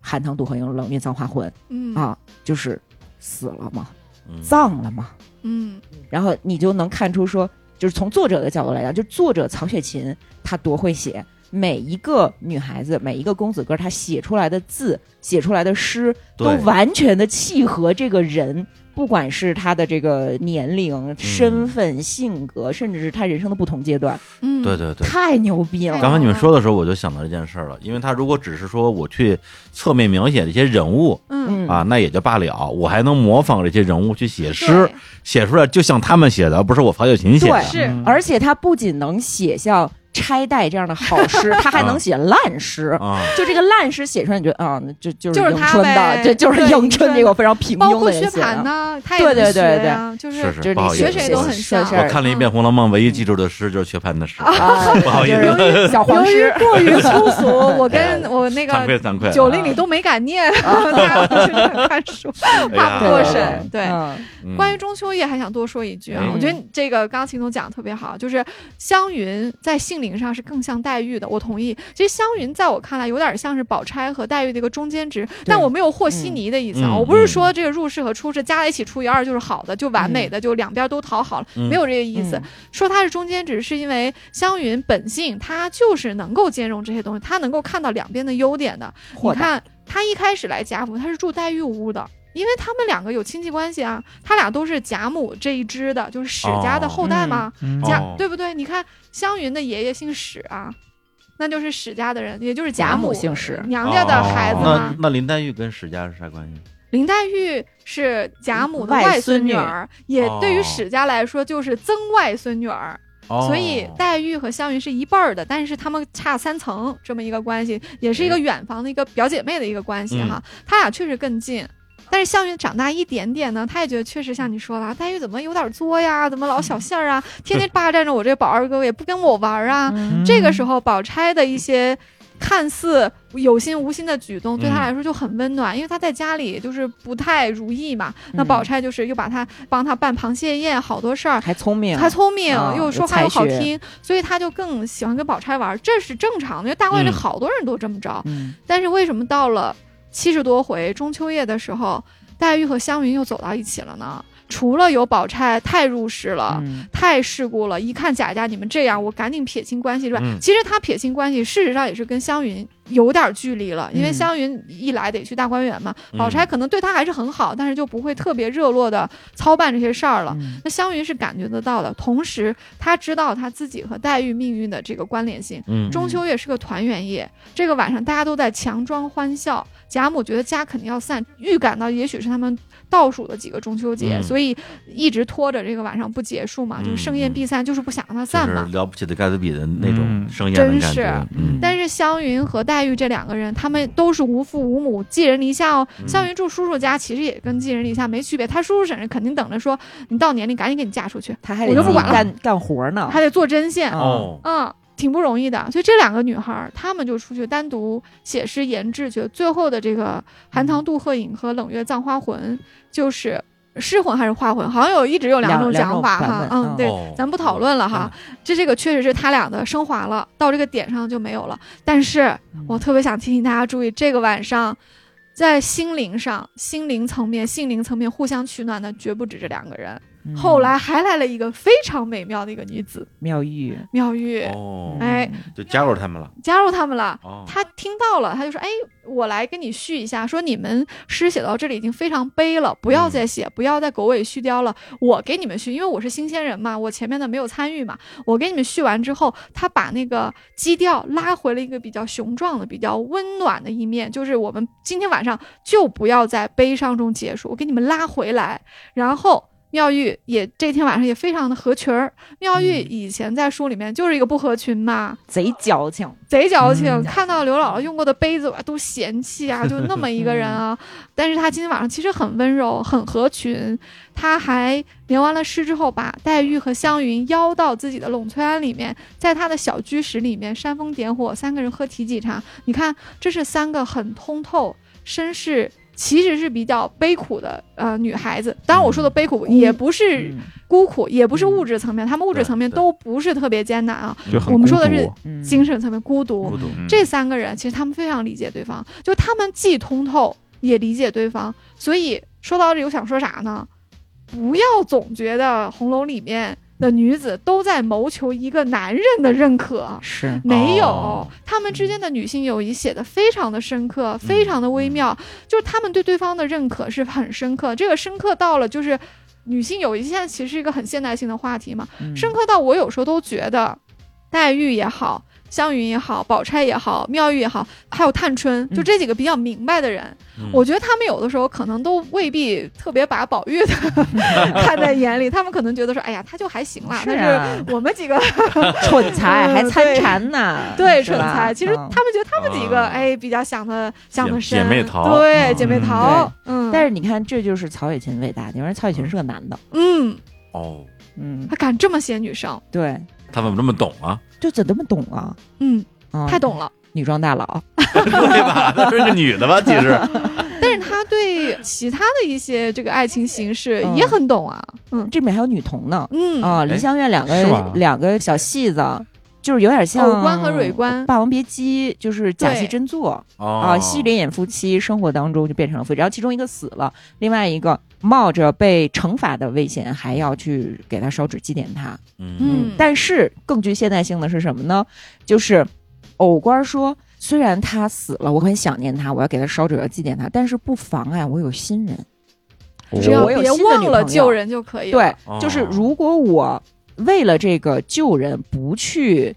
[SPEAKER 3] 寒塘渡河应冷月葬花魂
[SPEAKER 2] 嗯
[SPEAKER 3] 啊，就是死了嘛，
[SPEAKER 1] 嗯
[SPEAKER 3] 葬了嘛，
[SPEAKER 2] 嗯
[SPEAKER 3] 然后你就能看出说，就是从作者的角度来讲，就作者曹雪芹他多会写。每一个女孩子，每一个公子哥，他写出来的字，写出来的诗，都
[SPEAKER 1] 对
[SPEAKER 3] 完全的契合这个人，不管是他的这个年龄、身份、性格，甚至是他人生的不同阶段，
[SPEAKER 2] 嗯，
[SPEAKER 1] 对对对。
[SPEAKER 3] 太牛逼了。
[SPEAKER 1] 刚才你们说的时候，我就想到这件事儿了，因为他如果只是说我去侧面描写这些人物
[SPEAKER 2] 嗯，
[SPEAKER 3] 嗯
[SPEAKER 1] 啊，那也就罢了，我还能模仿这些人物去写诗
[SPEAKER 2] 对，，
[SPEAKER 1] 写出来就像他们写的，而不是我曹雪芹写
[SPEAKER 3] 对
[SPEAKER 1] 的。
[SPEAKER 2] 是
[SPEAKER 3] 而且他不仅能写像拆带这样的好
[SPEAKER 1] [LAUGHS]
[SPEAKER 3] 诗，他还能写烂诗。
[SPEAKER 1] 啊，
[SPEAKER 3] [LAUGHS] 就这个烂诗写出来，你觉得啊，这就
[SPEAKER 2] 就是是
[SPEAKER 3] 迎
[SPEAKER 2] 他
[SPEAKER 3] 春的，
[SPEAKER 2] 呗
[SPEAKER 3] 这就是
[SPEAKER 2] 对
[SPEAKER 3] 迎
[SPEAKER 2] 迎
[SPEAKER 3] 春
[SPEAKER 2] 春
[SPEAKER 3] 这个非常平
[SPEAKER 2] 包
[SPEAKER 3] 庸
[SPEAKER 2] 括
[SPEAKER 3] 的人
[SPEAKER 2] 薛
[SPEAKER 3] 写的
[SPEAKER 2] 蟠呢，他也
[SPEAKER 3] 对
[SPEAKER 2] 能
[SPEAKER 3] 对对
[SPEAKER 2] 学呀，就是
[SPEAKER 3] 就是
[SPEAKER 1] 不好意
[SPEAKER 3] 你
[SPEAKER 1] 思，
[SPEAKER 2] 学谁都很嗯像
[SPEAKER 3] 是是
[SPEAKER 1] 我看了一遍《红楼梦》，唯一记住的诗就是薛蟠的诗。
[SPEAKER 2] [LAUGHS]
[SPEAKER 3] 啊，
[SPEAKER 1] 不好意思
[SPEAKER 3] 就是小
[SPEAKER 2] 由
[SPEAKER 3] 黄
[SPEAKER 2] 于
[SPEAKER 3] 诗
[SPEAKER 2] 过
[SPEAKER 3] [LAUGHS]
[SPEAKER 2] 于粗
[SPEAKER 1] [LAUGHS]
[SPEAKER 2] 俗，我跟我
[SPEAKER 1] 哎
[SPEAKER 2] 那
[SPEAKER 1] 惭
[SPEAKER 2] 个
[SPEAKER 1] 愧惭愧，
[SPEAKER 2] 九令里都没敢念， [LAUGHS] 大家去看书，
[SPEAKER 1] [LAUGHS] 哎呀
[SPEAKER 2] 怕不过审。对，
[SPEAKER 3] 嗯
[SPEAKER 1] 嗯
[SPEAKER 2] 关于中秋夜，还想多说一句啊
[SPEAKER 1] 哎，
[SPEAKER 2] 我觉得这个刚刚秦总讲的特别好，就是湘云在性灵上是更像黛玉的，我同意。其实湘云在我看来有点像是宝钗和黛玉的一个中间值，但我没有和稀泥的意思啊，
[SPEAKER 1] 嗯
[SPEAKER 2] 我不是说这个入世和出世加在一起除以二就是好的，就完美的，就两边都讨好了，
[SPEAKER 1] 嗯
[SPEAKER 2] 没有这个意思
[SPEAKER 3] 嗯。
[SPEAKER 2] 说她是中间值，是因为湘云本性她就是能够兼容这些东西，她能够看到两边的优点的。你
[SPEAKER 3] 豁达
[SPEAKER 2] 看她一开始来贾府，她是住黛玉屋的。因为他们两个有亲戚关系啊，他俩都是贾母这一支的，就是史家的后代嘛，
[SPEAKER 4] 嗯
[SPEAKER 1] 哦
[SPEAKER 2] 贾、
[SPEAKER 1] 嗯
[SPEAKER 2] 对不对？你看湘云的爷爷姓史啊，那就是史家的人，也就是贾
[SPEAKER 3] 贾母
[SPEAKER 2] 母
[SPEAKER 3] 姓史
[SPEAKER 2] 娘家的孩子嘛
[SPEAKER 1] 哦那。那林黛玉跟史家是啥关系？
[SPEAKER 2] 林黛玉是贾母的
[SPEAKER 3] 外
[SPEAKER 2] 外
[SPEAKER 3] 孙
[SPEAKER 2] 孙女
[SPEAKER 3] 女
[SPEAKER 2] 儿，也
[SPEAKER 1] 哦
[SPEAKER 2] 对于史家来说就是曾外孙女儿。
[SPEAKER 1] 哦
[SPEAKER 2] 所以黛玉和湘云是一辈儿的，但是他们差三层这么一个关系，也是一个远房的一个表姐妹的一个关系哈。她俩确实更近，但是湘云长大一点点呢，她也觉得确实像你说了，黛玉怎么有点作呀，怎么老小性儿啊，天天霸占着我这宝二哥，也不跟我玩儿啊。
[SPEAKER 3] 嗯
[SPEAKER 2] 这个时候，宝钗的一些看似有心无心的举动，对她来说就很温暖，因为她在家里就是不太如意嘛。
[SPEAKER 3] 嗯
[SPEAKER 2] 那宝钗就是又把她帮她办螃蟹宴，好多事儿，
[SPEAKER 3] 还聪明，
[SPEAKER 2] 他聪明、
[SPEAKER 3] 啊有
[SPEAKER 2] 又说话又
[SPEAKER 3] 才
[SPEAKER 2] 好
[SPEAKER 3] 学
[SPEAKER 2] 听，所以他就更喜欢跟宝钗玩，这是正常的，因为大观
[SPEAKER 1] 嗯
[SPEAKER 2] 园里好多人都这么着。
[SPEAKER 3] 嗯
[SPEAKER 2] 但是为什么到了七十多回中秋夜的时候，黛玉和湘云又走到一起了呢？除了有宝钗太入世了。
[SPEAKER 3] 嗯
[SPEAKER 2] 太世故了！一看贾家你们这样，我赶紧撇清关系，对吧？
[SPEAKER 1] 嗯
[SPEAKER 2] 其实他撇清关系，事实上也是跟湘云有点距离了，因为
[SPEAKER 3] 嗯
[SPEAKER 2] 湘云一来得去大观园嘛，
[SPEAKER 1] 嗯
[SPEAKER 2] 宝钗可能对他还是很好，但是就不会特别热络的操办这些事儿了。
[SPEAKER 3] 嗯
[SPEAKER 2] 那湘云是感觉得到的，同时她知道她自己和黛玉命运的这个关联性。
[SPEAKER 1] 嗯
[SPEAKER 2] 中秋夜是个团圆夜，这个晚上大家都在强装欢笑。贾母觉得家肯定要散，预感到也许是他们倒数的几个中秋节，
[SPEAKER 1] 嗯
[SPEAKER 2] 所以一直拖着这个晚上不结束嘛，
[SPEAKER 1] 嗯
[SPEAKER 2] 就是盛宴必散，就是不想让它
[SPEAKER 1] 就
[SPEAKER 2] 散嘛
[SPEAKER 1] 是。了不起的盖茨比的那种
[SPEAKER 4] 嗯
[SPEAKER 1] 盛宴的
[SPEAKER 2] 真
[SPEAKER 1] 感
[SPEAKER 2] 是啊
[SPEAKER 1] 觉，嗯
[SPEAKER 2] 但是湘云和黛玉这两个人，他们都是无父无母，寄人篱下哦。
[SPEAKER 1] 嗯
[SPEAKER 2] 湘云住叔叔家，其实也跟寄人篱下没区别。她叔叔婶婶肯定等着说，你到年龄赶紧给你嫁出去，
[SPEAKER 3] 他还
[SPEAKER 2] 我
[SPEAKER 3] 得
[SPEAKER 2] 就不
[SPEAKER 3] 自己
[SPEAKER 2] 管了
[SPEAKER 3] 干干活呢，
[SPEAKER 2] 还得做针线。
[SPEAKER 1] 哦，
[SPEAKER 2] 嗯，挺不容易的。所以这两个女孩儿，她们就出去单独写诗研制去了。最后的这个《寒塘渡鹤影》和《冷月葬花魂》，就是诗魂还是花魂，好像有一直有两种讲法
[SPEAKER 3] 两
[SPEAKER 2] 哈
[SPEAKER 3] 两。种版本
[SPEAKER 2] 嗯，对，
[SPEAKER 1] 哦
[SPEAKER 2] 咱不讨论了哈。这这个确实是他俩的升华了，到这个点上就没有了。但是我特别想提醒大家注意，这个晚上。在心灵上、心灵层面、心灵层面互相取暖的，绝不止这两个人。
[SPEAKER 3] 嗯
[SPEAKER 2] 后来还来了一个非常美妙的一个女子
[SPEAKER 3] 妙玉，
[SPEAKER 2] 妙玉，
[SPEAKER 1] 哦，
[SPEAKER 2] 哎
[SPEAKER 3] 嗯，
[SPEAKER 1] 就加入他们了。
[SPEAKER 2] 加入他们了。
[SPEAKER 1] 哦，
[SPEAKER 2] 他听到了，他就说：“哎，我来跟你续一下，说你们诗写到这里已经非常悲了，不要再写，不要再狗尾续貂了，我给你们续，因为我是新鲜人嘛，我前面的没有参与嘛，我给你们续完之后，他把那个基调拉回了一个比较雄壮的、比较温暖的一面，就是我们今天晚上就不要在悲伤中结束，我给你们拉回来，然后。”妙玉也这天晚上也非常的合群儿。妙玉以前在书里面就是一个不合群嘛，
[SPEAKER 3] 贼矫情，
[SPEAKER 2] 贼矫情，
[SPEAKER 3] 嗯
[SPEAKER 2] 看到刘姥姥用过的杯子哇都嫌弃啊，就那么一个人啊。但是他今天晚上其实很温柔，很合群。他还吟完了诗之后，把黛玉和湘云邀到自己的栊翠庵里面，在他的小居室里面煽风点火，三个人喝提己茶。你看，这是三个很通透、身世其实是比较悲苦的呃女孩子。当然，我说的悲苦
[SPEAKER 3] 嗯
[SPEAKER 2] 也不是
[SPEAKER 3] 嗯
[SPEAKER 2] 孤苦，也不是物质层面，她们物质层面
[SPEAKER 1] 对对
[SPEAKER 2] 都不是特别艰难啊，
[SPEAKER 4] 就很
[SPEAKER 2] 我们说的
[SPEAKER 4] 孤独
[SPEAKER 2] 是
[SPEAKER 3] 嗯
[SPEAKER 2] 精神层面孤独。
[SPEAKER 1] 孤独，
[SPEAKER 4] 嗯
[SPEAKER 2] 这三个人其实他们非常理解对方，就他们既通透也理解对方。所以说到这里，我想说啥呢？不要总觉得《红楼》里面的女子都在谋求一个男人的认可。
[SPEAKER 3] 是
[SPEAKER 2] 没有
[SPEAKER 1] 哦，
[SPEAKER 2] 他们之间的女性友谊写的非常的深刻，非常的微妙，就是他们对对方的认可是很深刻，这个深刻到了就是女性友谊现在其实是一个很现代性的话题嘛，
[SPEAKER 1] 嗯
[SPEAKER 3] 嗯
[SPEAKER 2] 深刻到我有时候都觉得，黛玉也好，湘云也好，宝钗也好，妙玉也好，还有探春，就
[SPEAKER 3] 嗯
[SPEAKER 2] 这几个比较明白的人，
[SPEAKER 1] 嗯
[SPEAKER 2] 我觉得他们有的时候可能都未必特别把宝玉的 [LAUGHS] 看在眼
[SPEAKER 3] [LAUGHS]
[SPEAKER 2] 里，他们可能觉得说，哎呀，他就还行啦，
[SPEAKER 3] 是
[SPEAKER 2] 但
[SPEAKER 3] 啊
[SPEAKER 2] 是我们
[SPEAKER 3] [LAUGHS]
[SPEAKER 2] 几个
[SPEAKER 1] [LAUGHS]
[SPEAKER 3] 蠢材
[SPEAKER 2] 嗯
[SPEAKER 3] 还参
[SPEAKER 2] 对
[SPEAKER 3] 禅呢，
[SPEAKER 2] [LAUGHS] 对
[SPEAKER 3] 是
[SPEAKER 2] 蠢
[SPEAKER 3] 吧
[SPEAKER 2] 材，其实
[SPEAKER 3] 嗯
[SPEAKER 2] 他们觉得他们几个、
[SPEAKER 1] 啊
[SPEAKER 2] 哎比较想的想的
[SPEAKER 1] 姐
[SPEAKER 2] 深，
[SPEAKER 1] 姐妹淘
[SPEAKER 2] 对
[SPEAKER 1] 嗯
[SPEAKER 2] 姐妹
[SPEAKER 4] 嗯
[SPEAKER 2] 淘，嗯，
[SPEAKER 3] 但是你看，这就是曹雪芹伟大的地方。曹雪芹是个男的，
[SPEAKER 2] 嗯，
[SPEAKER 1] 哦，
[SPEAKER 3] 嗯
[SPEAKER 2] 他，敢这么写女生，
[SPEAKER 3] 对，
[SPEAKER 1] 他们怎么这么懂啊？ [LAUGHS]
[SPEAKER 3] 就怎么那么懂啊？
[SPEAKER 2] 嗯，
[SPEAKER 3] 啊
[SPEAKER 2] 太懂了。
[SPEAKER 3] 女装大佬，
[SPEAKER 1] 对吧？ [LAUGHS] 她是个女的吧？其实，
[SPEAKER 2] 啊但是他对其他的一些这个爱情形式
[SPEAKER 3] 嗯
[SPEAKER 2] 也很懂啊，嗯
[SPEAKER 3] 这里面还有女童呢。
[SPEAKER 2] 嗯
[SPEAKER 3] 啊，
[SPEAKER 1] 哎
[SPEAKER 3] 梨香院两
[SPEAKER 4] 是吧
[SPEAKER 3] 个两个小戏子，就是有点像
[SPEAKER 2] 偶官哦和蕊官
[SPEAKER 3] 《霸王别姬》，就是假戏
[SPEAKER 2] 对
[SPEAKER 3] 真做
[SPEAKER 1] 哦
[SPEAKER 3] 啊，戏里演夫妻，生活当中就变成了夫妻。然后其中一个死了，另外一个冒着被惩罚的危险，还要去给他烧纸祭奠他。
[SPEAKER 1] 嗯
[SPEAKER 2] 嗯
[SPEAKER 3] 但是更具现代性的是什么呢？就是偶官说，虽然他死了，我很想念他，我要给他烧纸，要祭奠他，但是不妨碍我有新人。
[SPEAKER 2] 只要
[SPEAKER 3] 我有
[SPEAKER 2] 别
[SPEAKER 3] 新的
[SPEAKER 2] 忘
[SPEAKER 3] 女
[SPEAKER 2] 了
[SPEAKER 3] 朋
[SPEAKER 2] 救
[SPEAKER 3] 友
[SPEAKER 2] 人就可以了。
[SPEAKER 3] 对，就是如果我为了这个救人不去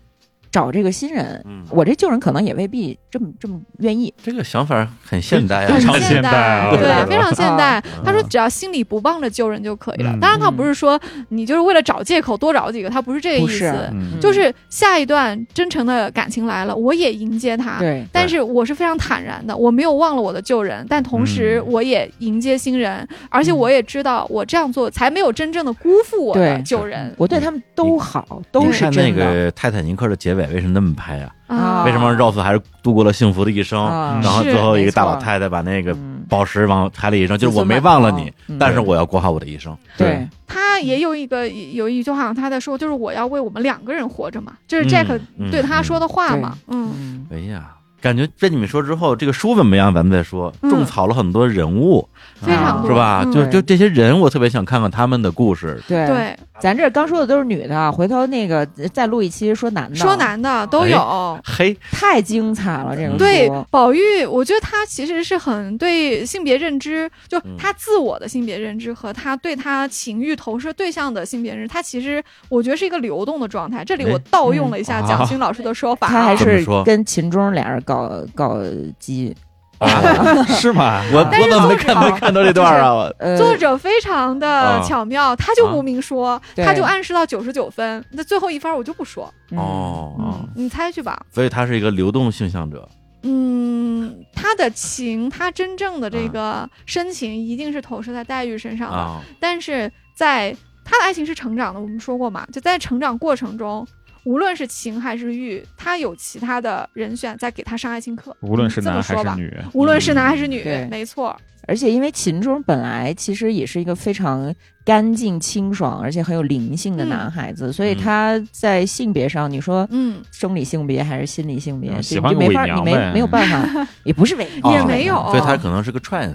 [SPEAKER 3] 找这个新人，
[SPEAKER 1] 嗯，
[SPEAKER 3] 我这救人可能也未必这么这么愿意。
[SPEAKER 1] 这个想法很现代啊，
[SPEAKER 4] 非
[SPEAKER 1] 常
[SPEAKER 4] 常
[SPEAKER 1] 现
[SPEAKER 4] 现代啊
[SPEAKER 2] 对，
[SPEAKER 4] 我觉得
[SPEAKER 2] 非常现
[SPEAKER 3] 啊
[SPEAKER 2] 代。
[SPEAKER 1] 嗯
[SPEAKER 2] 他说，只要心里不忘着救人就可以了。
[SPEAKER 4] 嗯
[SPEAKER 2] 当然，他不是说你就是为了找借口多找几个，他不是这个意
[SPEAKER 3] 不是
[SPEAKER 2] 思。
[SPEAKER 4] 嗯
[SPEAKER 3] 嗯
[SPEAKER 2] 就是下一段真诚的感情来了，我也迎接他。
[SPEAKER 3] 对，
[SPEAKER 2] 但是我是非常坦然的，我没有忘了我的旧人，但同时
[SPEAKER 4] 嗯
[SPEAKER 2] 我也迎接新人，而
[SPEAKER 3] 嗯
[SPEAKER 2] 且我也知道我这样做才没有真正的辜负我的
[SPEAKER 3] 对
[SPEAKER 2] 旧人
[SPEAKER 3] 我对他们都好，都
[SPEAKER 1] 你
[SPEAKER 3] 是
[SPEAKER 1] 看那
[SPEAKER 3] 真的。
[SPEAKER 1] 个《泰坦尼克》的结尾为什么那么拍啊？
[SPEAKER 2] 啊。
[SPEAKER 1] 为什么 Ralph 还是度过了幸福的一生？
[SPEAKER 3] 啊
[SPEAKER 1] 然后
[SPEAKER 2] 是
[SPEAKER 1] 最后一
[SPEAKER 3] 没
[SPEAKER 1] 个大
[SPEAKER 3] 错
[SPEAKER 1] 老太太把那个
[SPEAKER 3] 嗯
[SPEAKER 1] 宝石往海里一扔，就是我没忘
[SPEAKER 2] 哦
[SPEAKER 1] 了你，，
[SPEAKER 3] 嗯
[SPEAKER 1] 但是我要过好我的一生。
[SPEAKER 3] 对，
[SPEAKER 2] 他也
[SPEAKER 1] 嗯
[SPEAKER 2] 有一个有一句话，好像他在说，就是我要为我们两个人活着嘛，这是 Jack
[SPEAKER 1] 嗯
[SPEAKER 2] 对他说。
[SPEAKER 1] 嗯
[SPEAKER 2] 的话嘛，嗯
[SPEAKER 3] 嗯
[SPEAKER 1] 哎呀，感觉被你们说之后，这个书怎么样？咱们再说，
[SPEAKER 2] 嗯
[SPEAKER 1] 种草了很多人物，
[SPEAKER 2] 非常
[SPEAKER 3] 啊
[SPEAKER 2] 多
[SPEAKER 1] 是吧？
[SPEAKER 2] 嗯
[SPEAKER 1] 就
[SPEAKER 3] 对
[SPEAKER 1] 就这些人，我特别想看看他们的故事。
[SPEAKER 3] 对，
[SPEAKER 2] 对，
[SPEAKER 3] 咱这刚说的都是女的，啊回头那个再录一期说男的，啊
[SPEAKER 2] 说男的
[SPEAKER 1] 哎
[SPEAKER 2] 都有。 [LAUGHS]
[SPEAKER 1] 嘿，
[SPEAKER 3] 太精彩了，这
[SPEAKER 1] 嗯
[SPEAKER 3] 种
[SPEAKER 2] 对
[SPEAKER 3] 书
[SPEAKER 2] 宝玉，我觉得他其实是很对性别认知，就
[SPEAKER 1] 嗯
[SPEAKER 2] 他自我的性别认知和他对他情欲投射对象的性别认知，他其实我觉得是一个流动的状态。这里我
[SPEAKER 1] 哎
[SPEAKER 2] 盗用了一下
[SPEAKER 4] 嗯
[SPEAKER 2] 蒋勋老
[SPEAKER 1] [LAUGHS]
[SPEAKER 2] 师的说法
[SPEAKER 3] 他
[SPEAKER 2] 啊，
[SPEAKER 3] 还
[SPEAKER 1] 这么
[SPEAKER 3] 是
[SPEAKER 1] 说
[SPEAKER 3] 跟秦钟俩人搞搞基，
[SPEAKER 1] 啊
[SPEAKER 4] 是吗？
[SPEAKER 1] 我
[SPEAKER 2] 但
[SPEAKER 1] 我
[SPEAKER 2] 是
[SPEAKER 1] 怎么没
[SPEAKER 2] 作者
[SPEAKER 1] 看没看到这段
[SPEAKER 2] [LAUGHS]
[SPEAKER 1] 啊？我
[SPEAKER 3] 呃，
[SPEAKER 2] 作者非常的
[SPEAKER 1] 啊
[SPEAKER 2] 巧妙，他就无明说，
[SPEAKER 3] 对
[SPEAKER 2] 他就暗示到九十九分，那最后一分我就不说，
[SPEAKER 3] 嗯，
[SPEAKER 1] 哦哦，
[SPEAKER 2] 你猜去吧。
[SPEAKER 1] 所以他是一个流动性向者。
[SPEAKER 2] 嗯，他的情，他真正的这个深情一定是投射在黛玉身上的，
[SPEAKER 1] 啊，
[SPEAKER 2] 但是在他的爱情是成长的，我们说过嘛，就在成长过程中，无论是情还是欲，他有其他的人选在给他上爱情课，
[SPEAKER 4] 无论是
[SPEAKER 2] 这么
[SPEAKER 4] 男还
[SPEAKER 2] 说吧
[SPEAKER 4] 是女，
[SPEAKER 2] 无论是男还是女，
[SPEAKER 3] 对
[SPEAKER 2] 没错，
[SPEAKER 3] 而且因为秦钟本来其实也是一个非常干净清爽，而且很有灵性的男孩子，
[SPEAKER 4] 嗯
[SPEAKER 3] 所以他在性别上，你说
[SPEAKER 2] 嗯，
[SPEAKER 3] 生理性别还是心理性别，
[SPEAKER 4] 嗯
[SPEAKER 3] 这
[SPEAKER 4] 喜欢
[SPEAKER 3] 你
[SPEAKER 4] 个
[SPEAKER 3] 没法，
[SPEAKER 4] 伪娘
[SPEAKER 3] 你没
[SPEAKER 4] 呗
[SPEAKER 2] [LAUGHS]
[SPEAKER 1] 哦
[SPEAKER 3] 没有办法，也不是伪娘，
[SPEAKER 2] 也没有
[SPEAKER 1] 所以他可能是个 trans，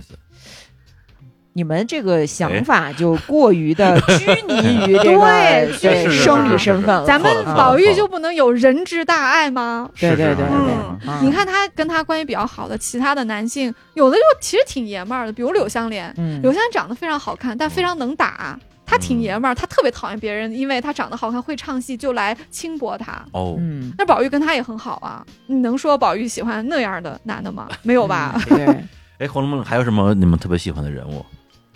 [SPEAKER 3] 你们这个
[SPEAKER 4] 哎
[SPEAKER 3] 想法就过于
[SPEAKER 4] [LAUGHS]
[SPEAKER 3] 的拘泥于这个
[SPEAKER 2] 对是
[SPEAKER 3] 对
[SPEAKER 2] 是是
[SPEAKER 3] 生理
[SPEAKER 2] 是
[SPEAKER 3] 身份了。啊
[SPEAKER 2] 咱们
[SPEAKER 1] 错了
[SPEAKER 2] 宝
[SPEAKER 1] 错
[SPEAKER 2] 玉
[SPEAKER 1] 了
[SPEAKER 2] 就不能有人之大爱吗？
[SPEAKER 3] 对
[SPEAKER 4] 是
[SPEAKER 3] 对
[SPEAKER 4] 是
[SPEAKER 3] 对
[SPEAKER 4] 是
[SPEAKER 3] 对
[SPEAKER 2] 嗯
[SPEAKER 3] 啊
[SPEAKER 2] 你看他跟他关系比较好的其他的男性，有的就其实挺爷们儿的，比如柳湘莲，
[SPEAKER 3] 嗯
[SPEAKER 2] 柳湘莲长得非常好看，但非常能打。他挺爷们儿，他特别讨厌别人，因为他长得好看会唱戏就来轻薄他。
[SPEAKER 1] 哦，
[SPEAKER 3] 嗯，
[SPEAKER 2] 那宝玉跟他也很好啊，你能说宝玉喜欢那样的男的吗？没有吧？
[SPEAKER 3] 嗯？对，啊
[SPEAKER 1] 哎，《红楼梦》还有什么你们特别喜欢的人物？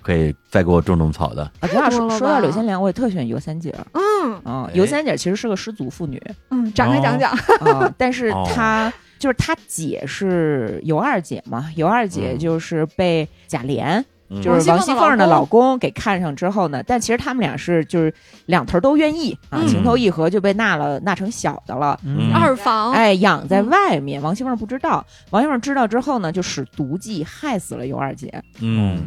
[SPEAKER 1] 可以再给我种种草的。
[SPEAKER 3] 咱俩
[SPEAKER 2] 多
[SPEAKER 3] 说
[SPEAKER 2] 了
[SPEAKER 3] 说到
[SPEAKER 2] 吧
[SPEAKER 3] 柳湘莲，我也特喜欢尤三姐儿。
[SPEAKER 2] 嗯
[SPEAKER 3] 啊
[SPEAKER 1] 哎，
[SPEAKER 3] 尤三姐儿其实是个失足妇女
[SPEAKER 2] 嗯，展开讲讲。
[SPEAKER 3] 啊，但是
[SPEAKER 1] 哦
[SPEAKER 3] 她就是她姐是尤二姐嘛，尤二姐
[SPEAKER 1] 嗯
[SPEAKER 3] 就是被贾琏
[SPEAKER 1] 嗯
[SPEAKER 3] 就是
[SPEAKER 2] 王
[SPEAKER 3] 王
[SPEAKER 2] 熙
[SPEAKER 3] 熙
[SPEAKER 2] 凤的
[SPEAKER 3] 凤的
[SPEAKER 2] 老
[SPEAKER 3] 老公给看上之后呢，但其实他们俩是就是两头都愿意啊，
[SPEAKER 2] 嗯
[SPEAKER 3] 情投意合就被纳了纳成小的了。
[SPEAKER 1] 嗯
[SPEAKER 2] 二房，
[SPEAKER 3] 哎，养
[SPEAKER 2] 嗯
[SPEAKER 3] 在外面，王熙凤不知道。王熙凤知道之后呢，就使毒计害死了尤二姐。
[SPEAKER 1] 嗯，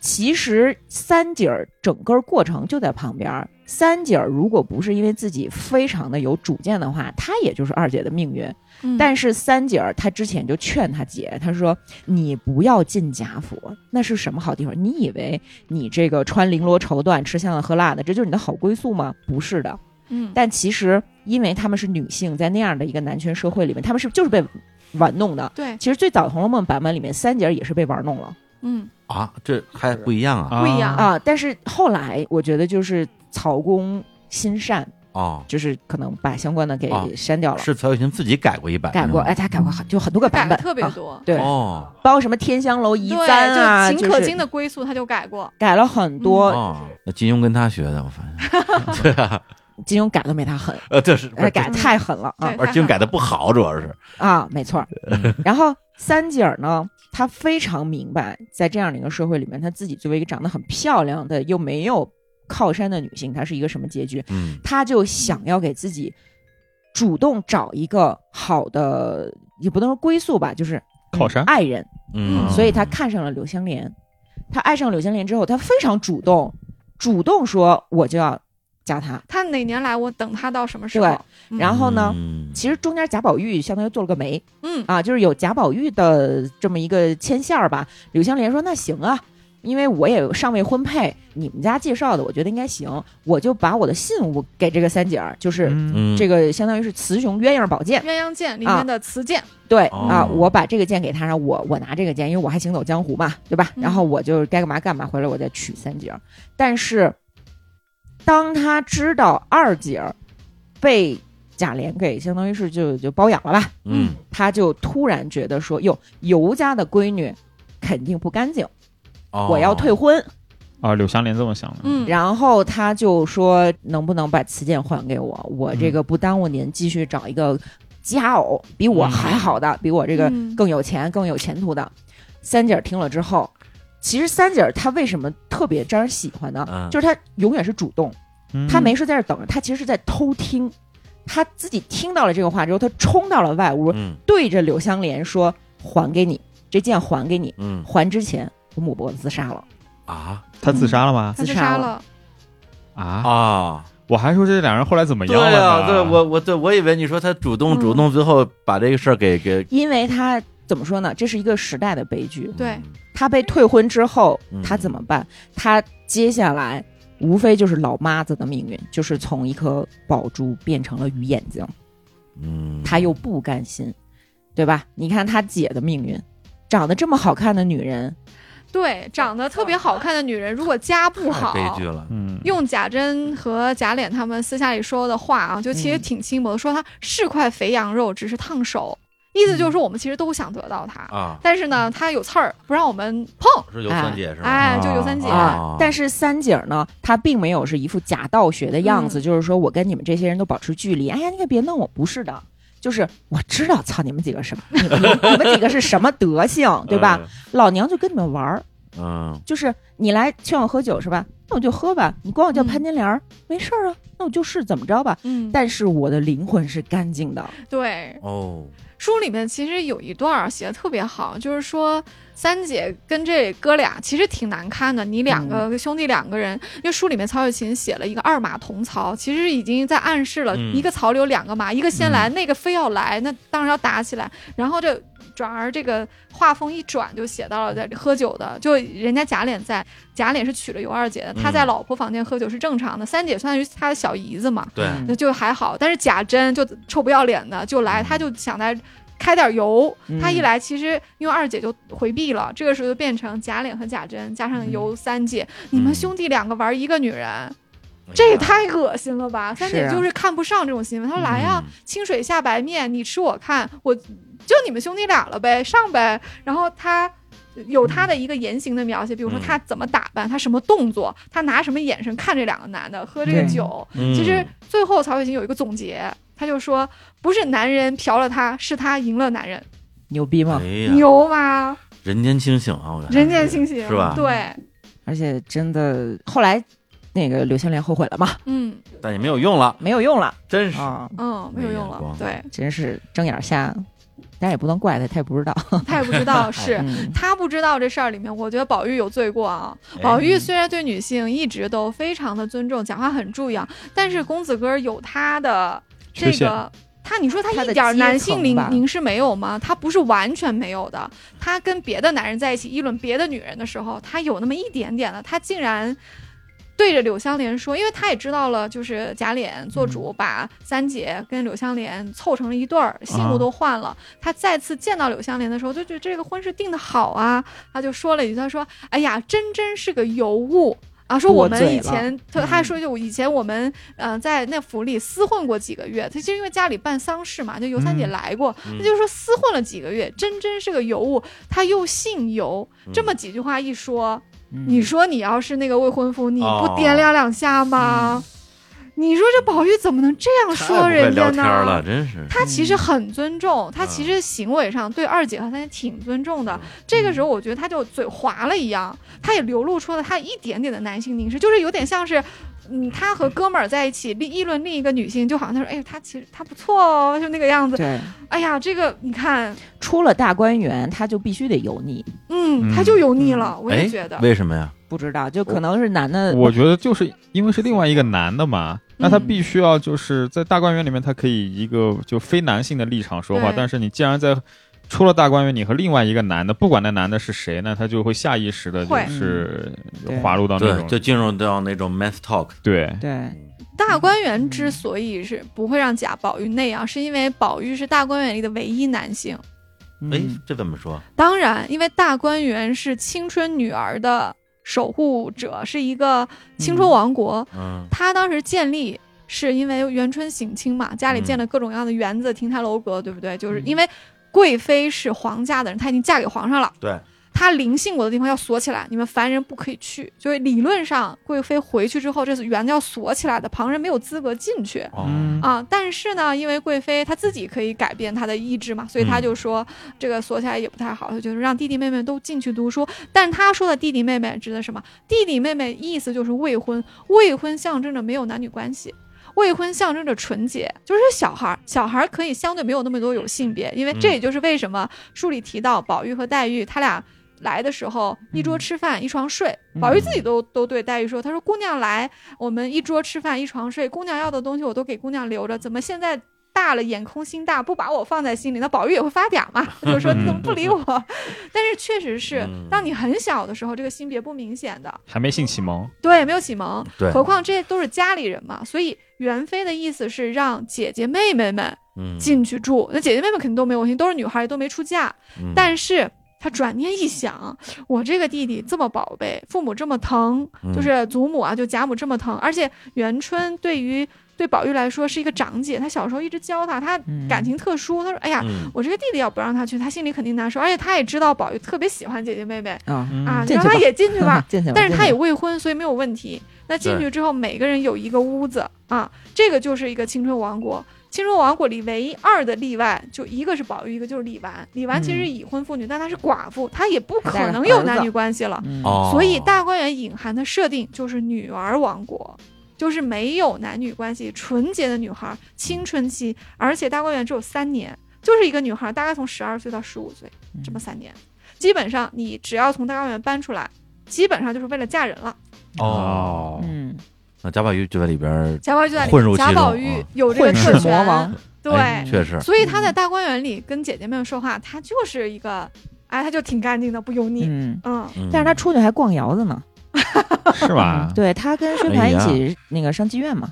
[SPEAKER 3] 其实三姐儿整个过程就在旁边儿。三姐儿如果不是因为自己非常的有主见的话，她也就是二姐的命运。
[SPEAKER 2] 嗯
[SPEAKER 3] 但是三姐儿她之前就劝她姐，她说：“你不要进贾府，那是什么好地方？你以为你这个穿绫罗绸缎、吃香的喝辣的，这就是你的好归宿吗？不是的。
[SPEAKER 2] 嗯，
[SPEAKER 3] 但其实因为她们是女性，在那样的一个男权社会里面，她们是就是被玩弄的。
[SPEAKER 2] 对，
[SPEAKER 3] 其实最早《红楼梦》版本里面，三姐儿也是被玩弄了
[SPEAKER 2] 嗯，
[SPEAKER 1] 啊，这还不一样啊。
[SPEAKER 2] 不一样
[SPEAKER 3] 啊。但是后来，我觉得就是曹公心善，
[SPEAKER 1] 哦，
[SPEAKER 3] 就是可能把相关的给
[SPEAKER 1] 啊
[SPEAKER 3] 删掉了，
[SPEAKER 1] 是嗯曹雪芹自己改过一版，
[SPEAKER 3] 改过。
[SPEAKER 1] 是吗
[SPEAKER 3] 哎，他改过很就很多个
[SPEAKER 2] 改
[SPEAKER 3] 版
[SPEAKER 2] 的
[SPEAKER 3] 本，
[SPEAKER 2] 特别
[SPEAKER 3] 啊
[SPEAKER 2] 多。
[SPEAKER 3] 对，
[SPEAKER 1] 哦，
[SPEAKER 3] 包括什么天香楼一
[SPEAKER 2] 对，
[SPEAKER 3] 簪啊，
[SPEAKER 2] 就秦
[SPEAKER 3] 就
[SPEAKER 2] 可
[SPEAKER 3] 是
[SPEAKER 2] 卿的嗯归宿，他就改过。
[SPEAKER 3] 改了很多，
[SPEAKER 1] 哦，那金庸跟他学的，我发现。对啊，
[SPEAKER 3] 金庸改都没他狠，
[SPEAKER 1] 呃，这是不
[SPEAKER 3] 哎，
[SPEAKER 1] 是
[SPEAKER 3] 改得太狠了啊
[SPEAKER 2] 对
[SPEAKER 1] 而金庸改的不好，主要是。
[SPEAKER 3] 啊，没错儿
[SPEAKER 4] 嗯。
[SPEAKER 3] 然后三姐儿呢，她非常明白，在这样的一个社会里面，她自己作为一个长得很漂亮的又没有靠山的女性，她是一个什么结局？
[SPEAKER 1] [LAUGHS] 嗯
[SPEAKER 3] 她就想要给自己主动找一个好的，也不能说归宿吧，就是
[SPEAKER 4] 靠山
[SPEAKER 3] 爱人。
[SPEAKER 1] 嗯，
[SPEAKER 3] 所以她看上了柳湘莲。她爱上柳湘莲之后，她非常主动，主动说我就要嫁他。
[SPEAKER 2] 他哪年来，我等他到什么时候？嗯
[SPEAKER 3] 然后呢，
[SPEAKER 1] 嗯
[SPEAKER 3] 其实中间贾宝玉相当于做了个媒
[SPEAKER 2] 嗯，
[SPEAKER 3] 啊，就是有贾宝玉的这么一个牵线儿吧。柳湘莲说：“那行啊，因为我也尚未婚配，你们家介绍的，我觉得应该行，我就把我的信物给这个三姐儿，就是
[SPEAKER 4] 嗯
[SPEAKER 1] 嗯
[SPEAKER 3] 这个相当于是雌雄鸳鸯宝剑。
[SPEAKER 2] 鸳鸯剑里
[SPEAKER 3] 啊
[SPEAKER 2] 面的雌剑，
[SPEAKER 3] 对、
[SPEAKER 1] 哦
[SPEAKER 3] 啊，我把这个剑给他，然后我我拿这个剑，因为我还行走江湖嘛，对吧？
[SPEAKER 2] 嗯
[SPEAKER 3] 然后我就该干嘛干嘛，回来我再娶三姐儿。但是，当他知道二姐儿被贾琏给相当于是就就包养了吧，
[SPEAKER 1] 嗯
[SPEAKER 3] 他就突然觉得说，哟，尤家的闺女肯定不干净，
[SPEAKER 1] 哦
[SPEAKER 3] 我要退婚。
[SPEAKER 4] 啊，柳湘莲这么想的，
[SPEAKER 2] 嗯，
[SPEAKER 3] 然后他就说，能不能把雌剑还给我？我
[SPEAKER 1] 嗯
[SPEAKER 3] 这个不耽误您继续找一个佳偶，比
[SPEAKER 1] 嗯
[SPEAKER 3] 我还好的，比我这个
[SPEAKER 2] 嗯
[SPEAKER 3] 更有钱、更有前途的。三姐儿听了之后，其实三姐儿她为什么特别招人喜欢呢？
[SPEAKER 1] 嗯
[SPEAKER 3] 就是她永远是主动，
[SPEAKER 4] 嗯
[SPEAKER 3] 她没说在这儿等着，她其实是在偷听。她自己听到了这个话之后，她冲到了外屋，
[SPEAKER 1] 嗯
[SPEAKER 3] 对着柳湘莲说：“还给你，这剑还给你。
[SPEAKER 1] 嗯
[SPEAKER 3] 还之前，我母伯自杀了。
[SPEAKER 1] 啊
[SPEAKER 4] 他自杀了吗？
[SPEAKER 2] 他自
[SPEAKER 3] 自杀
[SPEAKER 2] 了。
[SPEAKER 4] 啊，
[SPEAKER 1] 啊！
[SPEAKER 4] 我还说这两人后来怎 [LAUGHS] 么样
[SPEAKER 1] 对
[SPEAKER 4] 了
[SPEAKER 1] 啊，
[SPEAKER 4] 呢？
[SPEAKER 1] 对我我对我以为你说他主
[SPEAKER 2] 嗯
[SPEAKER 1] 动主动，最后把这个事儿给给
[SPEAKER 3] 因为他怎么说呢？这是一个时代的悲剧。
[SPEAKER 2] 对
[SPEAKER 3] 他被退婚之后
[SPEAKER 1] 嗯，
[SPEAKER 3] 他怎么办？他接下来无非就是老妈子的命运，就是从一颗宝珠变成了鱼眼睛。
[SPEAKER 1] 嗯，
[SPEAKER 3] 他又不甘心，对吧？你看他姐的命运，长得这么好看的女人，
[SPEAKER 2] 对，长得特别好看的女人，如果家不
[SPEAKER 1] 太
[SPEAKER 3] 啊
[SPEAKER 2] 好，
[SPEAKER 1] 悲剧了，
[SPEAKER 4] 嗯，
[SPEAKER 2] 用贾珍和贾琏他们私下里说的话啊，就其实
[SPEAKER 3] 嗯
[SPEAKER 2] 挺轻薄的，说她是块肥羊肉，只是烫手，意思就是说我们其实都想得到她，
[SPEAKER 1] 嗯啊，
[SPEAKER 2] 但是呢，她有刺儿，不让我们碰，
[SPEAKER 1] 是尤三姐是吧？
[SPEAKER 2] 哎，就尤三姐，
[SPEAKER 1] 啊
[SPEAKER 3] 啊，但是三姐儿呢，她并没有是一副假道学的样
[SPEAKER 1] 嗯
[SPEAKER 3] 子，就是说我跟你们这些人都保持距离。哎呀，你可别弄我，不是的，就是我知道，操你们几个什么，你们你们几个是什么
[SPEAKER 1] [LAUGHS]
[SPEAKER 3] 德性，对吧？老娘就跟你们玩儿，
[SPEAKER 1] 嗯？
[SPEAKER 3] 就是你来劝我喝酒是吧？那我就喝吧。你管我叫
[SPEAKER 2] 嗯
[SPEAKER 3] 潘金莲儿，没事儿啊，那我就是怎么着吧。
[SPEAKER 2] 嗯，
[SPEAKER 3] 但是我的灵魂是干净的，
[SPEAKER 2] 对，
[SPEAKER 1] 哦，
[SPEAKER 2] 书里面其实有一段儿写的特别好，就是说三姐跟这哥俩其实挺难堪的。你两
[SPEAKER 1] 嗯
[SPEAKER 2] 个兄弟两个人，因为书里面曹雪芹写了一个二马同槽，其实已经在暗示了
[SPEAKER 1] 嗯
[SPEAKER 2] 一个槽里有两个马，一个先来，那个非要来，那当然要打起来。然后这转而这个画风一转，就写到了在
[SPEAKER 1] 嗯
[SPEAKER 2] 喝酒的，就人家贾琏在，贾琏是娶了尤二姐的，他
[SPEAKER 1] 嗯
[SPEAKER 2] 在老婆房间喝酒是正常的，三姐算是他的小姨子嘛，
[SPEAKER 1] 对，哎
[SPEAKER 3] 嗯
[SPEAKER 2] 那就还好。但是贾珍就臭不要脸的就来，
[SPEAKER 1] 嗯
[SPEAKER 2] 他就想来开点油。
[SPEAKER 3] 嗯
[SPEAKER 2] 他一来，其实因为二姐就回避了，这个时候就变成贾琏和贾珍加上
[SPEAKER 3] 嗯
[SPEAKER 2] 尤三姐，你们兄弟两个玩一个女人，这也太恶心了吧！三姐
[SPEAKER 3] 是啊
[SPEAKER 2] 就是看不上这种行为，她说来呀、
[SPEAKER 1] 嗯
[SPEAKER 2] 清水下白面，你吃我看，我就你们兄弟俩了呗，上呗。然后他。有他的一个言行的描写，比如说
[SPEAKER 1] 嗯
[SPEAKER 2] 他怎么打扮，他什么动作，他拿什么眼神看这两个男的，喝这个
[SPEAKER 3] 对
[SPEAKER 2] 酒，
[SPEAKER 1] 嗯
[SPEAKER 2] 其实最后曹雪芹有一个总结，他就说不是男人嫖了她，是她赢了男人，
[SPEAKER 3] 牛逼吗
[SPEAKER 1] 哎？呀，
[SPEAKER 2] 牛吗？
[SPEAKER 1] 人间清醒啊，我感觉
[SPEAKER 2] 人间清醒
[SPEAKER 1] 是吧
[SPEAKER 2] 对，
[SPEAKER 3] 而且真的，后来那个柳湘莲后悔了嘛，
[SPEAKER 2] 嗯
[SPEAKER 1] 但也没有用了，
[SPEAKER 3] 没有用了
[SPEAKER 1] 真是
[SPEAKER 3] 啊，
[SPEAKER 2] 嗯，没有用
[SPEAKER 1] 没眼
[SPEAKER 2] 了
[SPEAKER 1] 光，
[SPEAKER 2] 对，
[SPEAKER 3] 真是睁眼瞎。但也不能怪他，他也不知道。
[SPEAKER 2] 他也
[SPEAKER 1] [LAUGHS]
[SPEAKER 2] 不知
[SPEAKER 1] 哎
[SPEAKER 2] 道是。
[SPEAKER 3] 嗯
[SPEAKER 2] 他不知道这事儿里面，我觉得宝玉有罪过啊。
[SPEAKER 1] 哎
[SPEAKER 2] 宝玉虽然对女性一直都非常的尊重，讲话很注意啊，但是公子哥儿有他的这
[SPEAKER 4] 缺陷
[SPEAKER 2] 个。他，你说他
[SPEAKER 3] 他
[SPEAKER 2] 一
[SPEAKER 3] 的
[SPEAKER 2] 点儿
[SPEAKER 3] 阶
[SPEAKER 2] 男性
[SPEAKER 3] 层
[SPEAKER 2] 凝
[SPEAKER 3] 吧
[SPEAKER 2] 凝视没有吗？他不是完全没有的。他跟别的男人在一起议论别的女人的时候，他有那么一点点的。他竟然对着柳湘莲说，因为他也知道了，就是贾琏
[SPEAKER 3] 嗯
[SPEAKER 2] 做主把三姐跟柳湘莲凑成了一对儿，戏
[SPEAKER 1] 啊
[SPEAKER 2] 路都换了。他再次见到柳湘莲的时候，就觉得这个婚事定的好啊。他就说了一句，他说：“哎呀，真真是个尤物。”啊，说我
[SPEAKER 3] 多
[SPEAKER 2] 们
[SPEAKER 3] 嘴
[SPEAKER 2] 以
[SPEAKER 3] 了嗯
[SPEAKER 2] 前，他他还说就我以前我们，呃，在那府里厮混过几个月。他就因为家里办丧事嘛，就尤三姐
[SPEAKER 4] 嗯
[SPEAKER 2] 来过，
[SPEAKER 1] 嗯
[SPEAKER 2] 他就说厮混了几个月，真真是个尤物。他又姓尤，
[SPEAKER 1] 嗯
[SPEAKER 2] 这么几句话一说，
[SPEAKER 3] 嗯
[SPEAKER 2] 你说你要是那个未婚夫，你不
[SPEAKER 1] 哦嗯
[SPEAKER 2] 掂量两下吗？你说这宝玉怎么能这样
[SPEAKER 1] 太
[SPEAKER 2] 说
[SPEAKER 1] 不会
[SPEAKER 2] 人家
[SPEAKER 1] 聊天了，
[SPEAKER 2] 呢？
[SPEAKER 1] 真是
[SPEAKER 2] 他其实很尊重，他
[SPEAKER 1] 嗯
[SPEAKER 2] 其实行为上对二姐和三姐挺尊重的。这个时
[SPEAKER 1] 嗯
[SPEAKER 2] 候，我觉得他就嘴滑了一样，他也流露出了他一点点的男性凝视，就是有点像是。嗯，他和哥们儿在一起议议论另一个女性，就好像他说：“哎，她其实她不错哦，就那个样子。
[SPEAKER 3] 对，”
[SPEAKER 2] 哎呀，这个你看，
[SPEAKER 3] 出了大观园，他就必须得油腻。
[SPEAKER 2] 嗯，
[SPEAKER 4] 嗯
[SPEAKER 2] 他就油腻了，我也
[SPEAKER 1] 哎
[SPEAKER 2] 觉得。
[SPEAKER 1] 为什么呀？
[SPEAKER 3] 不知道，就可能是男的，
[SPEAKER 4] 我觉得就是因为是另外一个男的嘛，那他
[SPEAKER 3] 嗯
[SPEAKER 4] 必须要就是在大观园里面，他可以一个就非男性的立场说话
[SPEAKER 2] 对，
[SPEAKER 4] 但是你既然在出了大观园，你和另外一个男的，不管那男的是谁呢，他就会下意识的就
[SPEAKER 2] 会
[SPEAKER 4] 是
[SPEAKER 3] 对
[SPEAKER 4] 滑入到
[SPEAKER 1] 嗯
[SPEAKER 4] 那
[SPEAKER 1] 对，
[SPEAKER 4] 种
[SPEAKER 1] 就进入到那种 mass talk，嗯
[SPEAKER 4] 对
[SPEAKER 2] 哎
[SPEAKER 3] 对，
[SPEAKER 1] 哎
[SPEAKER 2] 大观园之所以是不会让贾宝玉那样，是因为宝玉是大观园里的唯一男性。
[SPEAKER 1] 哎
[SPEAKER 3] 嗯，
[SPEAKER 1] 这怎么说？
[SPEAKER 2] 当然，因为大观园是青春女儿的守护者，是一个青春王国。
[SPEAKER 1] 嗯，
[SPEAKER 2] 他当时建立是因为元春省亲嘛，家里建了各种各样的园子、亭台楼阁，对不对？就是因为贵妃是皇家的人，她已经嫁给皇上了。
[SPEAKER 1] 对，
[SPEAKER 2] 她临幸过的地方要锁起来，你们凡人不可以去。就是理论上，贵妃回去之后，这园子要锁起来的，旁人没有资格进去。
[SPEAKER 1] 哦
[SPEAKER 4] 嗯
[SPEAKER 2] 啊，但是呢，因为贵妃她自己可以改变她的意志嘛，所以她
[SPEAKER 1] 嗯
[SPEAKER 2] 就说、这个锁起来也不太好，她就是让弟弟妹妹都进去读书。但她说的弟弟妹妹指的什么？弟弟妹妹意思就是未婚，未婚象征着没有男女关系。未婚象征着纯洁，就是小孩儿，小孩儿可以相对没有那么多有性别，因为这
[SPEAKER 1] 嗯
[SPEAKER 2] 也就是为什么书里提到宝玉和黛玉他俩来的时候，一
[SPEAKER 1] 嗯
[SPEAKER 2] 桌吃饭一床睡，宝玉自己都都对黛玉说，他说姑娘来，我们一桌吃饭一床睡，姑娘要的东西我都给姑娘留着，怎么现在大了眼空心大，不把我放在心里？那宝玉也会发嗲嘛， [LAUGHS] 他就说你怎么不理我？ [LAUGHS] 但是确实是
[SPEAKER 1] 嗯，
[SPEAKER 2] 当你很小的时候，这个性别不明显的，
[SPEAKER 4] 还没性启蒙，
[SPEAKER 2] 对，没有启蒙，
[SPEAKER 1] 对，
[SPEAKER 2] 何况这些都是家里人嘛，所以元妃的意思是让姐姐妹妹们
[SPEAKER 1] 嗯，
[SPEAKER 2] 进去住，那姐姐妹妹肯定都没有心，都是女孩，也都没出嫁，
[SPEAKER 1] 嗯
[SPEAKER 2] 但是他转念一想，我这个弟弟这么宝贝，父母这么疼，
[SPEAKER 1] 嗯
[SPEAKER 2] 就是祖母啊，就贾母这么疼，而且元春对于对宝玉来说是一个长姐，她小时候一直教他，他
[SPEAKER 3] 嗯
[SPEAKER 2] 感情特殊。他说：“哎呀，
[SPEAKER 1] 嗯
[SPEAKER 2] 我这个弟弟要不让他去，他心里肯定难受。而且他也知道宝玉特别喜欢姐姐妹妹
[SPEAKER 3] 啊，
[SPEAKER 2] 啊，
[SPEAKER 4] 嗯
[SPEAKER 2] 就
[SPEAKER 3] 进
[SPEAKER 2] 让
[SPEAKER 3] 去吧
[SPEAKER 2] 他也进去
[SPEAKER 3] [LAUGHS]
[SPEAKER 2] 吧。
[SPEAKER 3] 进去吧。
[SPEAKER 2] 但是
[SPEAKER 3] 进
[SPEAKER 2] 他
[SPEAKER 3] 去
[SPEAKER 2] 也
[SPEAKER 3] 吧
[SPEAKER 2] 未婚，所以没有问题。那进
[SPEAKER 1] 对
[SPEAKER 2] 去之后，每个人有一个屋子啊，这个就是一个青春王国。青州王国里唯一二的例外，就一个是宝玉，一个就是李纨。李纨其
[SPEAKER 3] 嗯
[SPEAKER 2] 实是已婚妇女，但她是寡妇，她也不可能有男女关系了。
[SPEAKER 3] 嗯
[SPEAKER 1] 哦，
[SPEAKER 2] 所以大观园隐含的设定就是女儿王国，就是没有男女关系，纯洁的女孩，青春期，而且大观园只有三年，就是一个女孩，大概从十二岁到十五岁
[SPEAKER 3] 嗯
[SPEAKER 2] 这么三年，基本上你只要从大观园搬出来，基本上就是为了嫁人了。
[SPEAKER 1] 哦，
[SPEAKER 3] 嗯，
[SPEAKER 1] 那贾宝玉就在里边儿，
[SPEAKER 2] 贾宝玉就在里
[SPEAKER 1] 混入
[SPEAKER 2] 面，
[SPEAKER 1] 其中
[SPEAKER 2] 贾宝玉
[SPEAKER 1] 嗯
[SPEAKER 2] 有这个
[SPEAKER 3] 混世
[SPEAKER 2] 特
[SPEAKER 3] 魔
[SPEAKER 2] 权
[SPEAKER 3] 王，，嗯
[SPEAKER 2] 对，
[SPEAKER 1] 哎确实，
[SPEAKER 2] 所以他在大观园里跟姐姐们说话，他就是一个，哎，他就挺干净的，不油腻，
[SPEAKER 3] 嗯，
[SPEAKER 2] 嗯，
[SPEAKER 1] 嗯
[SPEAKER 3] 但是他出去还逛窑子呢，
[SPEAKER 4] 嗯
[SPEAKER 3] [LAUGHS] 嗯
[SPEAKER 4] 是吧？
[SPEAKER 3] 对他跟薛
[SPEAKER 1] 啊哎
[SPEAKER 3] 蟠一
[SPEAKER 1] 呀嗯
[SPEAKER 3] 起那个上妓院嘛，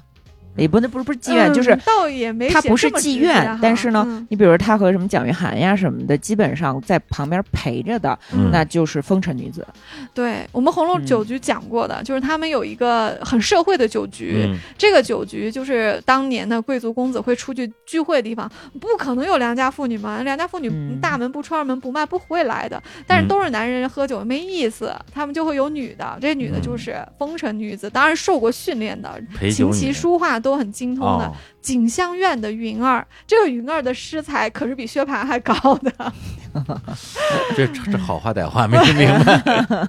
[SPEAKER 3] 也不那不是不是妓院，就是
[SPEAKER 2] 嗯倒也没
[SPEAKER 3] 他
[SPEAKER 2] 写
[SPEAKER 3] 不
[SPEAKER 2] 这
[SPEAKER 3] 是
[SPEAKER 2] 么直
[SPEAKER 3] 妓
[SPEAKER 2] 接
[SPEAKER 3] 院
[SPEAKER 2] 哈
[SPEAKER 3] 但是呢
[SPEAKER 2] 嗯
[SPEAKER 3] 你比如他和什么蒋玉菡呀什么的，基本上在旁边陪着的，
[SPEAKER 1] 嗯啊
[SPEAKER 3] 那就是风尘女子。
[SPEAKER 2] 对我们红楼
[SPEAKER 3] 嗯
[SPEAKER 2] 酒局讲过的，就是他们有一个很社会的酒局，
[SPEAKER 1] 嗯
[SPEAKER 2] 这个酒局就是当年的贵族公子会出去聚会的地方，不可能有良家妇女嘛，良家妇女
[SPEAKER 3] 嗯
[SPEAKER 2] 大门不出二门不迈不会来的，但是都是男人喝酒没意思，他们就会有女的，这女的就是风尘女子，当然受过训练的，
[SPEAKER 1] 嗯陪酒
[SPEAKER 2] 琴
[SPEAKER 1] 女
[SPEAKER 2] 棋书画都很精通的。
[SPEAKER 1] 哦
[SPEAKER 2] 景香院的云儿，这个云儿的诗才可是比薛蟠还高的。
[SPEAKER 1] 这
[SPEAKER 2] [LAUGHS]
[SPEAKER 1] 这好话歹话没听明白，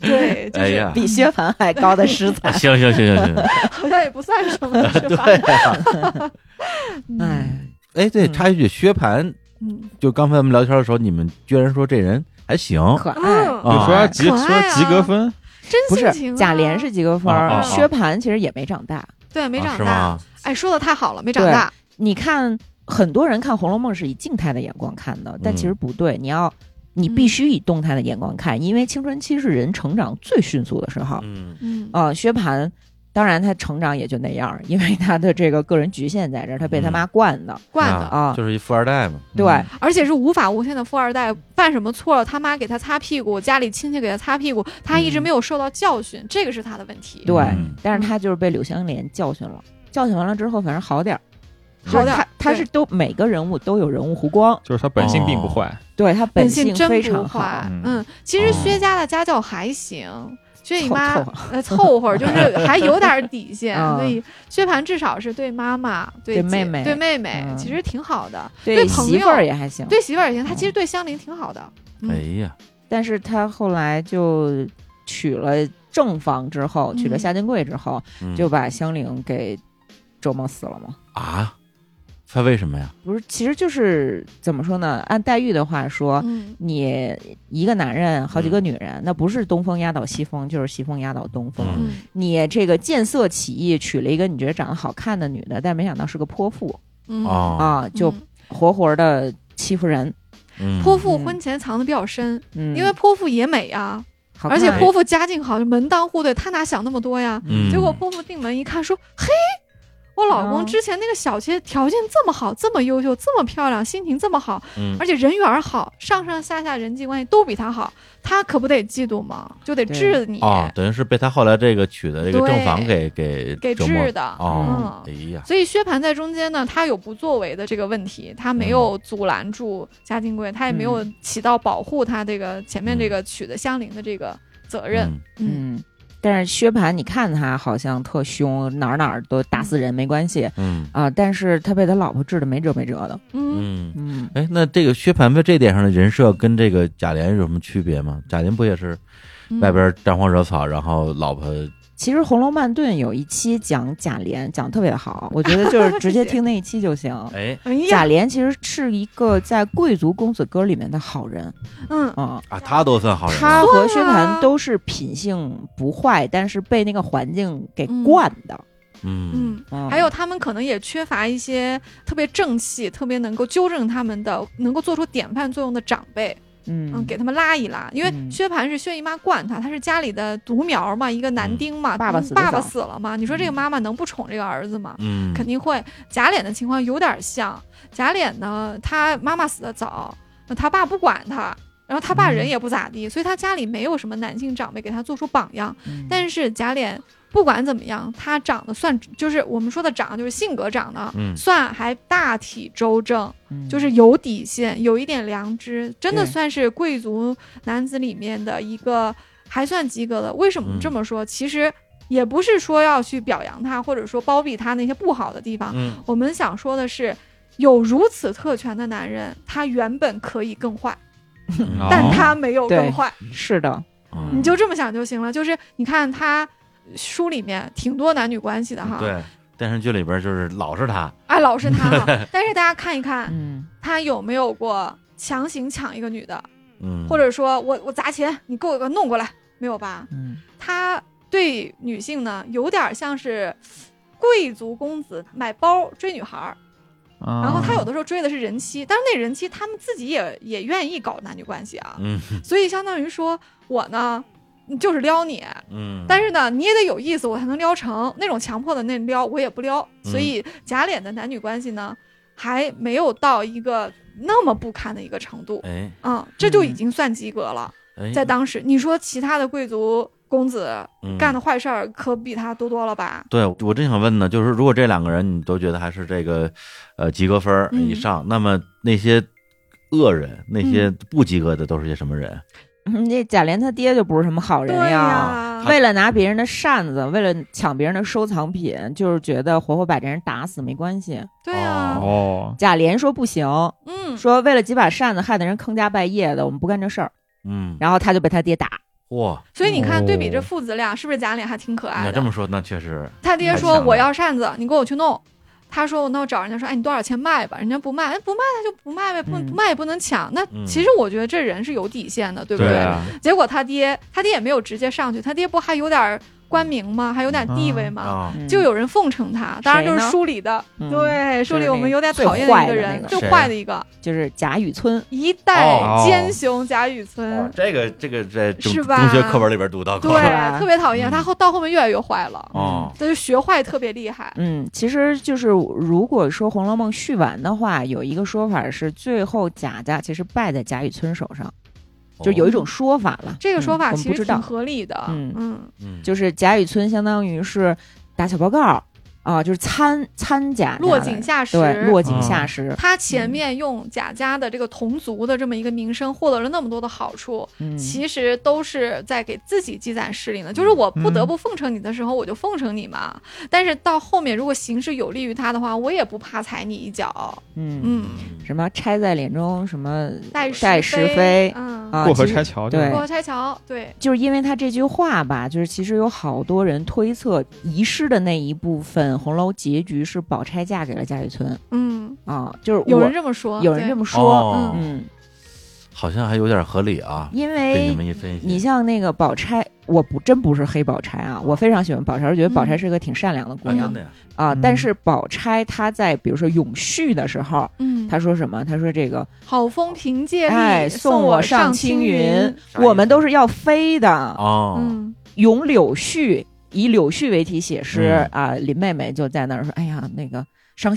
[SPEAKER 2] 对， [LAUGHS] 就
[SPEAKER 1] 哎
[SPEAKER 2] 是
[SPEAKER 1] 呀，
[SPEAKER 3] 比薛蟠还高的诗才。
[SPEAKER 1] 啊行行行行行，
[SPEAKER 2] 好像也不算什么，
[SPEAKER 1] [LAUGHS]
[SPEAKER 2] 是吧？
[SPEAKER 1] 对啊呀，
[SPEAKER 3] 哎，
[SPEAKER 1] 哎对，
[SPEAKER 3] 嗯
[SPEAKER 1] 插一句，薛蟠
[SPEAKER 2] 嗯，
[SPEAKER 1] 就刚才我们聊天的时候，你们居然说这人还行，
[SPEAKER 3] 可爱。
[SPEAKER 2] 嗯
[SPEAKER 1] 啊
[SPEAKER 4] 你说他及
[SPEAKER 2] 可
[SPEAKER 4] 说
[SPEAKER 2] 爱啊
[SPEAKER 4] 及格分，
[SPEAKER 3] 哎哦不
[SPEAKER 2] 真性情、
[SPEAKER 3] 是
[SPEAKER 2] 啊。
[SPEAKER 3] 贾琏是及格分
[SPEAKER 1] 啊
[SPEAKER 3] 儿，
[SPEAKER 1] 啊
[SPEAKER 2] 啊
[SPEAKER 3] 薛蟠其实也没长大。
[SPEAKER 2] 对没
[SPEAKER 1] 啊
[SPEAKER 2] 长
[SPEAKER 1] 是
[SPEAKER 2] 大、
[SPEAKER 1] 吗？
[SPEAKER 2] 哎，说的太好了，没长大。
[SPEAKER 3] 你看，很多人看《红楼梦》是以静态的眼光看
[SPEAKER 1] 嗯
[SPEAKER 3] 的，但其实不对。你要，你必须以动态的眼光看，因为青春期是人成长最迅速的时候。
[SPEAKER 1] 嗯
[SPEAKER 2] 嗯，
[SPEAKER 3] 呃，薛蟠，当然他成长也就那样儿，因为他的这个个人局限在这儿，他被他
[SPEAKER 1] 嗯
[SPEAKER 3] 妈惯的。
[SPEAKER 2] 惯的、
[SPEAKER 1] 啊
[SPEAKER 3] 啊
[SPEAKER 1] 就是一富二代嘛，
[SPEAKER 3] 对，
[SPEAKER 4] 嗯
[SPEAKER 2] 而且是无法无天的富二代，犯什么错了，他妈给他擦屁股，家里亲戚给他擦屁股，他一直没有受到教训，这个是他的问题。
[SPEAKER 3] 对
[SPEAKER 1] 嗯
[SPEAKER 3] 但是他就是被柳湘莲教训了，教训完了之后，反正好点儿。
[SPEAKER 2] 好
[SPEAKER 3] 就是
[SPEAKER 2] 点儿
[SPEAKER 3] 他他是都每个人物都有人物弧光，
[SPEAKER 4] 就是他本性并
[SPEAKER 1] 哦
[SPEAKER 4] 不坏，
[SPEAKER 3] 对他
[SPEAKER 2] 本
[SPEAKER 3] 性
[SPEAKER 2] 真
[SPEAKER 3] 非
[SPEAKER 2] 不
[SPEAKER 3] 常好
[SPEAKER 2] 坏，。
[SPEAKER 4] 嗯
[SPEAKER 2] 嗯，其实
[SPEAKER 1] 哦
[SPEAKER 2] 薛家的家教还行，薛姨妈
[SPEAKER 3] 凑凑合，
[SPEAKER 2] 呃凑合，就是还有点底线
[SPEAKER 3] 嗯
[SPEAKER 2] 所以薛蟠至少是对妈妈、对
[SPEAKER 3] 对
[SPEAKER 2] 姐
[SPEAKER 3] 妹妹
[SPEAKER 2] 对妹妹，
[SPEAKER 3] 嗯
[SPEAKER 2] 其实挺好的，
[SPEAKER 3] 对
[SPEAKER 2] 朋
[SPEAKER 3] 媳
[SPEAKER 2] 友
[SPEAKER 3] 妇儿也还行，
[SPEAKER 2] 对媳妇儿也行，他其实对香菱挺好的。嗯
[SPEAKER 1] 哎呀，
[SPEAKER 3] 但是他后来就娶了正房之后，
[SPEAKER 2] 嗯
[SPEAKER 3] 娶了夏金桂之后，
[SPEAKER 1] 嗯
[SPEAKER 3] 就把香菱给折磨死了嘛。
[SPEAKER 1] 啊，他为什么呀？
[SPEAKER 3] 不是，其实就是怎么说呢？按黛玉的话说，
[SPEAKER 2] 嗯，
[SPEAKER 3] 你一个男人好几个女人，那不是东风压倒西风，就是西风压倒东风。
[SPEAKER 1] 嗯
[SPEAKER 2] 嗯，
[SPEAKER 3] 你这个见色起意，娶了一个你觉得长得好看的女的，但没想到是个泼妇、
[SPEAKER 2] 嗯，
[SPEAKER 1] 哦，
[SPEAKER 3] 啊，就活活的欺负人。
[SPEAKER 1] 嗯
[SPEAKER 2] 泼妇婚前藏的比较深，
[SPEAKER 3] 嗯，
[SPEAKER 2] 因为泼妇也美呀，
[SPEAKER 3] 好看啊
[SPEAKER 2] 而且泼妇家境好，门当户对，他哪想那么多呀？
[SPEAKER 1] 嗯
[SPEAKER 2] 结果泼妇进门一看，说：“嘿，我老公
[SPEAKER 3] 啊
[SPEAKER 2] 之前那个小妾条件这么好，这么优秀，这么漂亮，心情这么好，
[SPEAKER 1] 嗯
[SPEAKER 2] 而且人缘好，上上下下人际关系都比他好，他可不得嫉妒吗？就得治你，
[SPEAKER 1] 哦，等于是被他后来这个娶的这个正房给给
[SPEAKER 2] 给
[SPEAKER 1] 折磨
[SPEAKER 2] 治的。
[SPEAKER 1] 哦，哎
[SPEAKER 2] 嗯
[SPEAKER 1] 呀，
[SPEAKER 2] 所以薛蟠在中间呢，他有不作为的这个问题，他没有
[SPEAKER 3] 嗯
[SPEAKER 2] 阻拦住嘉靖贵，他也没有起到保护他这个前面这个娶的香菱的这个责任。
[SPEAKER 1] 嗯
[SPEAKER 2] 嗯
[SPEAKER 3] 嗯，但是薛蟠，你看他好像特凶，哪儿哪儿都打死人没关系
[SPEAKER 1] 嗯
[SPEAKER 3] 啊、但是他被他老婆治的没辙没辙的。
[SPEAKER 2] 嗯，
[SPEAKER 1] 嗯。
[SPEAKER 3] 嗯，
[SPEAKER 1] 哎，那这个薛蟠在这点上的人设跟这个贾琏有什么区别吗？贾琏不也是
[SPEAKER 2] 嗯
[SPEAKER 1] 外边沾花惹草，然后老婆
[SPEAKER 3] 其实《红楼梦顿》有一期讲贾琏，讲得特别好，我觉得就是直接
[SPEAKER 2] 谢谢
[SPEAKER 3] 听那一期就行。
[SPEAKER 1] 哎
[SPEAKER 2] 哎呀
[SPEAKER 3] 贾，琏其实是一个在贵族公子哥里面的好人
[SPEAKER 2] 嗯，
[SPEAKER 3] 啊、
[SPEAKER 1] 啊，他都算好人
[SPEAKER 3] 他
[SPEAKER 1] 了，
[SPEAKER 3] 和薛
[SPEAKER 2] 算啊
[SPEAKER 3] 蟠都是品性不坏，但是被那个环境给惯的。
[SPEAKER 1] 嗯
[SPEAKER 2] 嗯。
[SPEAKER 3] 嗯
[SPEAKER 2] 还有他们可能也缺乏一些特别正气、特别能够纠正他们的、能够做出典范作用的长辈，嗯，
[SPEAKER 3] 嗯，
[SPEAKER 2] 给他们拉一拉。因为
[SPEAKER 3] 嗯
[SPEAKER 2] 薛蟠是薛姨妈惯他，他是家里的独苗嘛，一个男丁嘛，
[SPEAKER 3] 爸爸
[SPEAKER 2] 嗯
[SPEAKER 3] 死得
[SPEAKER 2] 爸爸
[SPEAKER 3] 早嗯
[SPEAKER 2] 死了嘛，你说这个妈妈能不宠这个儿子吗？
[SPEAKER 1] 嗯，
[SPEAKER 2] 肯定会。贾琏的情况有点像，贾琏呢，他妈妈死的早，那他爸不管他，然后他爸人也不咋
[SPEAKER 1] 嗯
[SPEAKER 2] 地，所以他家里没有什么男性长辈给他做出榜样。
[SPEAKER 3] 嗯
[SPEAKER 2] 但是贾琏不管怎么样，他长得算就是我们说的长，就是性格长得。
[SPEAKER 1] 嗯
[SPEAKER 2] 算还大体周正，
[SPEAKER 3] 嗯
[SPEAKER 2] 就是有底线，有一点良知，真的
[SPEAKER 3] 对
[SPEAKER 2] 算是贵族男子里面的一个还算及格的。为什么
[SPEAKER 1] 嗯
[SPEAKER 2] 这么说？其实也不是说要去表扬他，或者说包庇他那些不好的地方。
[SPEAKER 1] 嗯
[SPEAKER 2] 我们想说的是，有如此特权的男人，他原本可以更坏，
[SPEAKER 1] 嗯
[SPEAKER 2] 但
[SPEAKER 4] 哦
[SPEAKER 2] 他没有
[SPEAKER 3] 哦对
[SPEAKER 2] 更坏。
[SPEAKER 3] 是的，
[SPEAKER 1] 嗯
[SPEAKER 2] 你就这么想就行了。就是你看他书里面挺多男女关系的哈，
[SPEAKER 1] 对电视剧里边就是老是他，
[SPEAKER 2] 啊，老是他
[SPEAKER 3] [LAUGHS]
[SPEAKER 2] 哈。但是大家看一看，
[SPEAKER 3] 嗯，
[SPEAKER 2] 他有没有过强行抢一个女的，
[SPEAKER 1] 嗯，
[SPEAKER 2] 或者说我我砸钱，你给我个弄过来，没有吧？
[SPEAKER 3] 嗯，
[SPEAKER 2] 他对女性呢，有点像是贵族公子买包追女孩儿，
[SPEAKER 4] 然
[SPEAKER 1] 啊
[SPEAKER 2] 然后
[SPEAKER 4] 啊
[SPEAKER 2] 他有的时候追的是人妻，但是那人妻他们自己也也愿意搞男女关系啊，
[SPEAKER 1] 嗯
[SPEAKER 2] 所以相当于说我呢就是撩你，
[SPEAKER 1] 嗯，
[SPEAKER 2] 但是呢你也得有意思，我才能撩成那种强迫的那撩我也不撩，
[SPEAKER 1] 嗯
[SPEAKER 2] 所以假脸的男女关系呢还没有到一个那么不堪的一个程度，
[SPEAKER 1] 哎
[SPEAKER 2] 嗯，这就已经算及格了。
[SPEAKER 1] 哎，
[SPEAKER 2] 在当时，你说其他的贵族公子
[SPEAKER 1] 嗯
[SPEAKER 2] 干的坏事儿可比他多多了吧？
[SPEAKER 1] 对，我真想问呢，就是如果这两个人你都觉得还是这个，呃，及格分儿以
[SPEAKER 2] 嗯
[SPEAKER 1] 上，那么那些恶人、那些不及格的都是些什么人？
[SPEAKER 3] [LAUGHS] 嗯这贾琏他爹就不是什么好人
[SPEAKER 2] 对
[SPEAKER 3] 呀。
[SPEAKER 2] 呀、
[SPEAKER 3] 为了拿别人的扇子，为了抢别人的收藏品，就是觉得活活把这人打死没关系。
[SPEAKER 2] 对呀、
[SPEAKER 4] 哦，
[SPEAKER 3] 贾琏说不行，
[SPEAKER 2] 嗯，
[SPEAKER 3] 说为了几把扇子害得人坑家败业的，我们不干这事儿。
[SPEAKER 1] 嗯，
[SPEAKER 3] 然后他就被他爹打，
[SPEAKER 1] 哇，
[SPEAKER 2] 所以你看，
[SPEAKER 4] 哦
[SPEAKER 2] 对比这父子俩，是不是贾琏还挺可
[SPEAKER 1] 你
[SPEAKER 2] 爱
[SPEAKER 1] 要这
[SPEAKER 2] 的？
[SPEAKER 1] 么说，那确实，
[SPEAKER 2] 他爹
[SPEAKER 1] 太
[SPEAKER 2] 说
[SPEAKER 1] 强了
[SPEAKER 2] 我要扇子，你给我去弄。他说我那我找人家说，哎，你多少钱卖吧？人家不卖，哎不卖那就不卖呗，不
[SPEAKER 3] 嗯
[SPEAKER 2] 不卖也不能抢。那
[SPEAKER 1] 嗯
[SPEAKER 2] 其实我觉得这人是有底线的，对不
[SPEAKER 4] 对
[SPEAKER 2] 对？
[SPEAKER 4] 啊，
[SPEAKER 2] 结果他爹，他爹也没有直接上去，他爹不还有点官名吗？还有点地位吗？
[SPEAKER 1] 啊，
[SPEAKER 3] 嗯
[SPEAKER 2] 就有人奉承他，当然就是
[SPEAKER 3] 谁呢
[SPEAKER 2] 书里的，
[SPEAKER 3] 嗯
[SPEAKER 2] 对，书
[SPEAKER 3] 就是
[SPEAKER 2] 里
[SPEAKER 3] 那
[SPEAKER 2] 我们有点
[SPEAKER 3] 最
[SPEAKER 2] 讨厌的一
[SPEAKER 3] 坏的
[SPEAKER 2] 人
[SPEAKER 3] 那，个
[SPEAKER 2] 最
[SPEAKER 1] 谁啊
[SPEAKER 2] 坏的一个，
[SPEAKER 3] 嗯就是贾雨村。
[SPEAKER 2] 一代
[SPEAKER 4] 哦
[SPEAKER 2] 奸雄贾雨村
[SPEAKER 3] 嗯
[SPEAKER 1] 哇，
[SPEAKER 3] 哦
[SPEAKER 1] 这个这个在中
[SPEAKER 2] 是吧
[SPEAKER 1] 中学课本里边读到过，
[SPEAKER 3] 是吧
[SPEAKER 2] 对，特别讨厌。
[SPEAKER 1] 嗯
[SPEAKER 2] 他后到后面越来越坏了，
[SPEAKER 1] 哦，
[SPEAKER 2] 他就学坏特别厉害。
[SPEAKER 3] 嗯，其实就是如果说《红楼梦》续完的话，有一个说法是最后贾家其实败在贾雨村手上，就有一种说法了。
[SPEAKER 2] 哦这个说
[SPEAKER 3] 嗯
[SPEAKER 2] 法
[SPEAKER 3] 我们
[SPEAKER 2] 其
[SPEAKER 3] 不
[SPEAKER 2] 实
[SPEAKER 3] 知
[SPEAKER 2] 挺
[SPEAKER 3] 道，
[SPEAKER 2] 合理的，
[SPEAKER 3] 嗯
[SPEAKER 2] 嗯
[SPEAKER 1] 嗯，
[SPEAKER 3] 就是贾雨村相当于是打小报告啊、就是参参贾家
[SPEAKER 2] 落
[SPEAKER 3] 的
[SPEAKER 2] 井下石。
[SPEAKER 3] 对落井
[SPEAKER 4] 嗯
[SPEAKER 3] 下
[SPEAKER 1] 啊
[SPEAKER 3] 石。
[SPEAKER 2] 他前面用贾家的这个同族的这么一个名声获得了那么多的好处，
[SPEAKER 3] 嗯，
[SPEAKER 2] 其实都是在给自己积攒势力呢。就是我不
[SPEAKER 3] 嗯
[SPEAKER 2] 得不奉承你的时候，我就奉承你嘛。但是到后面如果形势有利于他的话，我也不怕踩你一脚。
[SPEAKER 3] 嗯，
[SPEAKER 2] 嗯，
[SPEAKER 3] 什么拆在脸中，什么
[SPEAKER 2] 戴
[SPEAKER 3] 戴
[SPEAKER 2] 是
[SPEAKER 3] 是
[SPEAKER 2] 非
[SPEAKER 3] 非，
[SPEAKER 2] 嗯，
[SPEAKER 3] 啊，
[SPEAKER 4] 过河
[SPEAKER 3] 其实
[SPEAKER 4] 拆桥
[SPEAKER 3] 对
[SPEAKER 2] 过河拆桥，对，
[SPEAKER 3] 就是因为他这句话吧，就是其实有好多人推测遗失的那一部分红楼结局是宝钗嫁给了贾雨村
[SPEAKER 2] 嗯，
[SPEAKER 3] 啊，就是我
[SPEAKER 2] 有人这么说，
[SPEAKER 3] 有人
[SPEAKER 2] 对
[SPEAKER 3] 这么说，
[SPEAKER 1] 哦，
[SPEAKER 3] 嗯，
[SPEAKER 1] 好像还有点合理啊，
[SPEAKER 3] 因
[SPEAKER 1] 被你
[SPEAKER 3] 为
[SPEAKER 1] 们一分析，
[SPEAKER 3] 你像那个宝钗，我不真不是黑宝钗啊，我非常喜欢宝钗，我觉得宝
[SPEAKER 2] 嗯
[SPEAKER 3] 钗是个挺善良的姑
[SPEAKER 1] 啊真
[SPEAKER 3] 娘
[SPEAKER 1] 的呀，
[SPEAKER 3] 啊
[SPEAKER 4] 嗯，
[SPEAKER 3] 但是宝钗她在比如说咏絮的时候，
[SPEAKER 2] 嗯，
[SPEAKER 3] 她说什么？她说这个
[SPEAKER 2] 好风凭借力，
[SPEAKER 3] 哎
[SPEAKER 2] 送
[SPEAKER 3] 送我上
[SPEAKER 2] 上
[SPEAKER 3] 青
[SPEAKER 2] 云
[SPEAKER 3] 云。
[SPEAKER 1] 啥意思
[SPEAKER 3] 我们都是要飞的，
[SPEAKER 1] 哦，
[SPEAKER 2] 嗯，
[SPEAKER 3] 咏柳絮，以柳絮为题写诗
[SPEAKER 1] 嗯
[SPEAKER 3] 啊、林妹妹就在那儿说：“哎呀，那个 伤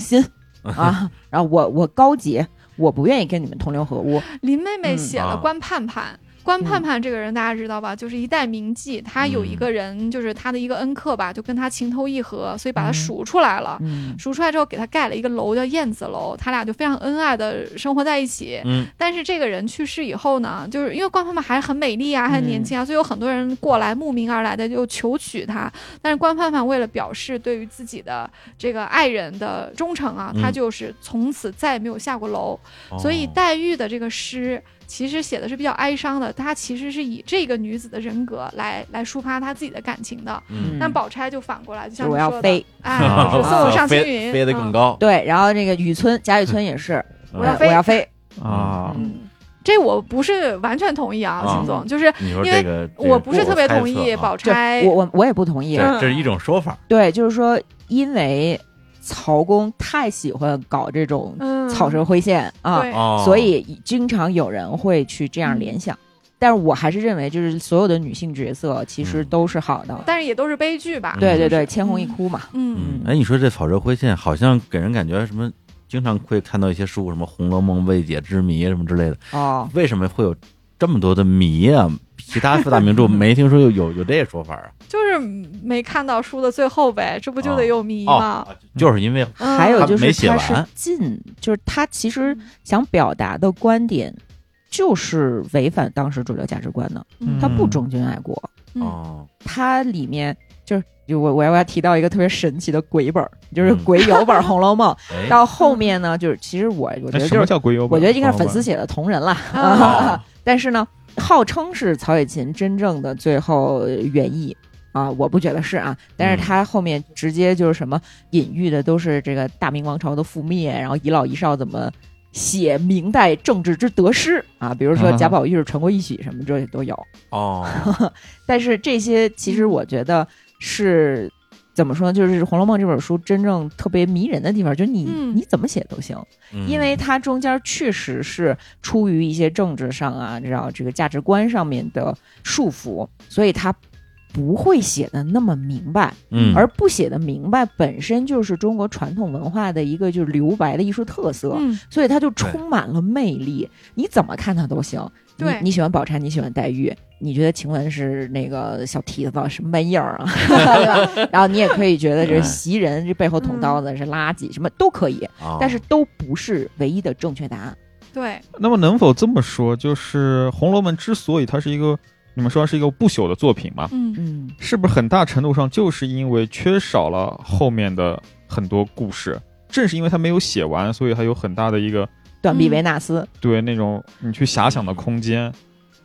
[SPEAKER 1] [LAUGHS]
[SPEAKER 3] 心啊，然后我我高洁，我不愿意跟你们同流合污。
[SPEAKER 2] 林妹妹
[SPEAKER 3] 嗯
[SPEAKER 2] 写了
[SPEAKER 1] 啊
[SPEAKER 2] 关盼盼。关盼盼这个人大家知道吧？就是一代名妓，她有一个人，就是她的一个恩客吧，就跟她情投意合，所以把她
[SPEAKER 3] 嗯
[SPEAKER 2] 赎出来了。
[SPEAKER 3] 嗯
[SPEAKER 2] 赎出来之后，给她盖了一个楼叫燕子楼，他俩就非常恩爱的生活在一起。
[SPEAKER 1] 嗯，
[SPEAKER 2] 但是这个人去世以后呢，就是因为关盼盼还很美丽
[SPEAKER 1] 嗯
[SPEAKER 2] 啊，还很年轻啊，所以有很多人过来慕名而来的就求娶她。但是关盼盼为了表示对于自己的这个爱人的忠诚啊，
[SPEAKER 1] 嗯
[SPEAKER 2] 她就是从此再也没有下过楼。所以
[SPEAKER 1] 哦
[SPEAKER 2] 黛玉的这个诗其实写的是比较哀伤的，她其实是以这个女子的人格来来抒发她自己的感情的。
[SPEAKER 1] 嗯
[SPEAKER 3] 嗯
[SPEAKER 2] 但宝钗就反过来，就像
[SPEAKER 3] 就
[SPEAKER 2] 你
[SPEAKER 3] 我要
[SPEAKER 2] 说的
[SPEAKER 3] 飞，
[SPEAKER 1] [LAUGHS]
[SPEAKER 2] 哎，
[SPEAKER 1] 啊
[SPEAKER 2] 就是送我上啊青
[SPEAKER 1] 飞
[SPEAKER 2] 云，
[SPEAKER 1] 飞得更高，
[SPEAKER 3] 嗯对，然后那个雨村贾雨村也是，
[SPEAKER 2] 嗯，我要
[SPEAKER 3] 哎
[SPEAKER 2] 飞，
[SPEAKER 3] 我要。飞。
[SPEAKER 1] 哦
[SPEAKER 4] 啊，
[SPEAKER 3] 嗯，
[SPEAKER 2] 这我不是完全同意啊，
[SPEAKER 1] 啊
[SPEAKER 2] 秦总，就是
[SPEAKER 1] 你说
[SPEAKER 2] 因
[SPEAKER 1] 这
[SPEAKER 2] 为
[SPEAKER 1] 个，这个
[SPEAKER 2] 我不是特别同
[SPEAKER 1] 我猜
[SPEAKER 2] 意
[SPEAKER 1] 测啊
[SPEAKER 2] 宝
[SPEAKER 3] 这
[SPEAKER 2] 钗
[SPEAKER 3] 我我我也不同意。
[SPEAKER 1] 这这是一种说法，
[SPEAKER 3] 对，就是说，因为曹公太喜欢搞这种
[SPEAKER 2] 嗯
[SPEAKER 3] 草蛇灰线、啊，
[SPEAKER 2] 对
[SPEAKER 1] 哦，
[SPEAKER 3] 所以经常有人会去这样
[SPEAKER 2] 嗯
[SPEAKER 3] 联想。但是我还是认为，就是所有的女性角色其实
[SPEAKER 1] 嗯
[SPEAKER 3] 都是好的。
[SPEAKER 2] 但是也都是悲剧吧？
[SPEAKER 3] 对对
[SPEAKER 2] 就是
[SPEAKER 3] 对，千红一，哭嘛。
[SPEAKER 2] 嗯，
[SPEAKER 1] 嗯，哎，你说这草蛇灰线好像给人感觉什么？经常会看到一些书，什么《红楼梦》《未解之谜》什么之类的，
[SPEAKER 3] 哦，
[SPEAKER 1] 为什么会有这么多的谜啊？其他四大名著 [LAUGHS] 没听说有有有这说法啊？
[SPEAKER 2] 就是没看到书的最后呗，这不就得有谜吗？
[SPEAKER 1] 哦，就是因为
[SPEAKER 2] 嗯
[SPEAKER 3] 还有
[SPEAKER 1] 他
[SPEAKER 3] 就
[SPEAKER 1] 没
[SPEAKER 3] 是
[SPEAKER 1] 写
[SPEAKER 3] 他是
[SPEAKER 1] 完
[SPEAKER 3] 进，就是他其实想表达的观点，就是违反当时主流价值观的。
[SPEAKER 2] 嗯
[SPEAKER 3] 他不忠君爱国，
[SPEAKER 2] 嗯
[SPEAKER 1] 哦，
[SPEAKER 3] 他里面就是就我我要我要提到一个特别神奇的鬼本儿，就是
[SPEAKER 1] 嗯。
[SPEAKER 3] 鬼友本《红楼梦》
[SPEAKER 4] [LAUGHS]
[SPEAKER 1] 哎，
[SPEAKER 3] 到后面呢，就是其实我我觉得
[SPEAKER 4] 哎什
[SPEAKER 3] 就
[SPEAKER 4] 么
[SPEAKER 3] 是
[SPEAKER 4] 叫鬼友本？
[SPEAKER 3] 我觉得应该是粉
[SPEAKER 4] 朋友
[SPEAKER 3] 丝写的同人啦，
[SPEAKER 2] 嗯
[SPEAKER 1] 啊
[SPEAKER 3] [LAUGHS] 但是呢，号称是曹雪芹真正的最后原意啊，我不觉得是啊。但是他后面直接就是什么隐喻的都是这个大明王朝的覆灭，然后遗老遗少怎么写明代政治之得失啊，比如说
[SPEAKER 4] 嗯
[SPEAKER 3] 贾宝玉是传国一喜什么这些都有。
[SPEAKER 2] [LAUGHS]
[SPEAKER 1] 哦，
[SPEAKER 3] 但是这些其实我觉得是。怎么说呢？就是《红楼梦》这本书真正特别迷人的地方，就是你、
[SPEAKER 2] 嗯
[SPEAKER 3] 你怎么写都行，
[SPEAKER 1] 嗯
[SPEAKER 3] 因为它中间确实是出于一些政治上啊，然后这个价值观上面的束缚，所以它不会写的那么明白，
[SPEAKER 1] 嗯
[SPEAKER 3] 而不写的明白本身就是中国传统文化的一个就是留白的艺术特色，
[SPEAKER 1] 哦
[SPEAKER 2] 嗯，
[SPEAKER 3] 所以它就充满了魅力，你怎么看它都行。你
[SPEAKER 2] 对
[SPEAKER 3] 你喜欢宝钗，你喜欢黛玉，你觉得晴雯是那个小蹄子什么玩意儿啊？ [LAUGHS] 对吧然后你也可以觉得这
[SPEAKER 1] 嗯
[SPEAKER 3] 袭人这背后捅刀
[SPEAKER 2] 嗯
[SPEAKER 3] 子是垃圾，什么都可以。
[SPEAKER 1] 哦
[SPEAKER 3] 但是都不是唯一的正确答案。
[SPEAKER 2] 对，
[SPEAKER 4] 那么能否这么说，就是《红楼梦》之所以它是一个你们说它是一个不朽的作品嘛，
[SPEAKER 2] 嗯
[SPEAKER 3] 嗯，
[SPEAKER 4] 是不是很大程度上就是因为缺少了后面的很多故事？正是因为它没有写完，所以它有很大的一个
[SPEAKER 3] 断臂
[SPEAKER 2] 嗯
[SPEAKER 3] 维纳斯，
[SPEAKER 4] 对那种你去遐想的空间，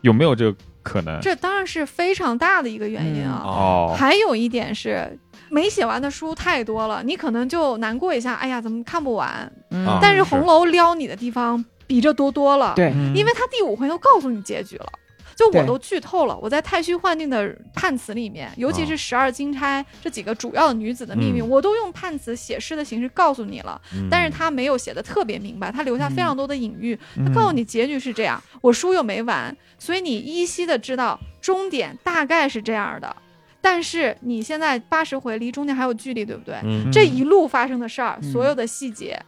[SPEAKER 4] 有没有这个可能？
[SPEAKER 2] 这当然是非常大的一个原因啊。
[SPEAKER 1] 哦，
[SPEAKER 2] 还有一点是，没写完的书太多了，你可能就难过一下，哎呀，怎么看不完？
[SPEAKER 3] 嗯
[SPEAKER 1] 啊
[SPEAKER 2] 但是
[SPEAKER 1] 是
[SPEAKER 2] 红楼撩你的地方比这多多了，
[SPEAKER 3] 对
[SPEAKER 4] 嗯
[SPEAKER 2] 因为他第五回都告诉你结局了。就我
[SPEAKER 3] 对
[SPEAKER 2] 都剧透了，我在太虚幻境的判词里面，尤其
[SPEAKER 1] 哦
[SPEAKER 2] 是十二金钗这几个主要的女子的命运，
[SPEAKER 1] 嗯
[SPEAKER 2] 我都用判词写诗的形式告诉你了。
[SPEAKER 1] 嗯
[SPEAKER 2] 但是他没有写的特别明白，他留下非常多的隐喻，他
[SPEAKER 4] 嗯
[SPEAKER 2] 告诉你结局是这样，我书又没完，所以你依稀的知道终点大概是这样的，但是你现在八十回离终点还有距离，对不对？
[SPEAKER 1] 嗯
[SPEAKER 2] 这一路发生的事儿，
[SPEAKER 3] 嗯
[SPEAKER 2] 所有的细节，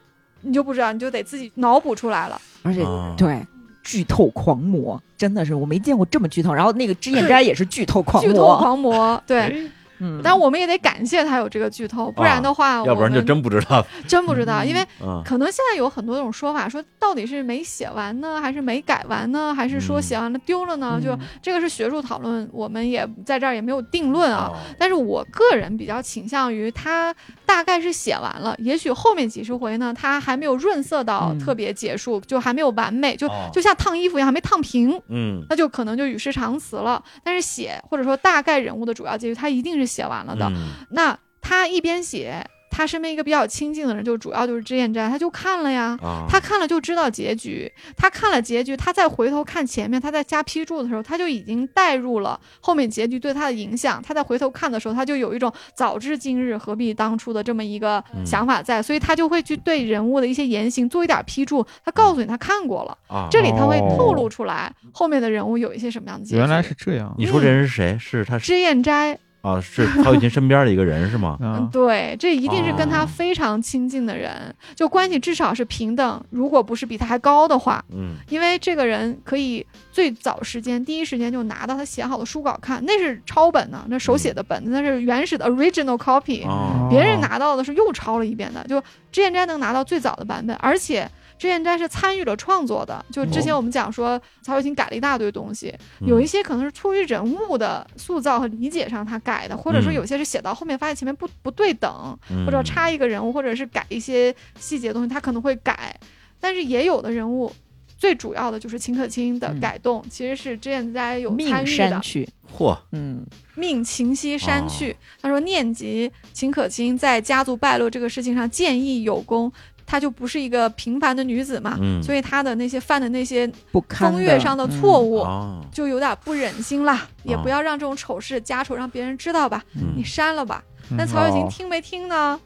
[SPEAKER 2] 你就不知道，你就得自己脑补出来了。
[SPEAKER 3] 而且
[SPEAKER 1] 啊
[SPEAKER 3] 对。剧透狂魔真的是我没见过这么剧透，然后那个脂砚斋也是剧透狂
[SPEAKER 2] 剧透
[SPEAKER 3] 魔，
[SPEAKER 2] 狂魔，对，
[SPEAKER 1] 哎
[SPEAKER 3] 嗯，
[SPEAKER 2] 但我们也得感谢他有这个剧透，不然的话，
[SPEAKER 1] 要不然就
[SPEAKER 2] 我们
[SPEAKER 1] 真不知道了，
[SPEAKER 2] 真不知道，
[SPEAKER 3] 嗯
[SPEAKER 2] 因为
[SPEAKER 1] 嗯，
[SPEAKER 2] 可能现在有很多种说法，说到底是没写完呢，还是没改完呢，还是说
[SPEAKER 1] 嗯
[SPEAKER 2] 写完了丢了呢？
[SPEAKER 3] 嗯
[SPEAKER 2] 就这个是学术讨论，我们也在这儿也没有定论啊。
[SPEAKER 1] 哦
[SPEAKER 2] 但是我个人比较倾向于他大概是写完了，也许后面几十回呢，他还没有润色到
[SPEAKER 3] 嗯
[SPEAKER 2] 特别结束，就还没有完美，就、
[SPEAKER 1] 哦
[SPEAKER 2] 就像烫衣服一样，还没烫平，
[SPEAKER 1] 嗯
[SPEAKER 2] 那就可能就与世长辞了。但是写或者说大概人物的主要结局，他一定是写完了的。
[SPEAKER 1] 嗯
[SPEAKER 2] 那他一边写，他身边一个比较亲近的人，就主要就是脂砚斋，他就看了呀。
[SPEAKER 4] 哦
[SPEAKER 1] 啊，
[SPEAKER 2] 他看了就知道结局，他看了结局，他再回头看前面，他在加批注的时候，他就已经带入了后面结局对他的影响。他在回头看的时候，他就有一种早知今日何必当初的这么一个
[SPEAKER 1] 嗯
[SPEAKER 2] 想法在，所以他就会去对人物的一些言行做一点批注。他告诉你他看过了，
[SPEAKER 1] 啊，
[SPEAKER 2] 这里他会
[SPEAKER 4] 哦
[SPEAKER 2] 透露出来后面的人物有一些什么样的结局。
[SPEAKER 4] 原来是这样啊
[SPEAKER 1] 你说这
[SPEAKER 2] 嗯
[SPEAKER 1] 人是谁？是他是
[SPEAKER 2] 脂砚斋，
[SPEAKER 1] 啊，是曹雪芹身边的一个人是吗？
[SPEAKER 2] 嗯
[SPEAKER 4] 啊，，
[SPEAKER 2] 对，这一定是跟他
[SPEAKER 1] 哦
[SPEAKER 2] 非常亲近的人，就关系至少是平等，如果不是比他还高的话，
[SPEAKER 1] [LAUGHS] 嗯，
[SPEAKER 2] 因为这个人可以最早时间、第一时间就拿到他写好的书稿看，那是抄本呢，那手写的本子，那是原始的 original copy，、
[SPEAKER 1] 嗯哦，
[SPEAKER 2] 别人啊拿到的是又抄了一遍的。就脂砚斋能拿到最早的版本，而且脂砚斋是参与了创作的。就之
[SPEAKER 1] 哦
[SPEAKER 2] 前我们讲说，曹雪芹改了一大堆东西，嗯
[SPEAKER 1] 嗯
[SPEAKER 2] 有一些可能是出于人物的塑造和理解上他改的，或者说
[SPEAKER 1] 嗯
[SPEAKER 2] 有些是写到后面发现前面不不对等，
[SPEAKER 1] 嗯
[SPEAKER 2] 或者插一个人物，或者是改一些细节的东西，他可能会改。但是也有的人物，最主要的就是秦可卿的
[SPEAKER 3] 嗯
[SPEAKER 2] 改动，其实是之前大家有参
[SPEAKER 3] 命
[SPEAKER 2] 与
[SPEAKER 3] 删
[SPEAKER 2] 的。
[SPEAKER 3] 去，
[SPEAKER 1] 嚯，
[SPEAKER 2] 啊
[SPEAKER 3] 嗯，
[SPEAKER 2] 命秦西删去，
[SPEAKER 1] 哦
[SPEAKER 2] 他说念及秦可卿在家族败落这个事情上见义有功，她就不是一个平凡的女子嘛，
[SPEAKER 1] 嗯
[SPEAKER 2] 所以她的那些犯的那些
[SPEAKER 3] 不堪嗯
[SPEAKER 2] 风月上的错
[SPEAKER 3] 误，
[SPEAKER 2] 误。
[SPEAKER 1] 啊，
[SPEAKER 2] 就有点不忍心啦，也
[SPEAKER 1] 哦
[SPEAKER 2] 不要让这种丑事家丑让别人知道吧，
[SPEAKER 1] 嗯
[SPEAKER 2] 你删了吧。但
[SPEAKER 4] 嗯
[SPEAKER 2] 曹雪芹
[SPEAKER 4] 哦
[SPEAKER 2] 听没听呢？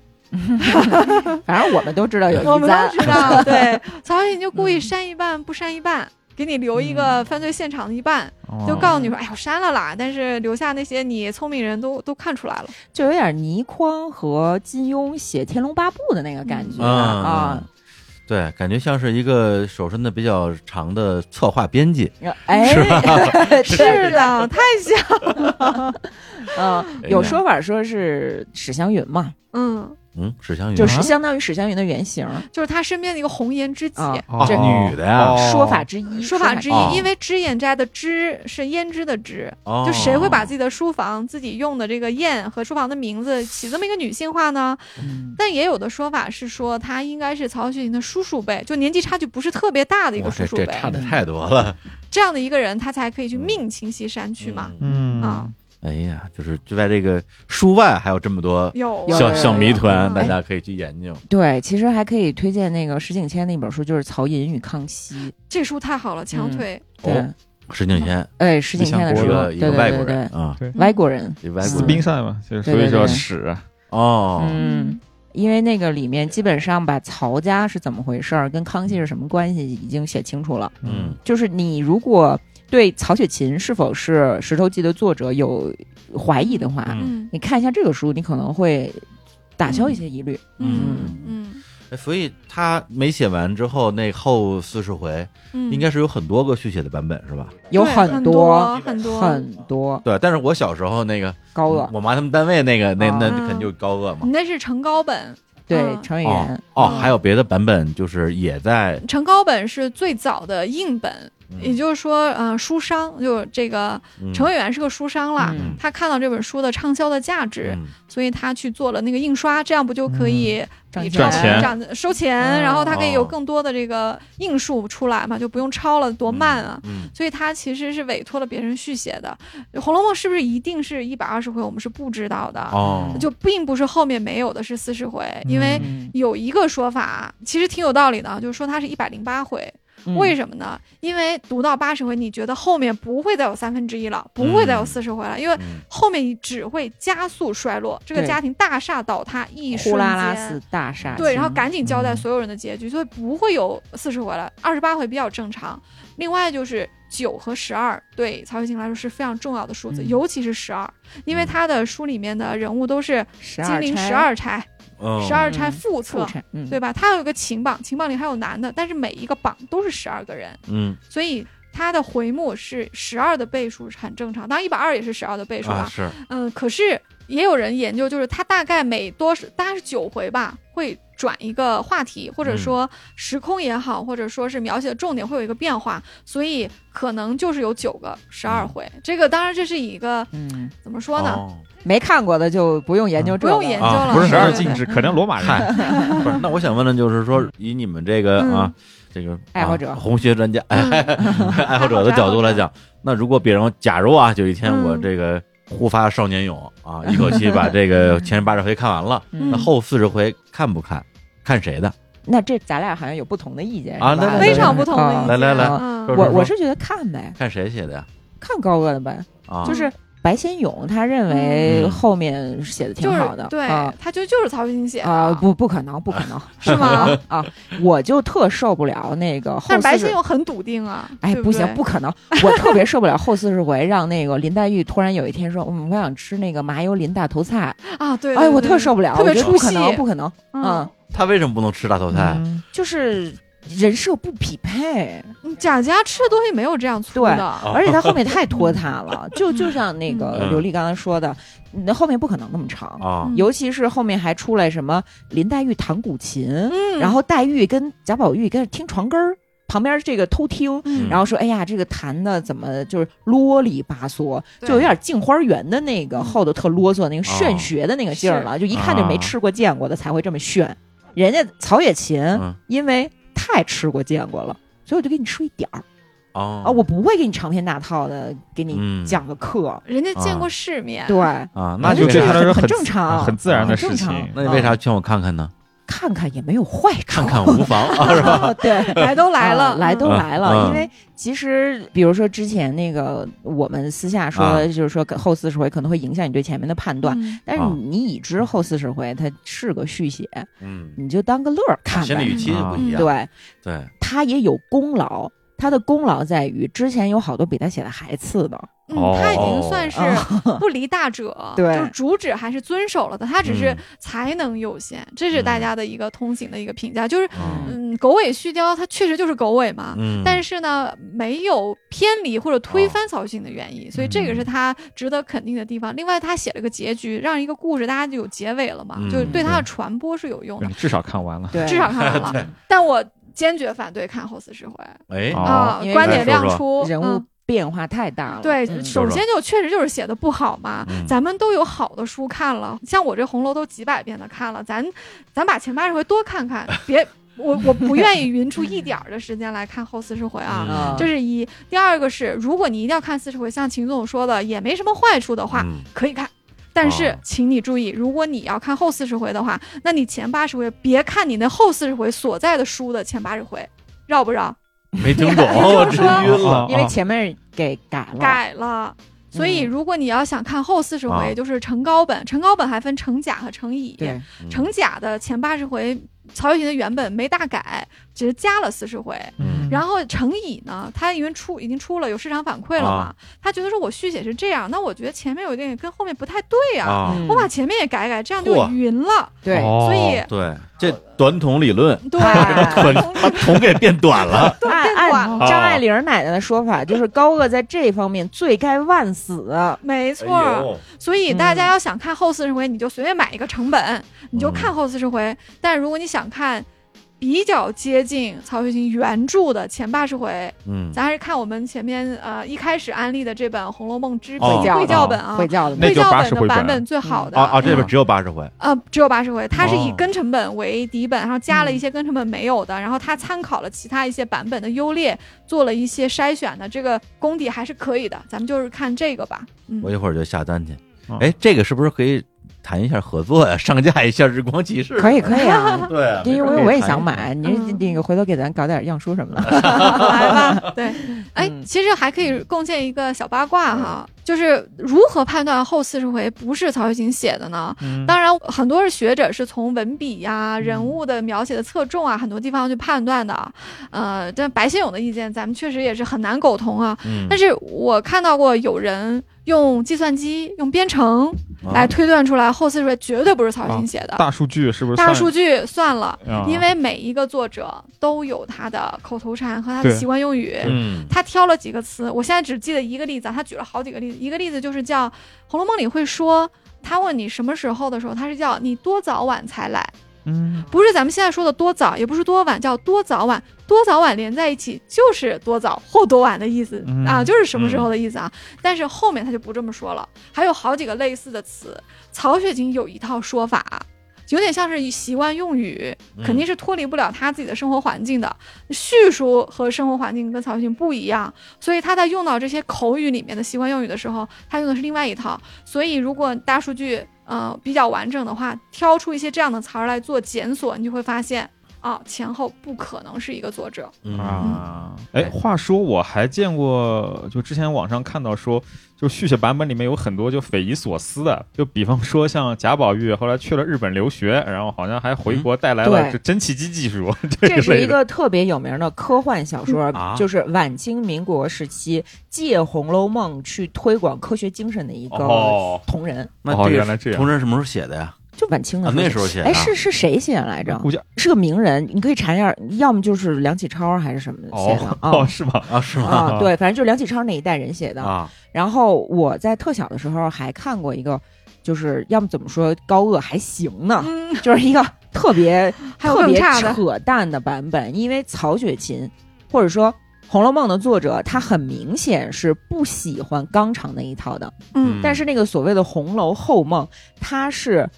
[SPEAKER 3] 反正我们都哦知道有
[SPEAKER 2] 我们
[SPEAKER 3] 一
[SPEAKER 2] 都
[SPEAKER 3] 簪，
[SPEAKER 2] 知道，对，曹雪芹就故意
[SPEAKER 3] 嗯
[SPEAKER 2] 删一半不删一半，给你留一个犯罪现场的一半，
[SPEAKER 4] 哦
[SPEAKER 2] 就告诉你说，哎呦删了啦，但是留下那些你聪明人都都看出来了，
[SPEAKER 3] 就有点倪匡和金庸写《天龙八部》的那个感觉
[SPEAKER 1] 嗯
[SPEAKER 3] 啊，
[SPEAKER 1] 嗯对，感觉像是一个手伸的比较长的策划编辑，
[SPEAKER 3] 哎，
[SPEAKER 1] 是
[SPEAKER 3] [LAUGHS] 对
[SPEAKER 2] 是的，太像，
[SPEAKER 1] 哎
[SPEAKER 3] 嗯，有说法说是史湘云嘛，
[SPEAKER 2] 嗯，
[SPEAKER 1] 嗯，史湘云
[SPEAKER 3] 就是相当于史湘云的原型，
[SPEAKER 2] 就是他身边的一个红颜知己。
[SPEAKER 3] 啊
[SPEAKER 4] 哦
[SPEAKER 3] 这
[SPEAKER 1] 女的呀
[SPEAKER 4] 哦
[SPEAKER 3] 说法之一，
[SPEAKER 2] 说法之一，
[SPEAKER 1] 哦
[SPEAKER 2] 因为脂砚斋的脂是胭脂的脂，
[SPEAKER 1] 哦
[SPEAKER 2] 就谁会把自己的书房、自己用的这个砚和书房的名字起这么一个女性化呢？
[SPEAKER 3] 嗯
[SPEAKER 2] 但也有的说法是说，他应该是曹雪芹的叔叔辈，就年纪差距不是特别大的一个
[SPEAKER 1] 哇
[SPEAKER 2] 叔
[SPEAKER 1] 这
[SPEAKER 2] 叔
[SPEAKER 1] 这
[SPEAKER 2] 辈，
[SPEAKER 1] 差的太多了，
[SPEAKER 2] 这样的一个人，他才可以去命秦西山去嘛。
[SPEAKER 4] 嗯
[SPEAKER 2] 啊，
[SPEAKER 1] 哎呀，就是就在这个书外还有这么多
[SPEAKER 2] 有
[SPEAKER 3] 有
[SPEAKER 1] 小
[SPEAKER 3] 有哎
[SPEAKER 1] 小谜团，
[SPEAKER 2] 嗯
[SPEAKER 1] 大家可以去研究。
[SPEAKER 3] 对，其实还可以推荐那个石景谦那本书，就是《曹寅与康熙》。
[SPEAKER 2] 这书太好了，强推。
[SPEAKER 3] 对
[SPEAKER 1] 哦，石景轩
[SPEAKER 3] 哎，石景谦的
[SPEAKER 4] 我
[SPEAKER 1] 一
[SPEAKER 3] 书，
[SPEAKER 1] 个
[SPEAKER 3] 对
[SPEAKER 1] 一
[SPEAKER 3] 对
[SPEAKER 1] 个外国
[SPEAKER 3] 对
[SPEAKER 1] 人
[SPEAKER 3] 对，
[SPEAKER 1] 啊，
[SPEAKER 3] 嗯
[SPEAKER 2] 嗯
[SPEAKER 3] 外国人，
[SPEAKER 1] 一外国
[SPEAKER 3] 嗯
[SPEAKER 4] 斯
[SPEAKER 1] 人
[SPEAKER 4] 宾塞嘛，就是
[SPEAKER 3] 对
[SPEAKER 4] 所以
[SPEAKER 3] 对
[SPEAKER 4] 叫
[SPEAKER 3] 对
[SPEAKER 4] 史啊，
[SPEAKER 1] 哦，
[SPEAKER 3] 嗯，因为那个里面基本上把曹家是怎么回事儿，跟康熙是什么关系已经写清楚了。
[SPEAKER 1] 嗯，
[SPEAKER 3] 就是你如果对曹雪芹是否是《石头记》的作者有怀疑的话，
[SPEAKER 1] 嗯
[SPEAKER 2] 嗯
[SPEAKER 3] 你看一下这个书，你可能会打消一些疑虑。
[SPEAKER 2] 嗯嗯
[SPEAKER 1] 哎所以他没写完之后，那后四十回
[SPEAKER 2] 嗯，
[SPEAKER 1] 应该是有很多个续写的版本，是吧？
[SPEAKER 3] 有
[SPEAKER 2] 对
[SPEAKER 3] 很
[SPEAKER 2] 很
[SPEAKER 3] 多
[SPEAKER 2] 很多
[SPEAKER 3] 很多
[SPEAKER 1] 对，但是我小时候那个
[SPEAKER 3] 高鹗，
[SPEAKER 1] 我妈他们单位那个那那
[SPEAKER 3] 啊
[SPEAKER 1] 肯定就是高鹗嘛
[SPEAKER 2] 你。那是成高本，
[SPEAKER 3] 对
[SPEAKER 2] 嗯
[SPEAKER 3] 程咬
[SPEAKER 1] 哦
[SPEAKER 3] 元，
[SPEAKER 1] 哦，
[SPEAKER 2] 嗯
[SPEAKER 1] 还有别的版本，就是也在，
[SPEAKER 2] 成高本是最早的硬本，
[SPEAKER 1] 嗯
[SPEAKER 2] 也就是说，呃，书商就这个
[SPEAKER 1] 嗯
[SPEAKER 2] 程咬元是个书商啦，
[SPEAKER 3] 嗯
[SPEAKER 2] 他看到这本书的畅销的价值，
[SPEAKER 1] 嗯
[SPEAKER 2] 所以他去做了那个印刷，这样不就可以
[SPEAKER 3] 嗯赚
[SPEAKER 2] 比
[SPEAKER 4] 赚钱
[SPEAKER 2] 涨收钱，
[SPEAKER 3] 嗯
[SPEAKER 2] 然后他可以有
[SPEAKER 1] 哦
[SPEAKER 2] 更多的这个印数出来嘛，就不用抄了，多慢啊！
[SPEAKER 1] 嗯，
[SPEAKER 2] 所以他其实是委托了别人续写的，《红楼梦》是不是一定是一百二十回？我们是不知道的，
[SPEAKER 1] 哦，
[SPEAKER 2] 就并不是后面没有的是四十回，因为
[SPEAKER 3] 嗯
[SPEAKER 2] 有一个说法其实挺有道理的，啊就是说它是一百零八回，
[SPEAKER 1] 嗯
[SPEAKER 3] 嗯
[SPEAKER 2] 为什么呢？因为读到八十回，你觉得后面不会再有三分之一了，不会再有
[SPEAKER 1] 嗯
[SPEAKER 2] 四十回了，因为
[SPEAKER 1] 嗯
[SPEAKER 2] 后面只会加速衰落，这个
[SPEAKER 3] 对
[SPEAKER 2] 家庭大厦倒塌一瞬
[SPEAKER 3] 呼啦啦
[SPEAKER 2] 间
[SPEAKER 3] 似大厦倾，
[SPEAKER 2] 对，然后赶紧交代
[SPEAKER 4] 嗯
[SPEAKER 2] 所有人的结局，所以不会有四十回了，二十八回比较正常。另外就是九和十二，对曹雪芹来说是非常重要的数字，
[SPEAKER 3] 嗯
[SPEAKER 2] 尤其是十二，因为
[SPEAKER 1] 嗯
[SPEAKER 2] 他的书里面的人物都是
[SPEAKER 3] 十
[SPEAKER 2] 金
[SPEAKER 3] 二
[SPEAKER 2] 陵
[SPEAKER 3] 钗
[SPEAKER 2] 十二钗、
[SPEAKER 1] 哦
[SPEAKER 2] 十二钗
[SPEAKER 3] 嗯
[SPEAKER 2] 副
[SPEAKER 3] 副
[SPEAKER 2] 册，
[SPEAKER 3] 钗，嗯，
[SPEAKER 2] 对吧？他有一个琴榜，琴榜里还有男的，但是每一个榜都是十二个人，
[SPEAKER 1] 嗯
[SPEAKER 2] 所以。他的回目是十二的倍数是很正常，当然一百二也是十二的倍数
[SPEAKER 1] 啊是
[SPEAKER 2] 嗯，可是也有人研究，就是他大概每多少，大概是九回吧，会转一个话题，或者说时空也好，或者说是描写的重点会有一个变化，所以可能就是有九个十二回。这个当然这是一个
[SPEAKER 3] 嗯，
[SPEAKER 2] 怎么说呢？
[SPEAKER 1] 哦
[SPEAKER 3] 没看过的就不用研究
[SPEAKER 4] 嗯
[SPEAKER 2] 不
[SPEAKER 3] 这个了，
[SPEAKER 2] 用研究了，
[SPEAKER 1] 啊
[SPEAKER 4] 不是
[SPEAKER 2] 对
[SPEAKER 4] 十二
[SPEAKER 2] 对
[SPEAKER 4] 进
[SPEAKER 2] 对
[SPEAKER 4] 制，肯定罗马人。
[SPEAKER 1] 不是，那我想问的就是说，以你们这个啊，这个
[SPEAKER 3] 爱好
[SPEAKER 1] 啊
[SPEAKER 3] 者
[SPEAKER 1] 红学专家、爱好者的
[SPEAKER 2] 爱好者
[SPEAKER 1] 角度来讲，那如果别人假如啊，有一天
[SPEAKER 2] 嗯
[SPEAKER 1] 我这个互发少年勇啊，一口气把这个前八十回看完了，
[SPEAKER 3] 嗯
[SPEAKER 1] 那后四十回看不看？看谁的？
[SPEAKER 3] 那这咱俩好像有不同的意见
[SPEAKER 1] 啊
[SPEAKER 3] 是吧
[SPEAKER 1] 来来
[SPEAKER 2] 非常不同的意
[SPEAKER 3] 啊
[SPEAKER 2] 见。
[SPEAKER 1] 来来来
[SPEAKER 2] 嗯
[SPEAKER 1] 说
[SPEAKER 3] 我我是觉得看呗，
[SPEAKER 1] 看谁写的呀？
[SPEAKER 3] 看高鹗的呗，
[SPEAKER 1] 啊，
[SPEAKER 3] 就是白先勇他认为
[SPEAKER 1] 嗯
[SPEAKER 3] 后面写的挺
[SPEAKER 2] 就是
[SPEAKER 3] 好的，
[SPEAKER 2] 对
[SPEAKER 3] 啊，
[SPEAKER 2] 他就就是曹雪芹写的
[SPEAKER 3] 啊，不不可能，不可能，
[SPEAKER 2] 是
[SPEAKER 3] [LAUGHS]
[SPEAKER 2] 吗？
[SPEAKER 3] 啊，我就特受不了那个后
[SPEAKER 2] 但是白
[SPEAKER 3] 四
[SPEAKER 2] 先
[SPEAKER 3] 十。
[SPEAKER 2] 勇很笃定啊，
[SPEAKER 3] 哎，
[SPEAKER 2] 对
[SPEAKER 3] 不
[SPEAKER 2] 不
[SPEAKER 3] 行，
[SPEAKER 2] 对
[SPEAKER 3] 不可能！我特别受不了后四十回，让那个林黛玉突然有一天说：“嗯，我想吃那个麻油林大头菜。
[SPEAKER 2] 啊，对”
[SPEAKER 3] 哎，我特受不了，
[SPEAKER 2] 特别
[SPEAKER 3] 我觉得
[SPEAKER 2] 出
[SPEAKER 3] 不可能，
[SPEAKER 2] 戏
[SPEAKER 3] 不可能，嗯
[SPEAKER 2] 嗯，
[SPEAKER 1] 他为什么不能吃大头菜？
[SPEAKER 4] 嗯
[SPEAKER 3] 就是人设不匹配。
[SPEAKER 2] 嗯贾家吃的东西没有这样粗
[SPEAKER 3] 对
[SPEAKER 2] 的，
[SPEAKER 3] 而且他后面太拖沓了，就就像那个
[SPEAKER 1] 嗯
[SPEAKER 3] 刘丽刚才说的，那后面不可能那么长，
[SPEAKER 1] 啊
[SPEAKER 2] 嗯
[SPEAKER 3] 尤其是后面还出来什么林黛玉弹古琴，
[SPEAKER 2] 嗯，
[SPEAKER 3] 然后黛玉跟贾宝玉跟着听床根儿，旁边这个偷听。
[SPEAKER 1] 嗯
[SPEAKER 2] 嗯
[SPEAKER 3] 然后说，哎呀，这个弹的怎么就是啰里吧嗦，
[SPEAKER 2] 对嗯
[SPEAKER 3] 就有点镜花缘的那个后头特啰嗦那个炫
[SPEAKER 1] 哦
[SPEAKER 3] 学的那个劲儿了，就一看就
[SPEAKER 1] 啊
[SPEAKER 3] 没吃过见过的才会这么炫。人家曹雪芹
[SPEAKER 1] 嗯
[SPEAKER 3] 因为太吃过见过了，所以我就给你吃一点儿
[SPEAKER 1] 哦
[SPEAKER 3] 啊，我不会给你长篇大套的给你
[SPEAKER 1] 嗯
[SPEAKER 3] 讲个课，
[SPEAKER 2] 人家见
[SPEAKER 1] 啊
[SPEAKER 2] 过世面，
[SPEAKER 3] 嗯对，
[SPEAKER 1] 啊， [LAUGHS] 那
[SPEAKER 4] 那
[SPEAKER 1] 就
[SPEAKER 4] 就
[SPEAKER 1] 这
[SPEAKER 4] 对
[SPEAKER 3] 这
[SPEAKER 1] 样，
[SPEAKER 4] 他来
[SPEAKER 3] 很
[SPEAKER 4] 说很
[SPEAKER 3] 正常，
[SPEAKER 4] 很自然的
[SPEAKER 3] 很
[SPEAKER 4] 事
[SPEAKER 3] 正常嗯
[SPEAKER 4] 情。
[SPEAKER 1] 那你为啥劝我看看呢？
[SPEAKER 3] 看看也没有坏处，
[SPEAKER 1] 看看无妨
[SPEAKER 3] [LAUGHS]
[SPEAKER 1] 啊，是吧？
[SPEAKER 3] 对。
[SPEAKER 2] [LAUGHS] 来都来了，
[SPEAKER 3] 啊来都
[SPEAKER 2] 嗯
[SPEAKER 3] 来了。
[SPEAKER 1] 嗯
[SPEAKER 3] 因为其实，比如说之前那个，我们私下说，
[SPEAKER 1] 啊
[SPEAKER 3] 就是说后四十回可能会影响你对前面的判断。
[SPEAKER 2] 嗯
[SPEAKER 3] 但是
[SPEAKER 1] 啊
[SPEAKER 3] 你已知后四十回它是个续写，
[SPEAKER 1] 嗯，
[SPEAKER 3] 你就当个乐儿看
[SPEAKER 1] 心理
[SPEAKER 3] 呗
[SPEAKER 1] 预。期就不一样。
[SPEAKER 3] 对，
[SPEAKER 1] 对，
[SPEAKER 3] 它也有功劳，他的功劳在于之前有好多比他写的还次
[SPEAKER 2] [LAUGHS]
[SPEAKER 3] 的，
[SPEAKER 2] 嗯，他已经算是
[SPEAKER 3] 哦 [LAUGHS]
[SPEAKER 2] 不离大者，
[SPEAKER 3] 对
[SPEAKER 2] 就是主旨还是遵守了的，他只是
[SPEAKER 1] 嗯
[SPEAKER 2] 才能有限，这是
[SPEAKER 3] 嗯
[SPEAKER 2] 大家的一个通行的一个评价，就是
[SPEAKER 1] 嗯
[SPEAKER 2] 嗯，狗尾续貂，它确实就是狗尾嘛。
[SPEAKER 1] 嗯，
[SPEAKER 2] 但
[SPEAKER 1] 是
[SPEAKER 2] 是呢，没有偏离或者
[SPEAKER 3] 哦
[SPEAKER 2] 推翻曹雪芹的原意，所以这个
[SPEAKER 3] 嗯
[SPEAKER 2] 是他值得肯定的地方。另外，他写了个结局，让一个故事大家就有结尾了嘛，
[SPEAKER 1] 嗯
[SPEAKER 2] 就是对他的
[SPEAKER 4] 对
[SPEAKER 2] 传播是有用的
[SPEAKER 4] 嗯。至少看完了。
[SPEAKER 3] 对
[SPEAKER 2] 至少看完了，但我坚决反对看《后四十回》
[SPEAKER 1] 哎，
[SPEAKER 4] 哦
[SPEAKER 2] 啊
[SPEAKER 3] 因，为
[SPEAKER 2] 观
[SPEAKER 1] 来
[SPEAKER 2] 点
[SPEAKER 1] 说
[SPEAKER 2] 亮
[SPEAKER 1] 说
[SPEAKER 2] 出
[SPEAKER 3] 人
[SPEAKER 2] 嗯
[SPEAKER 3] 物变化太大了。
[SPEAKER 2] 对，
[SPEAKER 3] 嗯
[SPEAKER 1] 说
[SPEAKER 2] 首
[SPEAKER 1] 说
[SPEAKER 2] 先就确实就是写的不好嘛。
[SPEAKER 1] 嗯
[SPEAKER 2] 咱们都有好的书看了，像我这《红楼》都几百遍的看了，咱咱把前八十回多看看，别我我不愿意匀出一点儿的时间来看后四十回啊。
[SPEAKER 1] 嗯
[SPEAKER 2] 这是一，第二个是，如果你一定要看四十回，像秦总说的，也没什么坏处的话，
[SPEAKER 1] 嗯
[SPEAKER 2] 可以看。但是
[SPEAKER 1] 哦，
[SPEAKER 2] 请你注意，如果你要看后四十回的话，那你前八十回别看你那后四十回所在的书的前八十回，绕不绕？
[SPEAKER 1] 没听
[SPEAKER 3] [LAUGHS]
[SPEAKER 1] 懂，我真晕了。
[SPEAKER 3] 因为前面给改了，
[SPEAKER 2] 改了。所以，
[SPEAKER 3] 嗯
[SPEAKER 2] 如果你要想看后四十回，
[SPEAKER 1] 啊
[SPEAKER 2] 也就是成高本，成高本还分成甲和成乙。
[SPEAKER 3] 对，
[SPEAKER 2] 成甲的前八十回，曹雪芹的原本没大改，只是加了四十回。
[SPEAKER 1] 嗯
[SPEAKER 2] 然后成乙呢，他因为出已经出了，有市场反馈了嘛，
[SPEAKER 1] 啊
[SPEAKER 2] 他觉得说我续写是这样，那我觉得前面有一点跟后面不太对啊，
[SPEAKER 1] 啊，
[SPEAKER 3] 嗯
[SPEAKER 2] 我把前面也改改，这样就
[SPEAKER 1] 嚯
[SPEAKER 2] 匀了。
[SPEAKER 3] 对
[SPEAKER 4] 哦
[SPEAKER 2] 所以
[SPEAKER 1] 对，这短筒理论，
[SPEAKER 2] 对，
[SPEAKER 3] 哎
[SPEAKER 1] 可把筒给变短
[SPEAKER 3] [LAUGHS]
[SPEAKER 1] 了。
[SPEAKER 2] 对
[SPEAKER 3] 按
[SPEAKER 2] 变短了，
[SPEAKER 3] 按张爱玲奶奶的说法，就是高鹗在这方面罪该万死。
[SPEAKER 2] 没
[SPEAKER 1] 哎
[SPEAKER 2] 错。
[SPEAKER 1] 呦，
[SPEAKER 2] 所以大
[SPEAKER 1] 嗯
[SPEAKER 2] 家要想看后四十回，你就随便买一个成本，你就看后四十回。但如果你想看比较接近曹雪芹原著的前八十回，
[SPEAKER 1] 嗯，
[SPEAKER 2] 咱还是看我们前面呃一开始安利的这本《红楼梦之
[SPEAKER 1] 哦
[SPEAKER 2] 会教本》啊
[SPEAKER 3] 会。教的
[SPEAKER 4] 那
[SPEAKER 2] 会
[SPEAKER 4] 就
[SPEAKER 2] 教
[SPEAKER 4] 80
[SPEAKER 2] 本的
[SPEAKER 4] 回
[SPEAKER 2] 版
[SPEAKER 4] 本
[SPEAKER 2] 本最好的
[SPEAKER 1] 啊啊，这边只有八十回，
[SPEAKER 2] 呃，只有八十回，它是以
[SPEAKER 1] 哦嗯
[SPEAKER 2] 根成本为底本，然后加了一些根成本没有的，然后它参考了其他一些版本的优劣，做了一些筛选的，这个功底还是可以的。咱们就是看这个吧。嗯
[SPEAKER 1] 我一，会儿就下单去
[SPEAKER 4] 嗯。
[SPEAKER 1] 哎，这个是不是可以谈一下合作呀？上架一下《日光骑士》？，
[SPEAKER 3] 可以可以啊
[SPEAKER 1] [LAUGHS] 对啊，
[SPEAKER 3] 因
[SPEAKER 1] 没准
[SPEAKER 3] 为
[SPEAKER 1] 可以
[SPEAKER 3] 我也
[SPEAKER 1] 谈一下。
[SPEAKER 3] 想买，你
[SPEAKER 2] 嗯
[SPEAKER 3] 那个回头给咱搞点样书什么的。
[SPEAKER 2] 来吧。对，哎，
[SPEAKER 3] 嗯
[SPEAKER 2] 其实还可以贡献一个小八卦哈，就是如何判断后四十回不是曹雪芹写的呢？
[SPEAKER 4] 嗯
[SPEAKER 2] 当然，很多学者是从文笔呀、人物的描写的侧重啊，很多地方去判断的啊。呃，但白先勇的意见，咱们确实也是很难苟同啊。
[SPEAKER 1] 嗯，
[SPEAKER 2] 但是我看到过有人用计算机、用编程来
[SPEAKER 1] 哦啊
[SPEAKER 2] 推断出来后四十回绝对不是曹雪芹写的。
[SPEAKER 4] 大数据是不是算？
[SPEAKER 2] 大数据算了，
[SPEAKER 4] 啊
[SPEAKER 2] 因为每一个作者都有他的口头禅和他的
[SPEAKER 4] 对
[SPEAKER 2] 习惯用语。
[SPEAKER 1] 嗯，
[SPEAKER 2] 他挑了几个词，我现在只记得一个例子啊，他举了好几个例子。一个例子就是叫《红楼梦》里会说，他问你什么时候的时候，他是叫你多早晚才来，
[SPEAKER 4] 嗯，
[SPEAKER 2] 不是咱们现在说的多早，也不是多晚，叫多早晚。多早晚连在一起就是多早或多晚的意思、
[SPEAKER 4] 嗯
[SPEAKER 2] 啊，就是什么时候的意思啊。但是后面他就不这么说了，还有好几个类似的词。曹雪芹有一套说法，有点像是习惯用语，肯定
[SPEAKER 1] 是
[SPEAKER 2] 是脱离不了他自己的生活环境的。叙述和生活环境跟曹雪芹不一样，所以他在用到这些口语里面的习惯用语的时候，他用的是另外一套。所以如果大数据呃比较完整的话，挑出一些这样的词儿来做检索，你就会发现啊，前后不可能是一个作者。
[SPEAKER 1] 啊，
[SPEAKER 4] 啊。哎，话说我还见过，就之前网上看到说，就续写版本里面有很多就匪夷所思的，就比方说像贾宝玉后来去了日本留学，然后好像还回国带来了
[SPEAKER 3] 对
[SPEAKER 4] 这蒸汽机技术，
[SPEAKER 3] 这是
[SPEAKER 4] 类
[SPEAKER 3] 一
[SPEAKER 4] 的。
[SPEAKER 3] 个特别有名的科幻小说
[SPEAKER 1] 啊，
[SPEAKER 3] 就是晚清民国时期借《红楼梦》去推广科学精神的一个
[SPEAKER 4] 哦，
[SPEAKER 3] 同人，
[SPEAKER 1] 那
[SPEAKER 4] 哦
[SPEAKER 1] 这个
[SPEAKER 4] 原来这样
[SPEAKER 1] 同人什么时候写的呀？
[SPEAKER 3] 就晚清的
[SPEAKER 1] 啊，
[SPEAKER 3] 时候
[SPEAKER 1] 那时候写的啊。
[SPEAKER 3] 哎，是是谁写来着？
[SPEAKER 4] 估计
[SPEAKER 3] 是个名人，你可以查一下，要么就是梁启超还是什么写的
[SPEAKER 4] [LAUGHS] 哦
[SPEAKER 3] 啊
[SPEAKER 4] 哦是吗？
[SPEAKER 1] 啊，是吗？
[SPEAKER 3] 啊，对，反正就是梁启超那一代人写的。
[SPEAKER 1] 啊，
[SPEAKER 3] 然后我在特小的时候还看过一个，就是要么怎么说高鹗还行呢，
[SPEAKER 2] 嗯，
[SPEAKER 3] 就是一个特别
[SPEAKER 2] [LAUGHS] 还有
[SPEAKER 3] 特
[SPEAKER 2] 更
[SPEAKER 3] 别
[SPEAKER 2] 差的。
[SPEAKER 3] 扯淡的版本，因为曹雪芹或者说《红楼梦》的作者，他很明显是不喜欢纲常那一套的。
[SPEAKER 2] 嗯
[SPEAKER 3] 但是那个所谓的《红楼后梦》，他是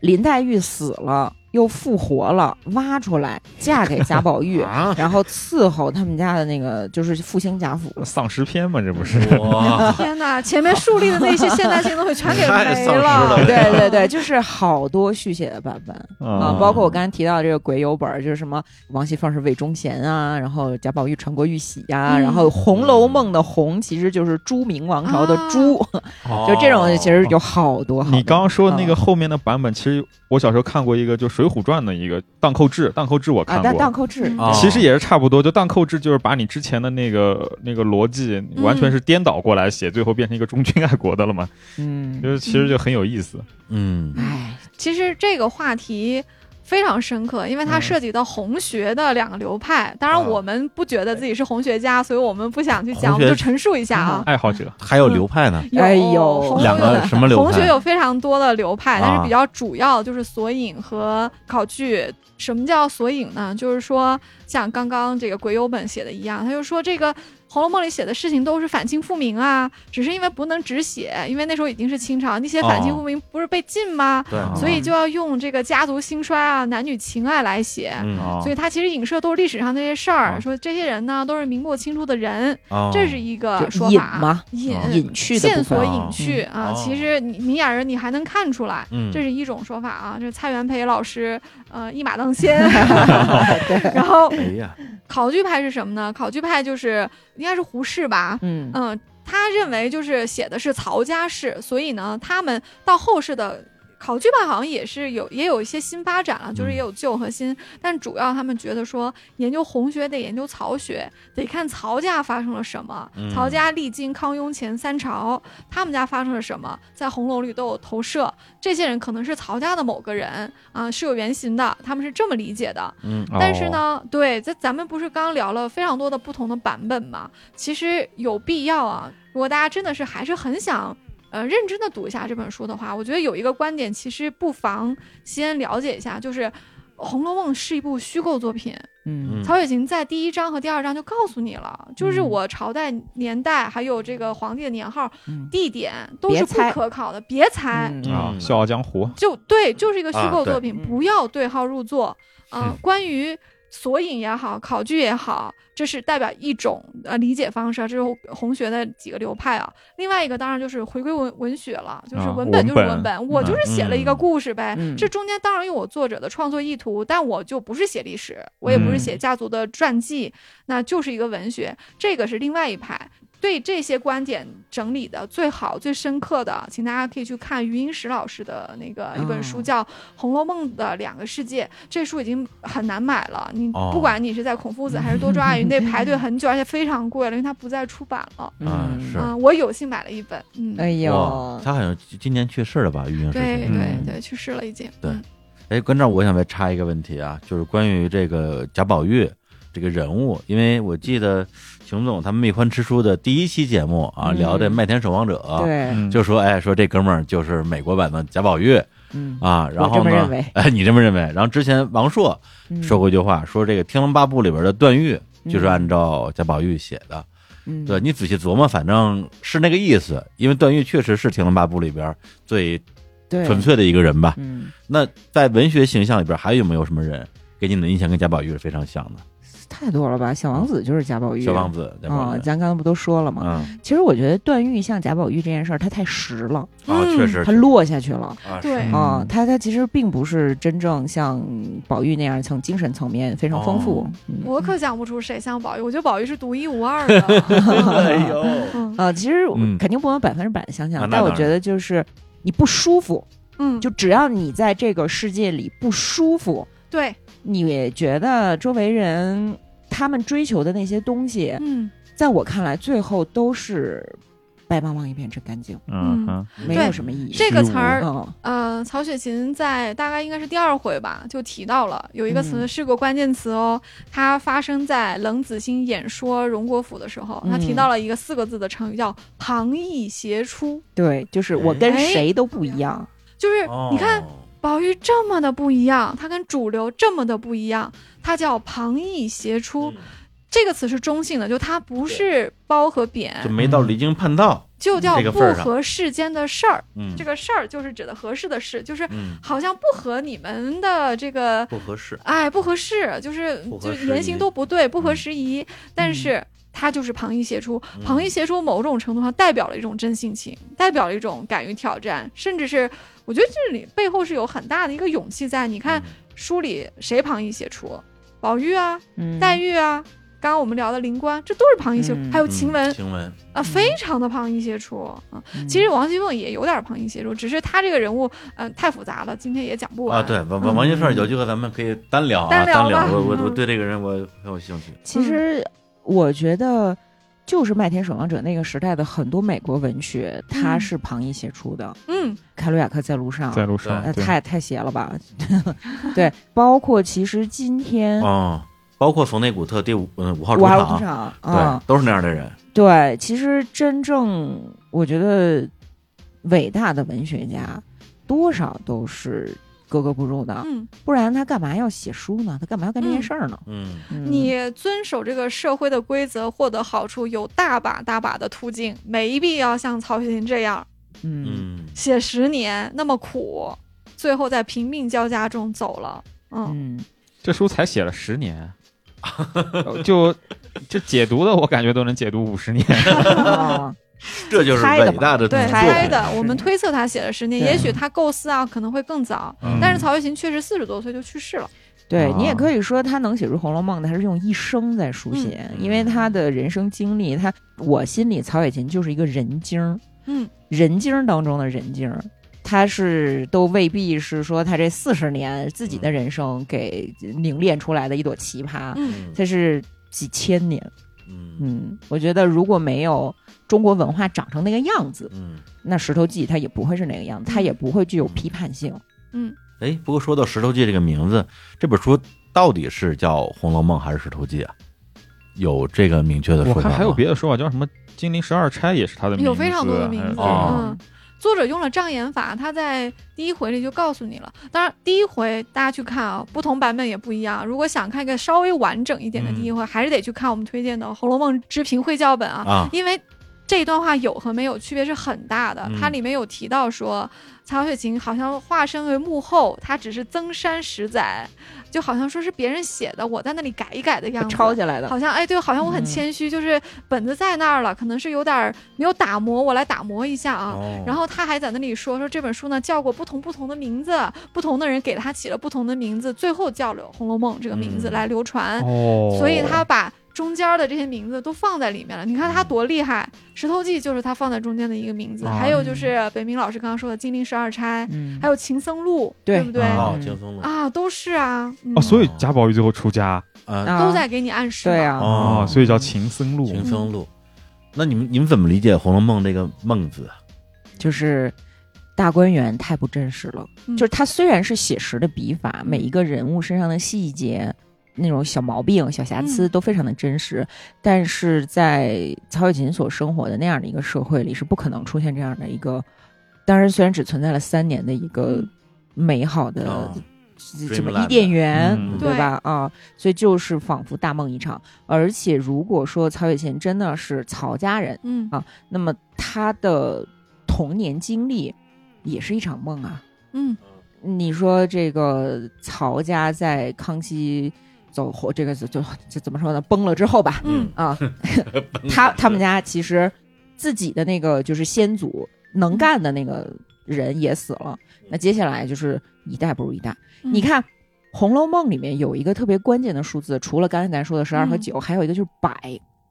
[SPEAKER 3] 林黛玉死了又复活了，挖出来嫁给贾
[SPEAKER 1] [LAUGHS]
[SPEAKER 3] 宝玉，
[SPEAKER 1] 啊，
[SPEAKER 3] 然后伺候他们家的那个就是复兴贾府。
[SPEAKER 4] 嗯丧尸片嘛，这不是？
[SPEAKER 1] 哇，
[SPEAKER 2] 天哪，前面树立的那些现代性东西全给
[SPEAKER 1] 太
[SPEAKER 2] 没
[SPEAKER 1] 丧失了
[SPEAKER 2] 了。
[SPEAKER 1] 对
[SPEAKER 3] 对对对，就是好多续写的版本啊，
[SPEAKER 1] 嗯
[SPEAKER 3] 包括我刚才提到的这个鬼友本儿，就是什么王熙凤是魏忠贤啊，然后贾宝玉传国玉玺呀、
[SPEAKER 2] 嗯
[SPEAKER 3] 然后《红楼梦》的红其实就是朱明王朝
[SPEAKER 2] 啊
[SPEAKER 3] 的朱，
[SPEAKER 1] 哦
[SPEAKER 3] [LAUGHS] 就这种其实有好多好多。嗯
[SPEAKER 4] 你刚刚说的那个后面的版本，其实我小时候看过一个，就《水水浒传》的一个荡寇志，荡寇志我
[SPEAKER 3] 啊，
[SPEAKER 4] 看
[SPEAKER 3] 但
[SPEAKER 4] 过。
[SPEAKER 3] 荡寇志
[SPEAKER 2] 嗯
[SPEAKER 1] 啊
[SPEAKER 4] 其实也是差不多，就荡寇志就是把你之前的那个那个逻辑完全是颠倒过来写，最后变成一个忠君爱国的了嘛，就
[SPEAKER 3] 嗯，
[SPEAKER 4] 是其实就很有意思。
[SPEAKER 1] 嗯
[SPEAKER 3] 哎，
[SPEAKER 2] 其实这个话题非常深刻，因为它
[SPEAKER 4] 嗯
[SPEAKER 2] 涉及到红学的两个流派。当
[SPEAKER 4] 啊
[SPEAKER 2] 然，我们不觉得自己是红学家，所以我们不想去讲，我
[SPEAKER 1] 红
[SPEAKER 2] 们
[SPEAKER 1] 学
[SPEAKER 2] 就陈述一下啊。
[SPEAKER 4] 爱好者，
[SPEAKER 1] 还有流派呢，
[SPEAKER 2] 有
[SPEAKER 3] 哎呦
[SPEAKER 2] 红学
[SPEAKER 1] 两
[SPEAKER 2] 有
[SPEAKER 1] 个什么流
[SPEAKER 2] 红学
[SPEAKER 1] 派？
[SPEAKER 2] 有非常多的流派，但
[SPEAKER 1] 啊
[SPEAKER 2] 是比较主要就是索引和考据。什么叫索引呢？就是说，像刚刚这个鬼友本写的一样，他就说这个《红楼梦》里写的事情都是反清复明啊，只是因为不能只写，因为那时候已经是清朝，你写
[SPEAKER 1] 哦
[SPEAKER 2] 反清复明不是被禁吗？
[SPEAKER 1] 对，
[SPEAKER 3] 哦
[SPEAKER 2] 所以就要用这个家族兴衰啊、男女情爱来写。
[SPEAKER 1] 嗯啊
[SPEAKER 3] 哦
[SPEAKER 2] 所以它其实影射都是历史上那些事儿，
[SPEAKER 4] 啊
[SPEAKER 2] 说这些人呢都是明末清初的人，
[SPEAKER 1] 哦
[SPEAKER 2] 这是一个
[SPEAKER 3] 就
[SPEAKER 2] 啊说
[SPEAKER 3] 引
[SPEAKER 2] 法。
[SPEAKER 3] 嘛，
[SPEAKER 2] 引
[SPEAKER 1] 啊
[SPEAKER 3] 隐去的部
[SPEAKER 2] 线索
[SPEAKER 3] 分嗯
[SPEAKER 1] 啊
[SPEAKER 2] 隐去啊
[SPEAKER 1] 哦，
[SPEAKER 2] 其实你你俩人你还能看出来，
[SPEAKER 1] 嗯
[SPEAKER 2] 这是一种说法啊。这蔡元培老师呃一马当先，
[SPEAKER 3] [LAUGHS]
[SPEAKER 2] [LAUGHS]
[SPEAKER 3] 对，
[SPEAKER 2] 然后
[SPEAKER 1] 哎呀，
[SPEAKER 2] 考据派是什么呢？考据派就是应该是胡适吧，
[SPEAKER 3] 嗯，
[SPEAKER 2] 嗯，他认为就是写的是曹家事，所以呢，他们到后世的。考据派好像也是有也有一些新发展了，就是也有旧和新，但主要他们觉得说研究红学得研究曹学，得看曹家发生了什么。
[SPEAKER 1] 嗯
[SPEAKER 2] 曹家历经康雍乾三朝，他们家发生了什么，在红楼里都有投射。这些人可能是曹家的某个人啊，是有原型的，他们是这么理解的。
[SPEAKER 1] 嗯
[SPEAKER 4] 哦
[SPEAKER 3] 哦
[SPEAKER 2] 但是，呢，对，这咱们不是刚聊了非常多的不同的版本嘛？其实有必要啊，如果大家真的是还是很想。呃，认真的读一下这本书的话，我觉得有一个观点，其实不妨先了解一下，就是《红楼梦》是一部虚构作品。
[SPEAKER 3] 嗯
[SPEAKER 1] 嗯
[SPEAKER 2] 曹雪芹在第一章和第二章就告诉你了，就是
[SPEAKER 3] 嗯
[SPEAKER 2] 我朝代、年代，还有这个皇帝的年号、
[SPEAKER 3] 嗯，
[SPEAKER 2] 地点都
[SPEAKER 3] 别
[SPEAKER 2] 是不
[SPEAKER 3] 猜
[SPEAKER 2] 可考的，别猜。
[SPEAKER 3] 嗯
[SPEAKER 4] 啊，
[SPEAKER 1] 嗯
[SPEAKER 4] 《笑傲江湖》
[SPEAKER 2] 就对，就是一个虚
[SPEAKER 1] 啊
[SPEAKER 2] 构
[SPEAKER 1] 对
[SPEAKER 2] 作品，
[SPEAKER 3] 嗯
[SPEAKER 2] 不要对号入座。嗯、关于索引也好，考据也好，这是代表一种呃理解方式啊，这是红学的几个流派啊。另外一个当然就是回归文文学了，就是
[SPEAKER 4] 啊
[SPEAKER 2] 文本就是
[SPEAKER 4] 文
[SPEAKER 2] 文
[SPEAKER 4] 本
[SPEAKER 2] 本，我就是写了一个
[SPEAKER 1] 嗯
[SPEAKER 2] 故事呗。
[SPEAKER 3] 嗯
[SPEAKER 2] 这中间当然有我作者的创作意图，但我就不是写历史，我也不是
[SPEAKER 4] 嗯
[SPEAKER 2] 写家族的传记，那就是一个文学，这个是另外一派。对这些观点整理的最好、最深刻的，请大家可以去看余英时老师的那个一本书，
[SPEAKER 3] 嗯
[SPEAKER 2] 叫《红楼梦的两个世界》。这书已经很难买了，你
[SPEAKER 1] 哦
[SPEAKER 2] 不管你是在孔夫子还是多抓爱云，你得排队很久，而且非常贵了，因为它不再出版了。
[SPEAKER 1] 啊
[SPEAKER 3] 嗯
[SPEAKER 1] 是
[SPEAKER 2] 啊，我有幸买了一本，嗯，
[SPEAKER 3] 哎
[SPEAKER 1] 哇
[SPEAKER 3] 呦，
[SPEAKER 1] 他好像今年去世了吧？玉英是
[SPEAKER 2] 对
[SPEAKER 1] 今年
[SPEAKER 2] 对
[SPEAKER 4] 嗯
[SPEAKER 2] 对，去世了已经。
[SPEAKER 1] 对
[SPEAKER 2] 嗯
[SPEAKER 1] 哎，关照，我想再插一个问题啊，就是关于这个贾宝玉这个人物，因为我记得熊总他们蜜獾吃书的第一期节目啊，
[SPEAKER 3] 嗯
[SPEAKER 1] 聊这麦田守望者，
[SPEAKER 3] 对，
[SPEAKER 4] 嗯
[SPEAKER 1] 就说哎，说这哥们儿就是美国版的贾宝玉
[SPEAKER 3] 嗯，
[SPEAKER 1] 啊，然
[SPEAKER 3] 我
[SPEAKER 1] 后
[SPEAKER 3] 这么
[SPEAKER 1] 呢
[SPEAKER 3] 认为，
[SPEAKER 1] [LAUGHS] 哎，你这么认为？然后之前王朔
[SPEAKER 3] 嗯
[SPEAKER 1] 说过一句话，说这个《天龙八部》里边的段誉就是按照贾宝玉写的，
[SPEAKER 3] 嗯
[SPEAKER 1] 对你仔细琢磨，反正是那个意思，因为段誉确实是《天龙八部》里边最
[SPEAKER 3] 对
[SPEAKER 1] 纯粹的一个人吧，
[SPEAKER 3] 嗯，
[SPEAKER 1] 那在文学形象里边，还有没有什么人给你的印象跟贾宝玉是非常像的？
[SPEAKER 3] 太多了吧？小王子就是贾宝玉，
[SPEAKER 1] 小王子，贾宝
[SPEAKER 3] 啊，
[SPEAKER 1] 玉，
[SPEAKER 3] 咱刚才不都说了吗？
[SPEAKER 2] 啊
[SPEAKER 1] 嗯，
[SPEAKER 3] 其实我觉得段誉像贾宝玉这件事儿，他太实了，
[SPEAKER 1] 啊，
[SPEAKER 2] 嗯
[SPEAKER 1] 确实，
[SPEAKER 3] 他落下去了。
[SPEAKER 1] 啊，
[SPEAKER 2] 对
[SPEAKER 4] 嗯
[SPEAKER 3] 啊，他他其实并不是真正像宝玉那样从精神层面非常丰富
[SPEAKER 1] 哦。
[SPEAKER 3] 嗯
[SPEAKER 2] 我
[SPEAKER 3] [LAUGHS]
[SPEAKER 2] 可想不出谁像宝玉，我觉得宝玉是独一无二的。
[SPEAKER 1] 哎呦，
[SPEAKER 2] [LAUGHS] 嗯
[SPEAKER 3] 啊，其实我
[SPEAKER 1] 嗯
[SPEAKER 3] 肯定不能百分之百的相信
[SPEAKER 1] 啊，那
[SPEAKER 3] 但我
[SPEAKER 1] 当
[SPEAKER 3] 觉
[SPEAKER 1] 然
[SPEAKER 3] 得就是你不舒服，
[SPEAKER 2] 嗯，
[SPEAKER 3] 就只要你在这个世界里不舒服，
[SPEAKER 2] 对，
[SPEAKER 3] 你也觉得周围人他们追求的那些东西，
[SPEAKER 2] 嗯
[SPEAKER 3] 在我看来，最后都是白茫茫一片真干净，
[SPEAKER 4] 嗯哼，
[SPEAKER 3] 没有什么意义。
[SPEAKER 2] 这个词儿
[SPEAKER 3] 嗯
[SPEAKER 2] 呃，曹雪芹在大概应该是第二回吧，就提到了有一个词
[SPEAKER 3] 嗯
[SPEAKER 2] 是个关键词哦，它发生在冷子兴演说荣国府的时候，他提
[SPEAKER 3] 嗯
[SPEAKER 2] 到了一个四个字的成语叫“旁逸斜出
[SPEAKER 3] 对，就是我跟
[SPEAKER 2] 哎
[SPEAKER 3] 谁都不一样。”，
[SPEAKER 2] 就是你看
[SPEAKER 1] 哦，
[SPEAKER 2] 宝玉这么的不一样，他跟主流这么的不一样，他叫“旁逸斜出”
[SPEAKER 1] 嗯
[SPEAKER 2] 这个词是中性的，就它不是褒和
[SPEAKER 1] 就
[SPEAKER 2] 贬，
[SPEAKER 1] 没到离经叛道，
[SPEAKER 2] 就叫
[SPEAKER 1] 这个
[SPEAKER 2] 不
[SPEAKER 1] 份儿上
[SPEAKER 2] 合世间的事儿。
[SPEAKER 1] 嗯，
[SPEAKER 2] 这
[SPEAKER 1] 个，
[SPEAKER 2] 个事儿就是指的合适的事，就是
[SPEAKER 1] 嗯，
[SPEAKER 2] 好像不合你们的这个
[SPEAKER 1] 不合适，
[SPEAKER 2] 哎，不合适，就是
[SPEAKER 1] 不合
[SPEAKER 2] 就
[SPEAKER 1] 时
[SPEAKER 2] 言行
[SPEAKER 1] 宜
[SPEAKER 2] 都不对，不合
[SPEAKER 1] 嗯
[SPEAKER 2] 时宜。但
[SPEAKER 3] 嗯
[SPEAKER 2] 是它就是旁逸斜出，旁逸
[SPEAKER 1] 嗯
[SPEAKER 2] 斜出某种程度上代表了一种真性情，代表了一种敢于挑战，甚至是我觉得这里背后是有很大的一个勇气在。你看
[SPEAKER 1] 嗯
[SPEAKER 2] 书里谁旁逸斜出？宝玉啊，
[SPEAKER 3] 嗯，
[SPEAKER 2] 黛玉啊，刚刚我们聊的灵官，这都是旁逸斜出，
[SPEAKER 3] 嗯
[SPEAKER 2] 还有晴雯
[SPEAKER 1] 晴雯，
[SPEAKER 2] 啊，非常的旁逸斜出
[SPEAKER 1] 嗯
[SPEAKER 2] 啊。
[SPEAKER 3] 嗯
[SPEAKER 2] 其实王熙凤也有点旁逸斜出，只是她这个人物嗯、呃太复杂了，今天也讲不完。
[SPEAKER 1] 啊，对，王王王金顺有机会咱们可以单聊啊，单
[SPEAKER 2] 单聊吧
[SPEAKER 1] 我我我
[SPEAKER 2] 嗯
[SPEAKER 1] 对这个人我很有兴趣。
[SPEAKER 3] 其实我觉得，就是《麦田守望者》那个时代的很多美国文学，它
[SPEAKER 2] 嗯
[SPEAKER 3] 是旁逸写出的。
[SPEAKER 2] 嗯，
[SPEAKER 3] 凯鲁亚克在路上，
[SPEAKER 4] 在路上，
[SPEAKER 3] 呃，
[SPEAKER 4] 对
[SPEAKER 3] 太太邪了吧？ [LAUGHS] 对，包括其实今
[SPEAKER 2] 嗯
[SPEAKER 3] 天
[SPEAKER 1] 哦，包括冯内古特第五嗯五号主
[SPEAKER 3] 我还有
[SPEAKER 1] 场
[SPEAKER 3] 出，场，嗯
[SPEAKER 1] 对，，都是那样的人。
[SPEAKER 3] 对，其实真正我觉得伟大的文学家，多少都是格格不入的，
[SPEAKER 2] 嗯，
[SPEAKER 3] 不然他干嘛要写书呢？他干嘛要干这件
[SPEAKER 2] 嗯
[SPEAKER 3] 事儿呢？
[SPEAKER 1] 嗯，
[SPEAKER 3] 嗯
[SPEAKER 2] 你遵守这个社会的规则获得好处有大把大把的途径，没必要像曹雪芹这样
[SPEAKER 3] 嗯
[SPEAKER 1] 嗯，
[SPEAKER 2] 写十年那么苦，最后在贫病交加中走了。嗯， [LAUGHS]
[SPEAKER 3] 嗯，
[SPEAKER 4] 这书才写了十年，就这解读的我感觉都能解读五十年。
[SPEAKER 3] 啊
[SPEAKER 1] 这就是
[SPEAKER 3] 猜的
[SPEAKER 1] 伟大的
[SPEAKER 2] 对，
[SPEAKER 1] 作
[SPEAKER 3] 猜
[SPEAKER 2] 猜
[SPEAKER 1] 品。
[SPEAKER 2] 的，我们
[SPEAKER 3] 是
[SPEAKER 2] 推测他写了十年，
[SPEAKER 3] 对
[SPEAKER 2] 也许他构思啊可能会更早，
[SPEAKER 4] 嗯
[SPEAKER 2] 但是曹雪芹确实四十多岁就去世了。哦
[SPEAKER 3] 对你也
[SPEAKER 4] 啊
[SPEAKER 3] 可以说，他能写出《红楼梦》的，他是用一生在书写，
[SPEAKER 1] 嗯
[SPEAKER 3] 因为他的人生经历，他我心里曹雪芹就是一个人精儿，
[SPEAKER 2] 嗯，
[SPEAKER 3] 人精儿当中的人精儿，他是都未必是说他这四十年自己的人生给凝练出来的一朵奇葩，
[SPEAKER 2] 嗯
[SPEAKER 1] 嗯
[SPEAKER 3] 他是几千年。
[SPEAKER 1] 嗯
[SPEAKER 3] 嗯，我觉得如果没有中国文化长成那个样子，
[SPEAKER 1] 嗯，
[SPEAKER 3] 那《石头记》它也不会是那个样子，它也不会具有批判性。
[SPEAKER 2] 嗯，
[SPEAKER 1] 哎，不过说到《石头记》这个名字，这本书到底是叫《红楼梦》还是《石头记》啊？有这个明确的
[SPEAKER 4] 我
[SPEAKER 1] 说法
[SPEAKER 4] 看
[SPEAKER 1] 吗？
[SPEAKER 4] 还有别的说法，叫什么“金陵十二钗”也是他的名字，哎啊
[SPEAKER 2] 有非常多的名字。
[SPEAKER 1] 哦
[SPEAKER 2] 嗯，作者用了障眼法，他在第一回里就告诉你了。当然，第一回大家去看啊，不同版本也不一样。如果想看一个稍微完整一点的第一回，还是得去看我们推荐的《红楼梦之评绘教本》啊，
[SPEAKER 1] 啊，
[SPEAKER 2] 因为。这一段话有和没有区别是很大的，
[SPEAKER 1] 嗯
[SPEAKER 2] 它里面有提到说，曹雪芹好像化身为幕后，他只是增删十载，就好像说是别人写的，我在那里改一改的样子，
[SPEAKER 3] 抄下来的，
[SPEAKER 2] 好像哎，对，好像我很
[SPEAKER 3] 嗯
[SPEAKER 2] 谦虚，就是本子在那儿了，可能是有点儿没有打磨，我来打磨一下啊。
[SPEAKER 1] 哦
[SPEAKER 2] 然后他还在那里说说这本书呢叫过不同不同的名字，不同的人给他起了不同的名字，最后叫了《红楼梦》这个名字
[SPEAKER 1] 嗯
[SPEAKER 2] 来流传，
[SPEAKER 4] 哦，
[SPEAKER 2] 所以他把中间的这些名字都放在里面了。你看
[SPEAKER 3] 嗯
[SPEAKER 2] 他多厉害，《石头记》就是他放在中间的一个名字，
[SPEAKER 4] 啊
[SPEAKER 2] 还有就是北冥老师刚刚说的《金陵十二钗》，
[SPEAKER 3] 哦嗯
[SPEAKER 2] 还有《秦僧录》，
[SPEAKER 3] 对
[SPEAKER 2] 不对？
[SPEAKER 1] 哦，
[SPEAKER 3] 嗯
[SPEAKER 1] 轻松了
[SPEAKER 2] 啊，都是啊，嗯
[SPEAKER 4] 哦，所以贾宝玉最后出家
[SPEAKER 1] 啊，
[SPEAKER 3] 啊
[SPEAKER 2] 都在给你暗示嘛。
[SPEAKER 3] 对啊，
[SPEAKER 1] 哦
[SPEAKER 4] 哦，所以叫秦僧路。
[SPEAKER 1] 秦僧路。那你们你们怎么理解《红楼梦》这个“梦”字？啊
[SPEAKER 3] 嗯就是大观园太不真实了。
[SPEAKER 2] 嗯
[SPEAKER 3] 就是它虽然是写实的笔法，每一个人物身上的细节、那种小毛病、小瑕疵
[SPEAKER 2] 嗯
[SPEAKER 3] 都非常的真实，但是在曹雪芹所生活的那样的一个社会里，是不可能出现这样的一个。当然，虽然只存在了三年的一个
[SPEAKER 2] 嗯
[SPEAKER 3] 美好的
[SPEAKER 1] 哦
[SPEAKER 3] 什么
[SPEAKER 1] Dreamland
[SPEAKER 3] 伊甸园，
[SPEAKER 4] 嗯
[SPEAKER 3] 对吧？啊，所以就是仿佛大梦一场。而且，如果说曹雪芹真的是曹家人，
[SPEAKER 2] 嗯
[SPEAKER 3] 那么他的童年经历也是一场梦啊。
[SPEAKER 2] 嗯
[SPEAKER 3] 你说这个曹家在康熙走后，这个就就这怎么说呢？崩了之后吧，
[SPEAKER 2] 嗯
[SPEAKER 3] 啊，他他们家其实自己的那个就是先祖能干的那个人也死了，那接下来就是一代不如一代。
[SPEAKER 2] 嗯
[SPEAKER 3] 你看《红楼梦》里面有一个特别关键的数字，除了刚才咱说的十二和
[SPEAKER 2] 嗯
[SPEAKER 3] 九，还有一个就是百，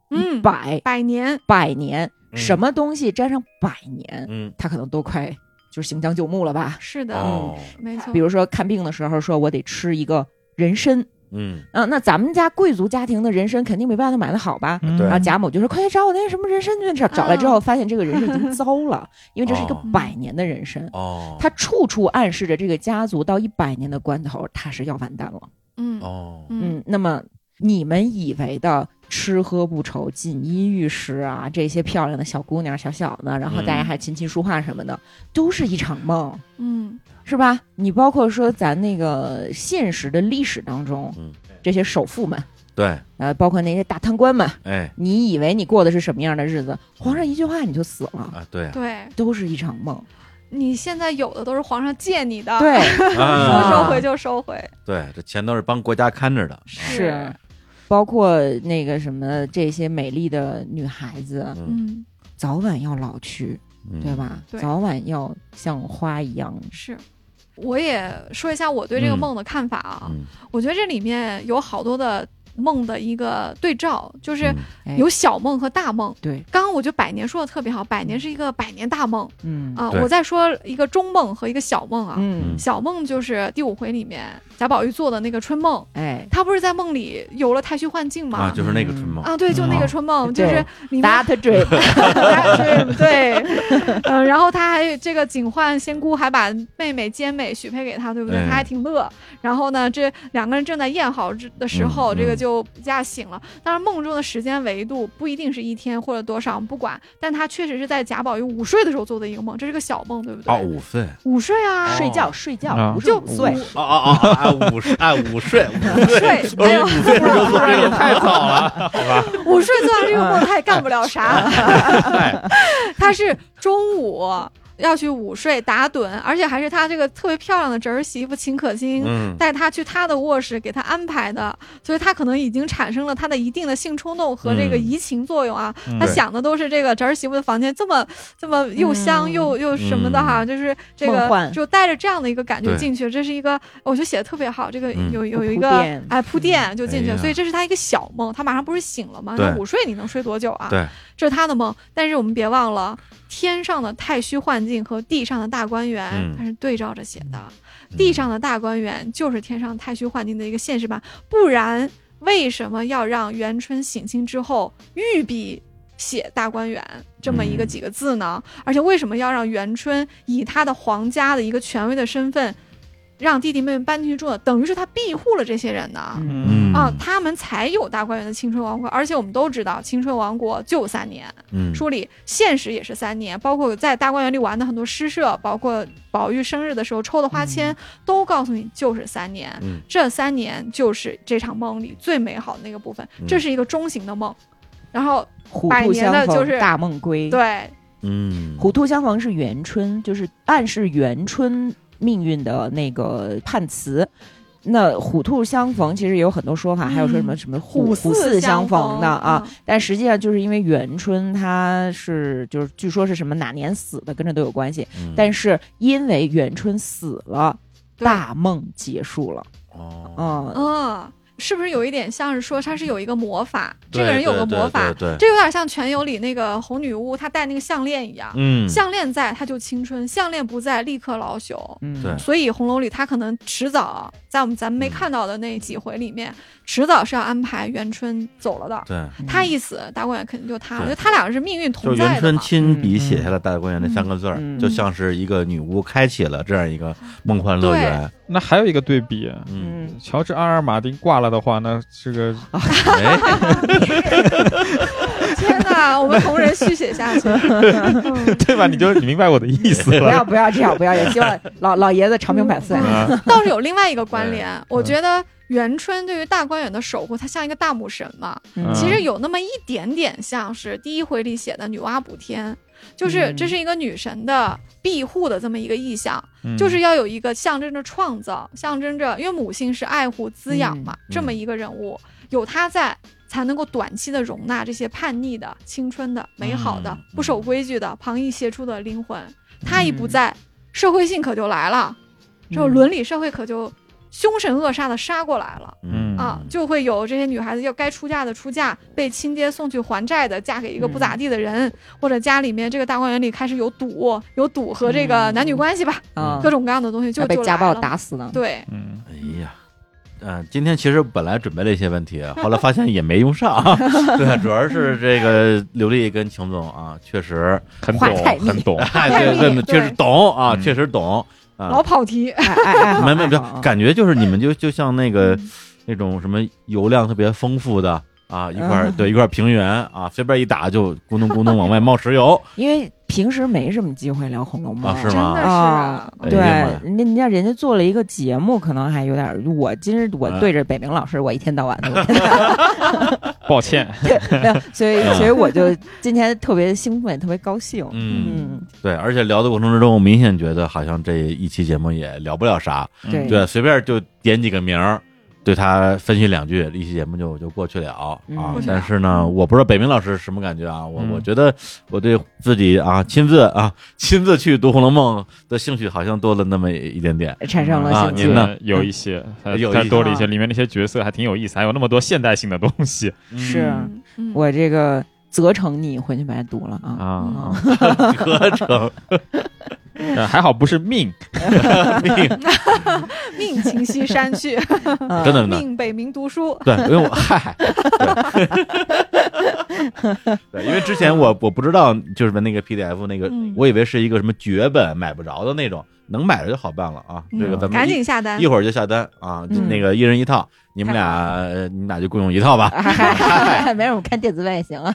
[SPEAKER 2] 嗯
[SPEAKER 3] 一百
[SPEAKER 2] 百年，
[SPEAKER 3] 百年，
[SPEAKER 1] 嗯
[SPEAKER 3] 什么东西沾上百年，
[SPEAKER 1] 嗯，
[SPEAKER 3] 他可能都快就是行将就木了吧。
[SPEAKER 2] 是的，
[SPEAKER 1] 哦，
[SPEAKER 2] 没错。
[SPEAKER 3] 比如说看病的时候，说我得吃一个人参，
[SPEAKER 1] 嗯，
[SPEAKER 3] 嗯、那咱们家贵族家庭的人参肯定没办法买的好吧？
[SPEAKER 4] 嗯
[SPEAKER 1] 对
[SPEAKER 2] 啊
[SPEAKER 3] 然后贾母就说：“快去找我那什么人参去！”找找来之后，发现这个人参已经糟了，因为这是一个
[SPEAKER 1] 哦
[SPEAKER 3] 百年的人参，
[SPEAKER 1] 哦，
[SPEAKER 3] 他处处暗示着这个家族到一百年的关头，他是要完蛋了。
[SPEAKER 2] 嗯
[SPEAKER 1] 哦，
[SPEAKER 2] 嗯
[SPEAKER 3] 嗯，那么你们以为的吃喝不愁、锦衣玉食啊，这些漂亮的小姑娘、小小子，然后大家
[SPEAKER 1] 嗯
[SPEAKER 3] 还琴棋书画什么的，都是一场梦，
[SPEAKER 2] 嗯
[SPEAKER 3] 是吧？你包括说咱那个现实的历史当中，
[SPEAKER 1] 嗯，
[SPEAKER 3] 这些首富们，
[SPEAKER 1] 对，
[SPEAKER 3] 呃，包括那些大贪官们，
[SPEAKER 1] 哎
[SPEAKER 3] 你以为你过的是什么样的日子？皇上一句话你就死了，
[SPEAKER 1] 啊，对啊，
[SPEAKER 2] 对
[SPEAKER 3] 都是一场梦。
[SPEAKER 2] 你现在有的都是皇上借你的，， [LAUGHS]
[SPEAKER 3] 对，嗯
[SPEAKER 2] 说
[SPEAKER 1] 啊
[SPEAKER 2] 收回就收回，
[SPEAKER 1] 对，这钱都是帮国家看着的，
[SPEAKER 3] 是。包括那个什么，这些美丽的女孩子，
[SPEAKER 1] 嗯，
[SPEAKER 2] 嗯，
[SPEAKER 3] 早晚要老去，
[SPEAKER 1] 嗯
[SPEAKER 3] 对？吧？
[SPEAKER 2] 对
[SPEAKER 3] 早晚要像花一样。
[SPEAKER 2] 是。我也说一下我对这个梦的看法啊，
[SPEAKER 1] 嗯
[SPEAKER 2] 我觉得这里面有好多的梦的一个对照，就是
[SPEAKER 1] 嗯
[SPEAKER 3] 哎
[SPEAKER 2] 有小梦和大梦。
[SPEAKER 3] 对，
[SPEAKER 2] 刚刚我觉得百年说的特别好，百年是一个百年大梦
[SPEAKER 3] 嗯
[SPEAKER 2] 啊、
[SPEAKER 1] 嗯对
[SPEAKER 2] 我再说一个中梦和一个小梦啊。
[SPEAKER 3] 嗯，
[SPEAKER 2] 小梦就是第五回里面贾宝玉做的那个春梦，
[SPEAKER 3] 哎，
[SPEAKER 2] 他不是在梦里有了太虚幻境吗？
[SPEAKER 1] 啊，就是那个春梦，
[SPEAKER 2] 啊对，就那个
[SPEAKER 1] 嗯
[SPEAKER 2] 春梦，
[SPEAKER 3] 嗯
[SPEAKER 2] 就是里面
[SPEAKER 3] 答他追，
[SPEAKER 2] 对对，嗯，然后他还这个警幻仙姑还把妹妹兼美许配给他，对不对？
[SPEAKER 1] 哎
[SPEAKER 2] 他还挺乐。然后呢，这两个人正在宴好之的时候，
[SPEAKER 1] 嗯
[SPEAKER 2] 这个
[SPEAKER 1] 嗯
[SPEAKER 2] 就一下醒了。当然，梦中的时间维度不一定是一天或者多少，不管，但他确实是在贾宝玉午睡的时候做的一个梦，这是个小梦，对不对？
[SPEAKER 1] 哦，午睡，
[SPEAKER 2] 午睡
[SPEAKER 1] [LAUGHS]
[SPEAKER 2] 啊，
[SPEAKER 3] [LAUGHS] 睡觉睡觉，
[SPEAKER 4] 啊
[SPEAKER 3] 不是
[SPEAKER 2] 就
[SPEAKER 3] 午睡，
[SPEAKER 2] 午
[SPEAKER 1] 哦哦哦，哎，午睡，哎，午
[SPEAKER 2] [LAUGHS]
[SPEAKER 1] 睡，午
[SPEAKER 2] 睡
[SPEAKER 1] 我
[SPEAKER 2] 哎呦
[SPEAKER 1] 说午睡时候做这个太早了，
[SPEAKER 2] [LAUGHS] 午睡做完这
[SPEAKER 1] [LAUGHS]
[SPEAKER 2] 个
[SPEAKER 1] 嗯
[SPEAKER 2] 梦，他也干不了啥。
[SPEAKER 1] 哎， [LAUGHS]
[SPEAKER 2] 他是中午要去午睡打盹，而且还是他这个特别漂亮的侄儿媳妇秦可卿。
[SPEAKER 1] 嗯，
[SPEAKER 2] 带他去他的卧室，给他安排的，所以他可能已经产生了他的一定的性冲动和这个
[SPEAKER 1] 嗯
[SPEAKER 2] 移情作用啊。
[SPEAKER 4] 嗯
[SPEAKER 2] 他想的都是这个侄儿媳妇的房间这么这么又香
[SPEAKER 3] 嗯
[SPEAKER 2] 又、又什么的哈，就是这
[SPEAKER 3] 梦
[SPEAKER 2] 个
[SPEAKER 3] 幻
[SPEAKER 2] 就带着这样的一个感觉
[SPEAKER 1] 对
[SPEAKER 2] 进去，这是一个我觉得写的特别好，这个
[SPEAKER 1] 嗯
[SPEAKER 2] 有有
[SPEAKER 3] 有
[SPEAKER 2] 一
[SPEAKER 3] 铺
[SPEAKER 2] 个
[SPEAKER 3] 垫
[SPEAKER 2] 哎铺垫就进去，
[SPEAKER 1] 哎呀
[SPEAKER 2] 所以这是他一个小梦，他马上不是醒了吗？
[SPEAKER 1] 对
[SPEAKER 2] 那午睡你能睡多久啊？
[SPEAKER 1] 对，
[SPEAKER 2] 这是他的梦，但是我们别忘了，天上的太虚幻境和地上的大观园，
[SPEAKER 1] 嗯
[SPEAKER 2] 它是对照着写的。地上的大观园就是天上太虚幻境的一个现实版，不然为什么要让元春省亲之后御笔写大观园这么一个
[SPEAKER 1] 嗯
[SPEAKER 2] 几个字呢？而且为什么要让元春以她的皇家的一个权威的身份，让弟弟妹妹搬进去住呢？等于是她庇护了这些人呢？
[SPEAKER 1] 嗯
[SPEAKER 2] 啊，他们才有大观园的青春王国，而且我们都知道，青春王国就三年，
[SPEAKER 1] 嗯，
[SPEAKER 2] 书里现实也是三年，包括在大观园里玩的很多诗社，包括宝玉生日的时候抽的花签，都告诉你就是三年。
[SPEAKER 1] 嗯
[SPEAKER 2] 这三年就是这场梦里最美好的那个部分
[SPEAKER 1] 嗯，
[SPEAKER 2] 这是一个中型的梦。然后
[SPEAKER 3] 虎
[SPEAKER 2] 百
[SPEAKER 3] 兔
[SPEAKER 2] 年
[SPEAKER 3] 相
[SPEAKER 2] 的就
[SPEAKER 3] 逢
[SPEAKER 2] 是
[SPEAKER 3] 大梦归，
[SPEAKER 2] 对
[SPEAKER 1] 嗯，
[SPEAKER 3] 虎兔相逢是元春，就是暗示元春命运的那个判词。那虎兔相逢其实也有很多说法，
[SPEAKER 2] 嗯
[SPEAKER 3] 还有说什么什么虎
[SPEAKER 2] 四
[SPEAKER 3] 四相
[SPEAKER 2] 逢嗯
[SPEAKER 3] 的啊，，但实际上就是因为元春他是就是据说是什么哪年死的，跟这都有关系。
[SPEAKER 1] 嗯，
[SPEAKER 3] 但是因为元春死了，
[SPEAKER 2] 对
[SPEAKER 3] 大梦结束了，
[SPEAKER 1] 哦，
[SPEAKER 3] 嗯，
[SPEAKER 2] 嗯，是不是有一点像是说他是有一个魔法，这
[SPEAKER 1] 对
[SPEAKER 2] 个人有个
[SPEAKER 1] 对
[SPEAKER 2] 魔法
[SPEAKER 1] 对，对，对
[SPEAKER 2] 这有点像《全游》里那个红女巫，她戴那个项链一样。
[SPEAKER 1] 嗯，
[SPEAKER 2] 项链在，它就青春；项链不在，立刻老朽。
[SPEAKER 3] 嗯
[SPEAKER 1] 对
[SPEAKER 2] 所以《红楼》里，它可能迟早在我们咱们没看到的那几回里面，迟早是要安排元春走了的。
[SPEAKER 1] 对，
[SPEAKER 2] 他一死，大观园肯定就塌了，
[SPEAKER 1] 嗯对
[SPEAKER 2] 就他俩是命运
[SPEAKER 1] 就
[SPEAKER 2] 同
[SPEAKER 1] 元
[SPEAKER 2] 在的
[SPEAKER 1] 春
[SPEAKER 2] 嘛。嗯
[SPEAKER 1] 亲笔写下了“大观园”那三个字儿，
[SPEAKER 3] 嗯嗯
[SPEAKER 1] 就像是一个女巫开启了这样一个梦幻乐园。
[SPEAKER 4] 那还有一个对比，
[SPEAKER 1] 嗯，
[SPEAKER 3] 嗯，
[SPEAKER 4] 乔治阿尔马丁挂了的话，那
[SPEAKER 2] [LAUGHS]
[SPEAKER 4] 这个
[SPEAKER 1] 哎，
[SPEAKER 2] 天哪，我们同人续写下去。嗯
[SPEAKER 4] 对吧？你就你明白我的意思
[SPEAKER 3] 不要
[SPEAKER 4] 了。
[SPEAKER 3] 不要这样，不要，也希望
[SPEAKER 1] [LAUGHS]
[SPEAKER 3] 老老爷子长命百岁。
[SPEAKER 4] 啊，
[SPEAKER 2] 倒是 [LAUGHS] 有另外一个关
[SPEAKER 1] 嗯
[SPEAKER 2] 联，我觉得元春对于大观园的守护，她像一个大母神嘛。
[SPEAKER 3] 嗯
[SPEAKER 2] 其实有那么一点点像是第一回里写的女娲补天，就是
[SPEAKER 3] 嗯
[SPEAKER 2] 这是一个女神的庇护的这么一个意象，
[SPEAKER 4] 嗯
[SPEAKER 2] [LAUGHS] 就是要有一个象征着创造，象征着因为母性是爱护滋养嘛，
[SPEAKER 1] 嗯
[SPEAKER 2] 这么一个人物有她在。才能够短期的容纳这些叛逆的、青春的、美好的、
[SPEAKER 1] 嗯
[SPEAKER 2] 不守规矩的、旁逸斜出的灵魂，她一不在，社会性可就来了，这种伦理社会可就凶神恶煞的杀过来了。
[SPEAKER 1] 嗯
[SPEAKER 2] 啊，就会有这些女孩子要该出嫁的出嫁，被亲爹送去还债的，嫁给一个
[SPEAKER 1] 嗯
[SPEAKER 2] 不咋地的人，或者家里面这个大观园里开始有赌，有赌和这个
[SPEAKER 3] 嗯
[SPEAKER 2] 男女关系吧，
[SPEAKER 3] 啊
[SPEAKER 2] 各，种各样的东西就
[SPEAKER 3] 还被
[SPEAKER 2] 就
[SPEAKER 3] 家
[SPEAKER 2] 来
[SPEAKER 3] 暴
[SPEAKER 2] 了
[SPEAKER 3] 打死了。
[SPEAKER 2] 对，
[SPEAKER 4] 嗯，
[SPEAKER 1] 哎呀，嗯、今天其实本来准备了一些问题，啊后来发现也没用
[SPEAKER 4] [LAUGHS]
[SPEAKER 1] 上。对，主要是这个刘丽跟琼总啊，确实，
[SPEAKER 4] 嗯很
[SPEAKER 3] 话
[SPEAKER 4] 懂
[SPEAKER 3] 太，密
[SPEAKER 2] [LAUGHS]
[SPEAKER 4] 很懂。
[SPEAKER 1] [LAUGHS] 哎，
[SPEAKER 2] 太
[SPEAKER 1] 对
[SPEAKER 2] 厉
[SPEAKER 1] 对对，
[SPEAKER 2] 对
[SPEAKER 1] 确实懂啊，
[SPEAKER 4] 嗯
[SPEAKER 1] 确实懂
[SPEAKER 2] 老
[SPEAKER 1] 啊。
[SPEAKER 2] 跑题，
[SPEAKER 3] 哎哎哎好，
[SPEAKER 1] 没没没
[SPEAKER 3] 哎好，
[SPEAKER 1] 感觉就是你们就就像那
[SPEAKER 2] [LAUGHS]
[SPEAKER 1] 个
[SPEAKER 2] 嗯
[SPEAKER 1] 那种什么油量特别丰富的。啊，一块儿
[SPEAKER 3] 嗯
[SPEAKER 1] 对一块儿平原啊，随便一打就咕咚咕咚往外冒石油，
[SPEAKER 3] 因为平时没什么机会聊《红楼梦
[SPEAKER 1] 啊》，
[SPEAKER 2] 真
[SPEAKER 1] 是吗
[SPEAKER 2] 的是啊。
[SPEAKER 1] 哎
[SPEAKER 3] 对，
[SPEAKER 1] 呀妈呀
[SPEAKER 3] 人家人家人家做了一个节目，可能还有点儿。我今日我
[SPEAKER 1] 啊
[SPEAKER 3] 对着北明老师，我一天到晚
[SPEAKER 1] [LAUGHS]
[SPEAKER 3] 的，
[SPEAKER 4] 抱歉，
[SPEAKER 3] 对，没有，所以
[SPEAKER 1] 啊
[SPEAKER 3] 所以我就今天特别兴奋，特别高兴。
[SPEAKER 1] 嗯，
[SPEAKER 3] 嗯，
[SPEAKER 1] 对，而且聊的过程之中，我明
[SPEAKER 2] 嗯
[SPEAKER 4] 嗯
[SPEAKER 1] 显觉得好像这一期节目也聊不了啥，
[SPEAKER 3] 对
[SPEAKER 1] 对，随便就点几个名儿对他分析两句，一期节目就就过去了啊
[SPEAKER 3] 嗯
[SPEAKER 2] 过。去了
[SPEAKER 1] 但是呢，我不知道北明老师什么感觉啊，我
[SPEAKER 4] 嗯
[SPEAKER 1] 我觉得我对自己啊亲自啊亲自去读《红楼梦》的兴趣好像多了那么一点点。
[SPEAKER 3] 产生了
[SPEAKER 1] 啊
[SPEAKER 3] 兴
[SPEAKER 1] 您
[SPEAKER 3] 趣。
[SPEAKER 1] 呢
[SPEAKER 2] 嗯
[SPEAKER 4] 呃有一些，还
[SPEAKER 1] 有一
[SPEAKER 4] 还
[SPEAKER 1] 些
[SPEAKER 4] 多了一些，里面那些角色还挺有意思，还有那么多现代性的东西
[SPEAKER 3] 是啊
[SPEAKER 2] 嗯嗯
[SPEAKER 3] 我这个责成你回去把它读了啊。
[SPEAKER 4] 啊。
[SPEAKER 1] 合嗯成
[SPEAKER 2] [LAUGHS] 嗯
[SPEAKER 4] 呃还好不是命，
[SPEAKER 1] 命，
[SPEAKER 2] 命情西
[SPEAKER 1] [LAUGHS]
[SPEAKER 2] 山去，
[SPEAKER 3] 啊
[SPEAKER 1] 真的真的
[SPEAKER 2] 命北冥读书。
[SPEAKER 1] 对，因为我嗨，对 [LAUGHS] 对，因为之前我我不知道，就是那个 PDF 那个，
[SPEAKER 2] 嗯
[SPEAKER 1] 我以为是一个什么绝本买不着的那种，能买着就好办了啊。这个
[SPEAKER 2] 嗯
[SPEAKER 1] 咱们
[SPEAKER 2] 赶
[SPEAKER 1] 一
[SPEAKER 2] 紧下单
[SPEAKER 1] 一，会儿就下单啊，就
[SPEAKER 3] 嗯
[SPEAKER 1] 那个一人一套，你们
[SPEAKER 2] 太
[SPEAKER 1] 俩呃你们俩就共用一套吧。
[SPEAKER 3] 啊
[SPEAKER 1] [LAUGHS]
[SPEAKER 3] 嗨嗨 [LAUGHS] 嗨没事，我们看电子版也行啊。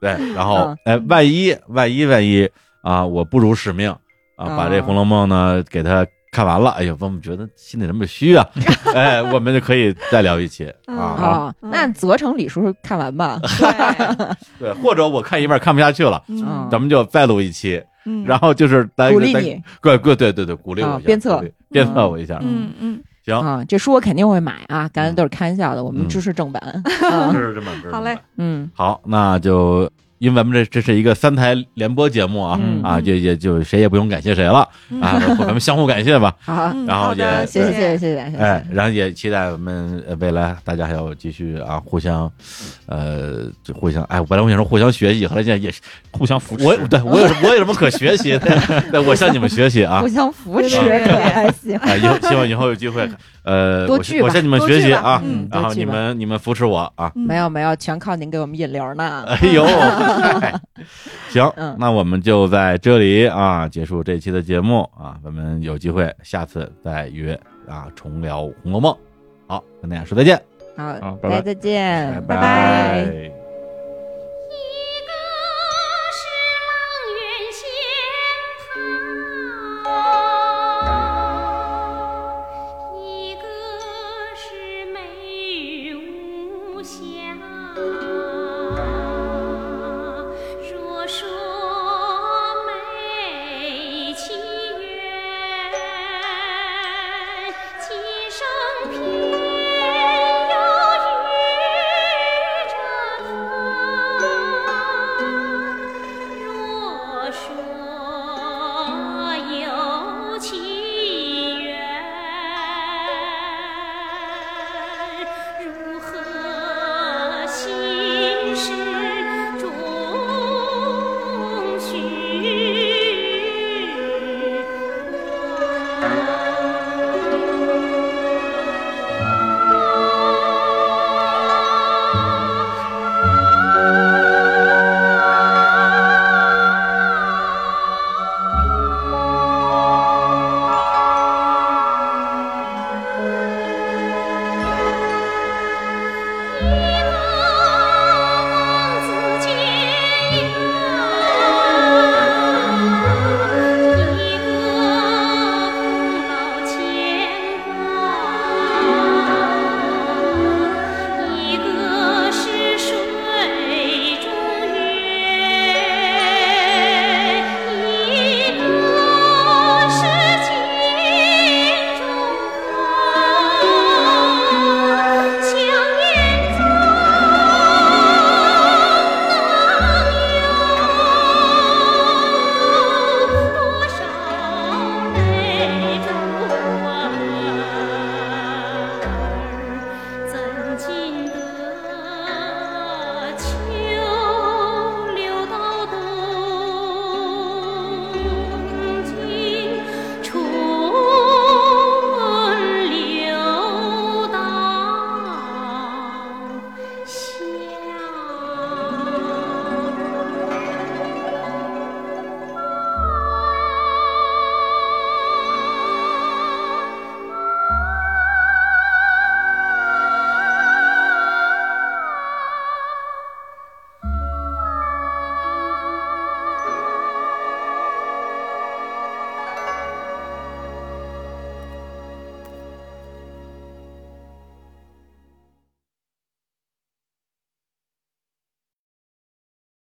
[SPEAKER 1] 对，然后
[SPEAKER 3] 嗯
[SPEAKER 1] 哎，万一万一万一啊，我不辱使命啊，把这《
[SPEAKER 3] 嗯
[SPEAKER 1] 红楼梦》呢给他看完了，哎呀，我们觉得心里那么虚
[SPEAKER 3] [LAUGHS]
[SPEAKER 1] 啊，哎，我们就可以再聊一期啊。
[SPEAKER 3] 啊，
[SPEAKER 2] 嗯
[SPEAKER 3] 那责成李叔叔看完吧。 [LAUGHS]
[SPEAKER 1] 对，
[SPEAKER 2] 对，
[SPEAKER 1] 或者我看一半看不下去了。
[SPEAKER 2] 嗯
[SPEAKER 1] 咱们就再录一期，
[SPEAKER 2] 嗯，
[SPEAKER 1] 然后就是来
[SPEAKER 3] 鼓励，
[SPEAKER 1] 来
[SPEAKER 3] 你
[SPEAKER 1] 对对对对对，鼓励我
[SPEAKER 3] 啊
[SPEAKER 1] 一下，
[SPEAKER 3] 鞭策
[SPEAKER 1] 鼓励鞭策我一下，
[SPEAKER 2] 嗯嗯，
[SPEAKER 1] 行，
[SPEAKER 3] 啊，这书我肯定会买啊。刚才都是开玩笑的，我
[SPEAKER 1] 嗯
[SPEAKER 3] 们支持
[SPEAKER 2] [LAUGHS]
[SPEAKER 3] 正版。啊
[SPEAKER 1] 是这么，是这么
[SPEAKER 2] 好嘞，
[SPEAKER 3] 嗯
[SPEAKER 1] 好，那就因为咱们这这是一个三台联播节目啊
[SPEAKER 3] 嗯
[SPEAKER 1] 啊，
[SPEAKER 2] 嗯
[SPEAKER 1] 就也就谁也不用感谢谁了
[SPEAKER 2] 嗯
[SPEAKER 1] 啊， [LAUGHS] 咱们相互感谢吧，
[SPEAKER 3] 好，
[SPEAKER 2] 嗯
[SPEAKER 1] 然后
[SPEAKER 2] 好的
[SPEAKER 1] 也
[SPEAKER 3] 谢
[SPEAKER 2] 谢
[SPEAKER 3] 谢谢谢谢谢谢谢。
[SPEAKER 1] 哎，然后也期待我们呃未来大家还要继续啊，互相呃就互相哎，我本来我想说互相学习，后来现在也是
[SPEAKER 4] 互相扶
[SPEAKER 1] [LAUGHS]
[SPEAKER 4] 持。
[SPEAKER 1] 我对我有我有什么可学习的？ [LAUGHS] 对，我向你们学习啊
[SPEAKER 3] [LAUGHS] 互。相扶持，
[SPEAKER 2] 对对对
[SPEAKER 3] 对哎行
[SPEAKER 1] 啊，以后希望以后有机会，呃，
[SPEAKER 3] 多
[SPEAKER 1] 我向
[SPEAKER 3] 聚吧
[SPEAKER 1] 我向你们
[SPEAKER 2] 多
[SPEAKER 1] 学
[SPEAKER 2] 聚
[SPEAKER 1] 习
[SPEAKER 2] 吧
[SPEAKER 1] 啊，
[SPEAKER 2] 嗯
[SPEAKER 1] 然后
[SPEAKER 3] 多聚
[SPEAKER 1] 你
[SPEAKER 3] 吧
[SPEAKER 1] 们你们扶持我啊，
[SPEAKER 2] 嗯
[SPEAKER 3] [LAUGHS] 没有没有，全靠您给我们引流呢。
[SPEAKER 1] 哎呦，嗨行
[SPEAKER 3] 嗯，
[SPEAKER 1] 那我们就在这里啊结束这期的节目啊，我们有机会下次再约啊重聊《红楼梦》。好，跟大家说再见，哎
[SPEAKER 3] 好，
[SPEAKER 4] 好拜
[SPEAKER 3] 大家
[SPEAKER 4] 拜
[SPEAKER 3] 再见，
[SPEAKER 2] 拜
[SPEAKER 1] 拜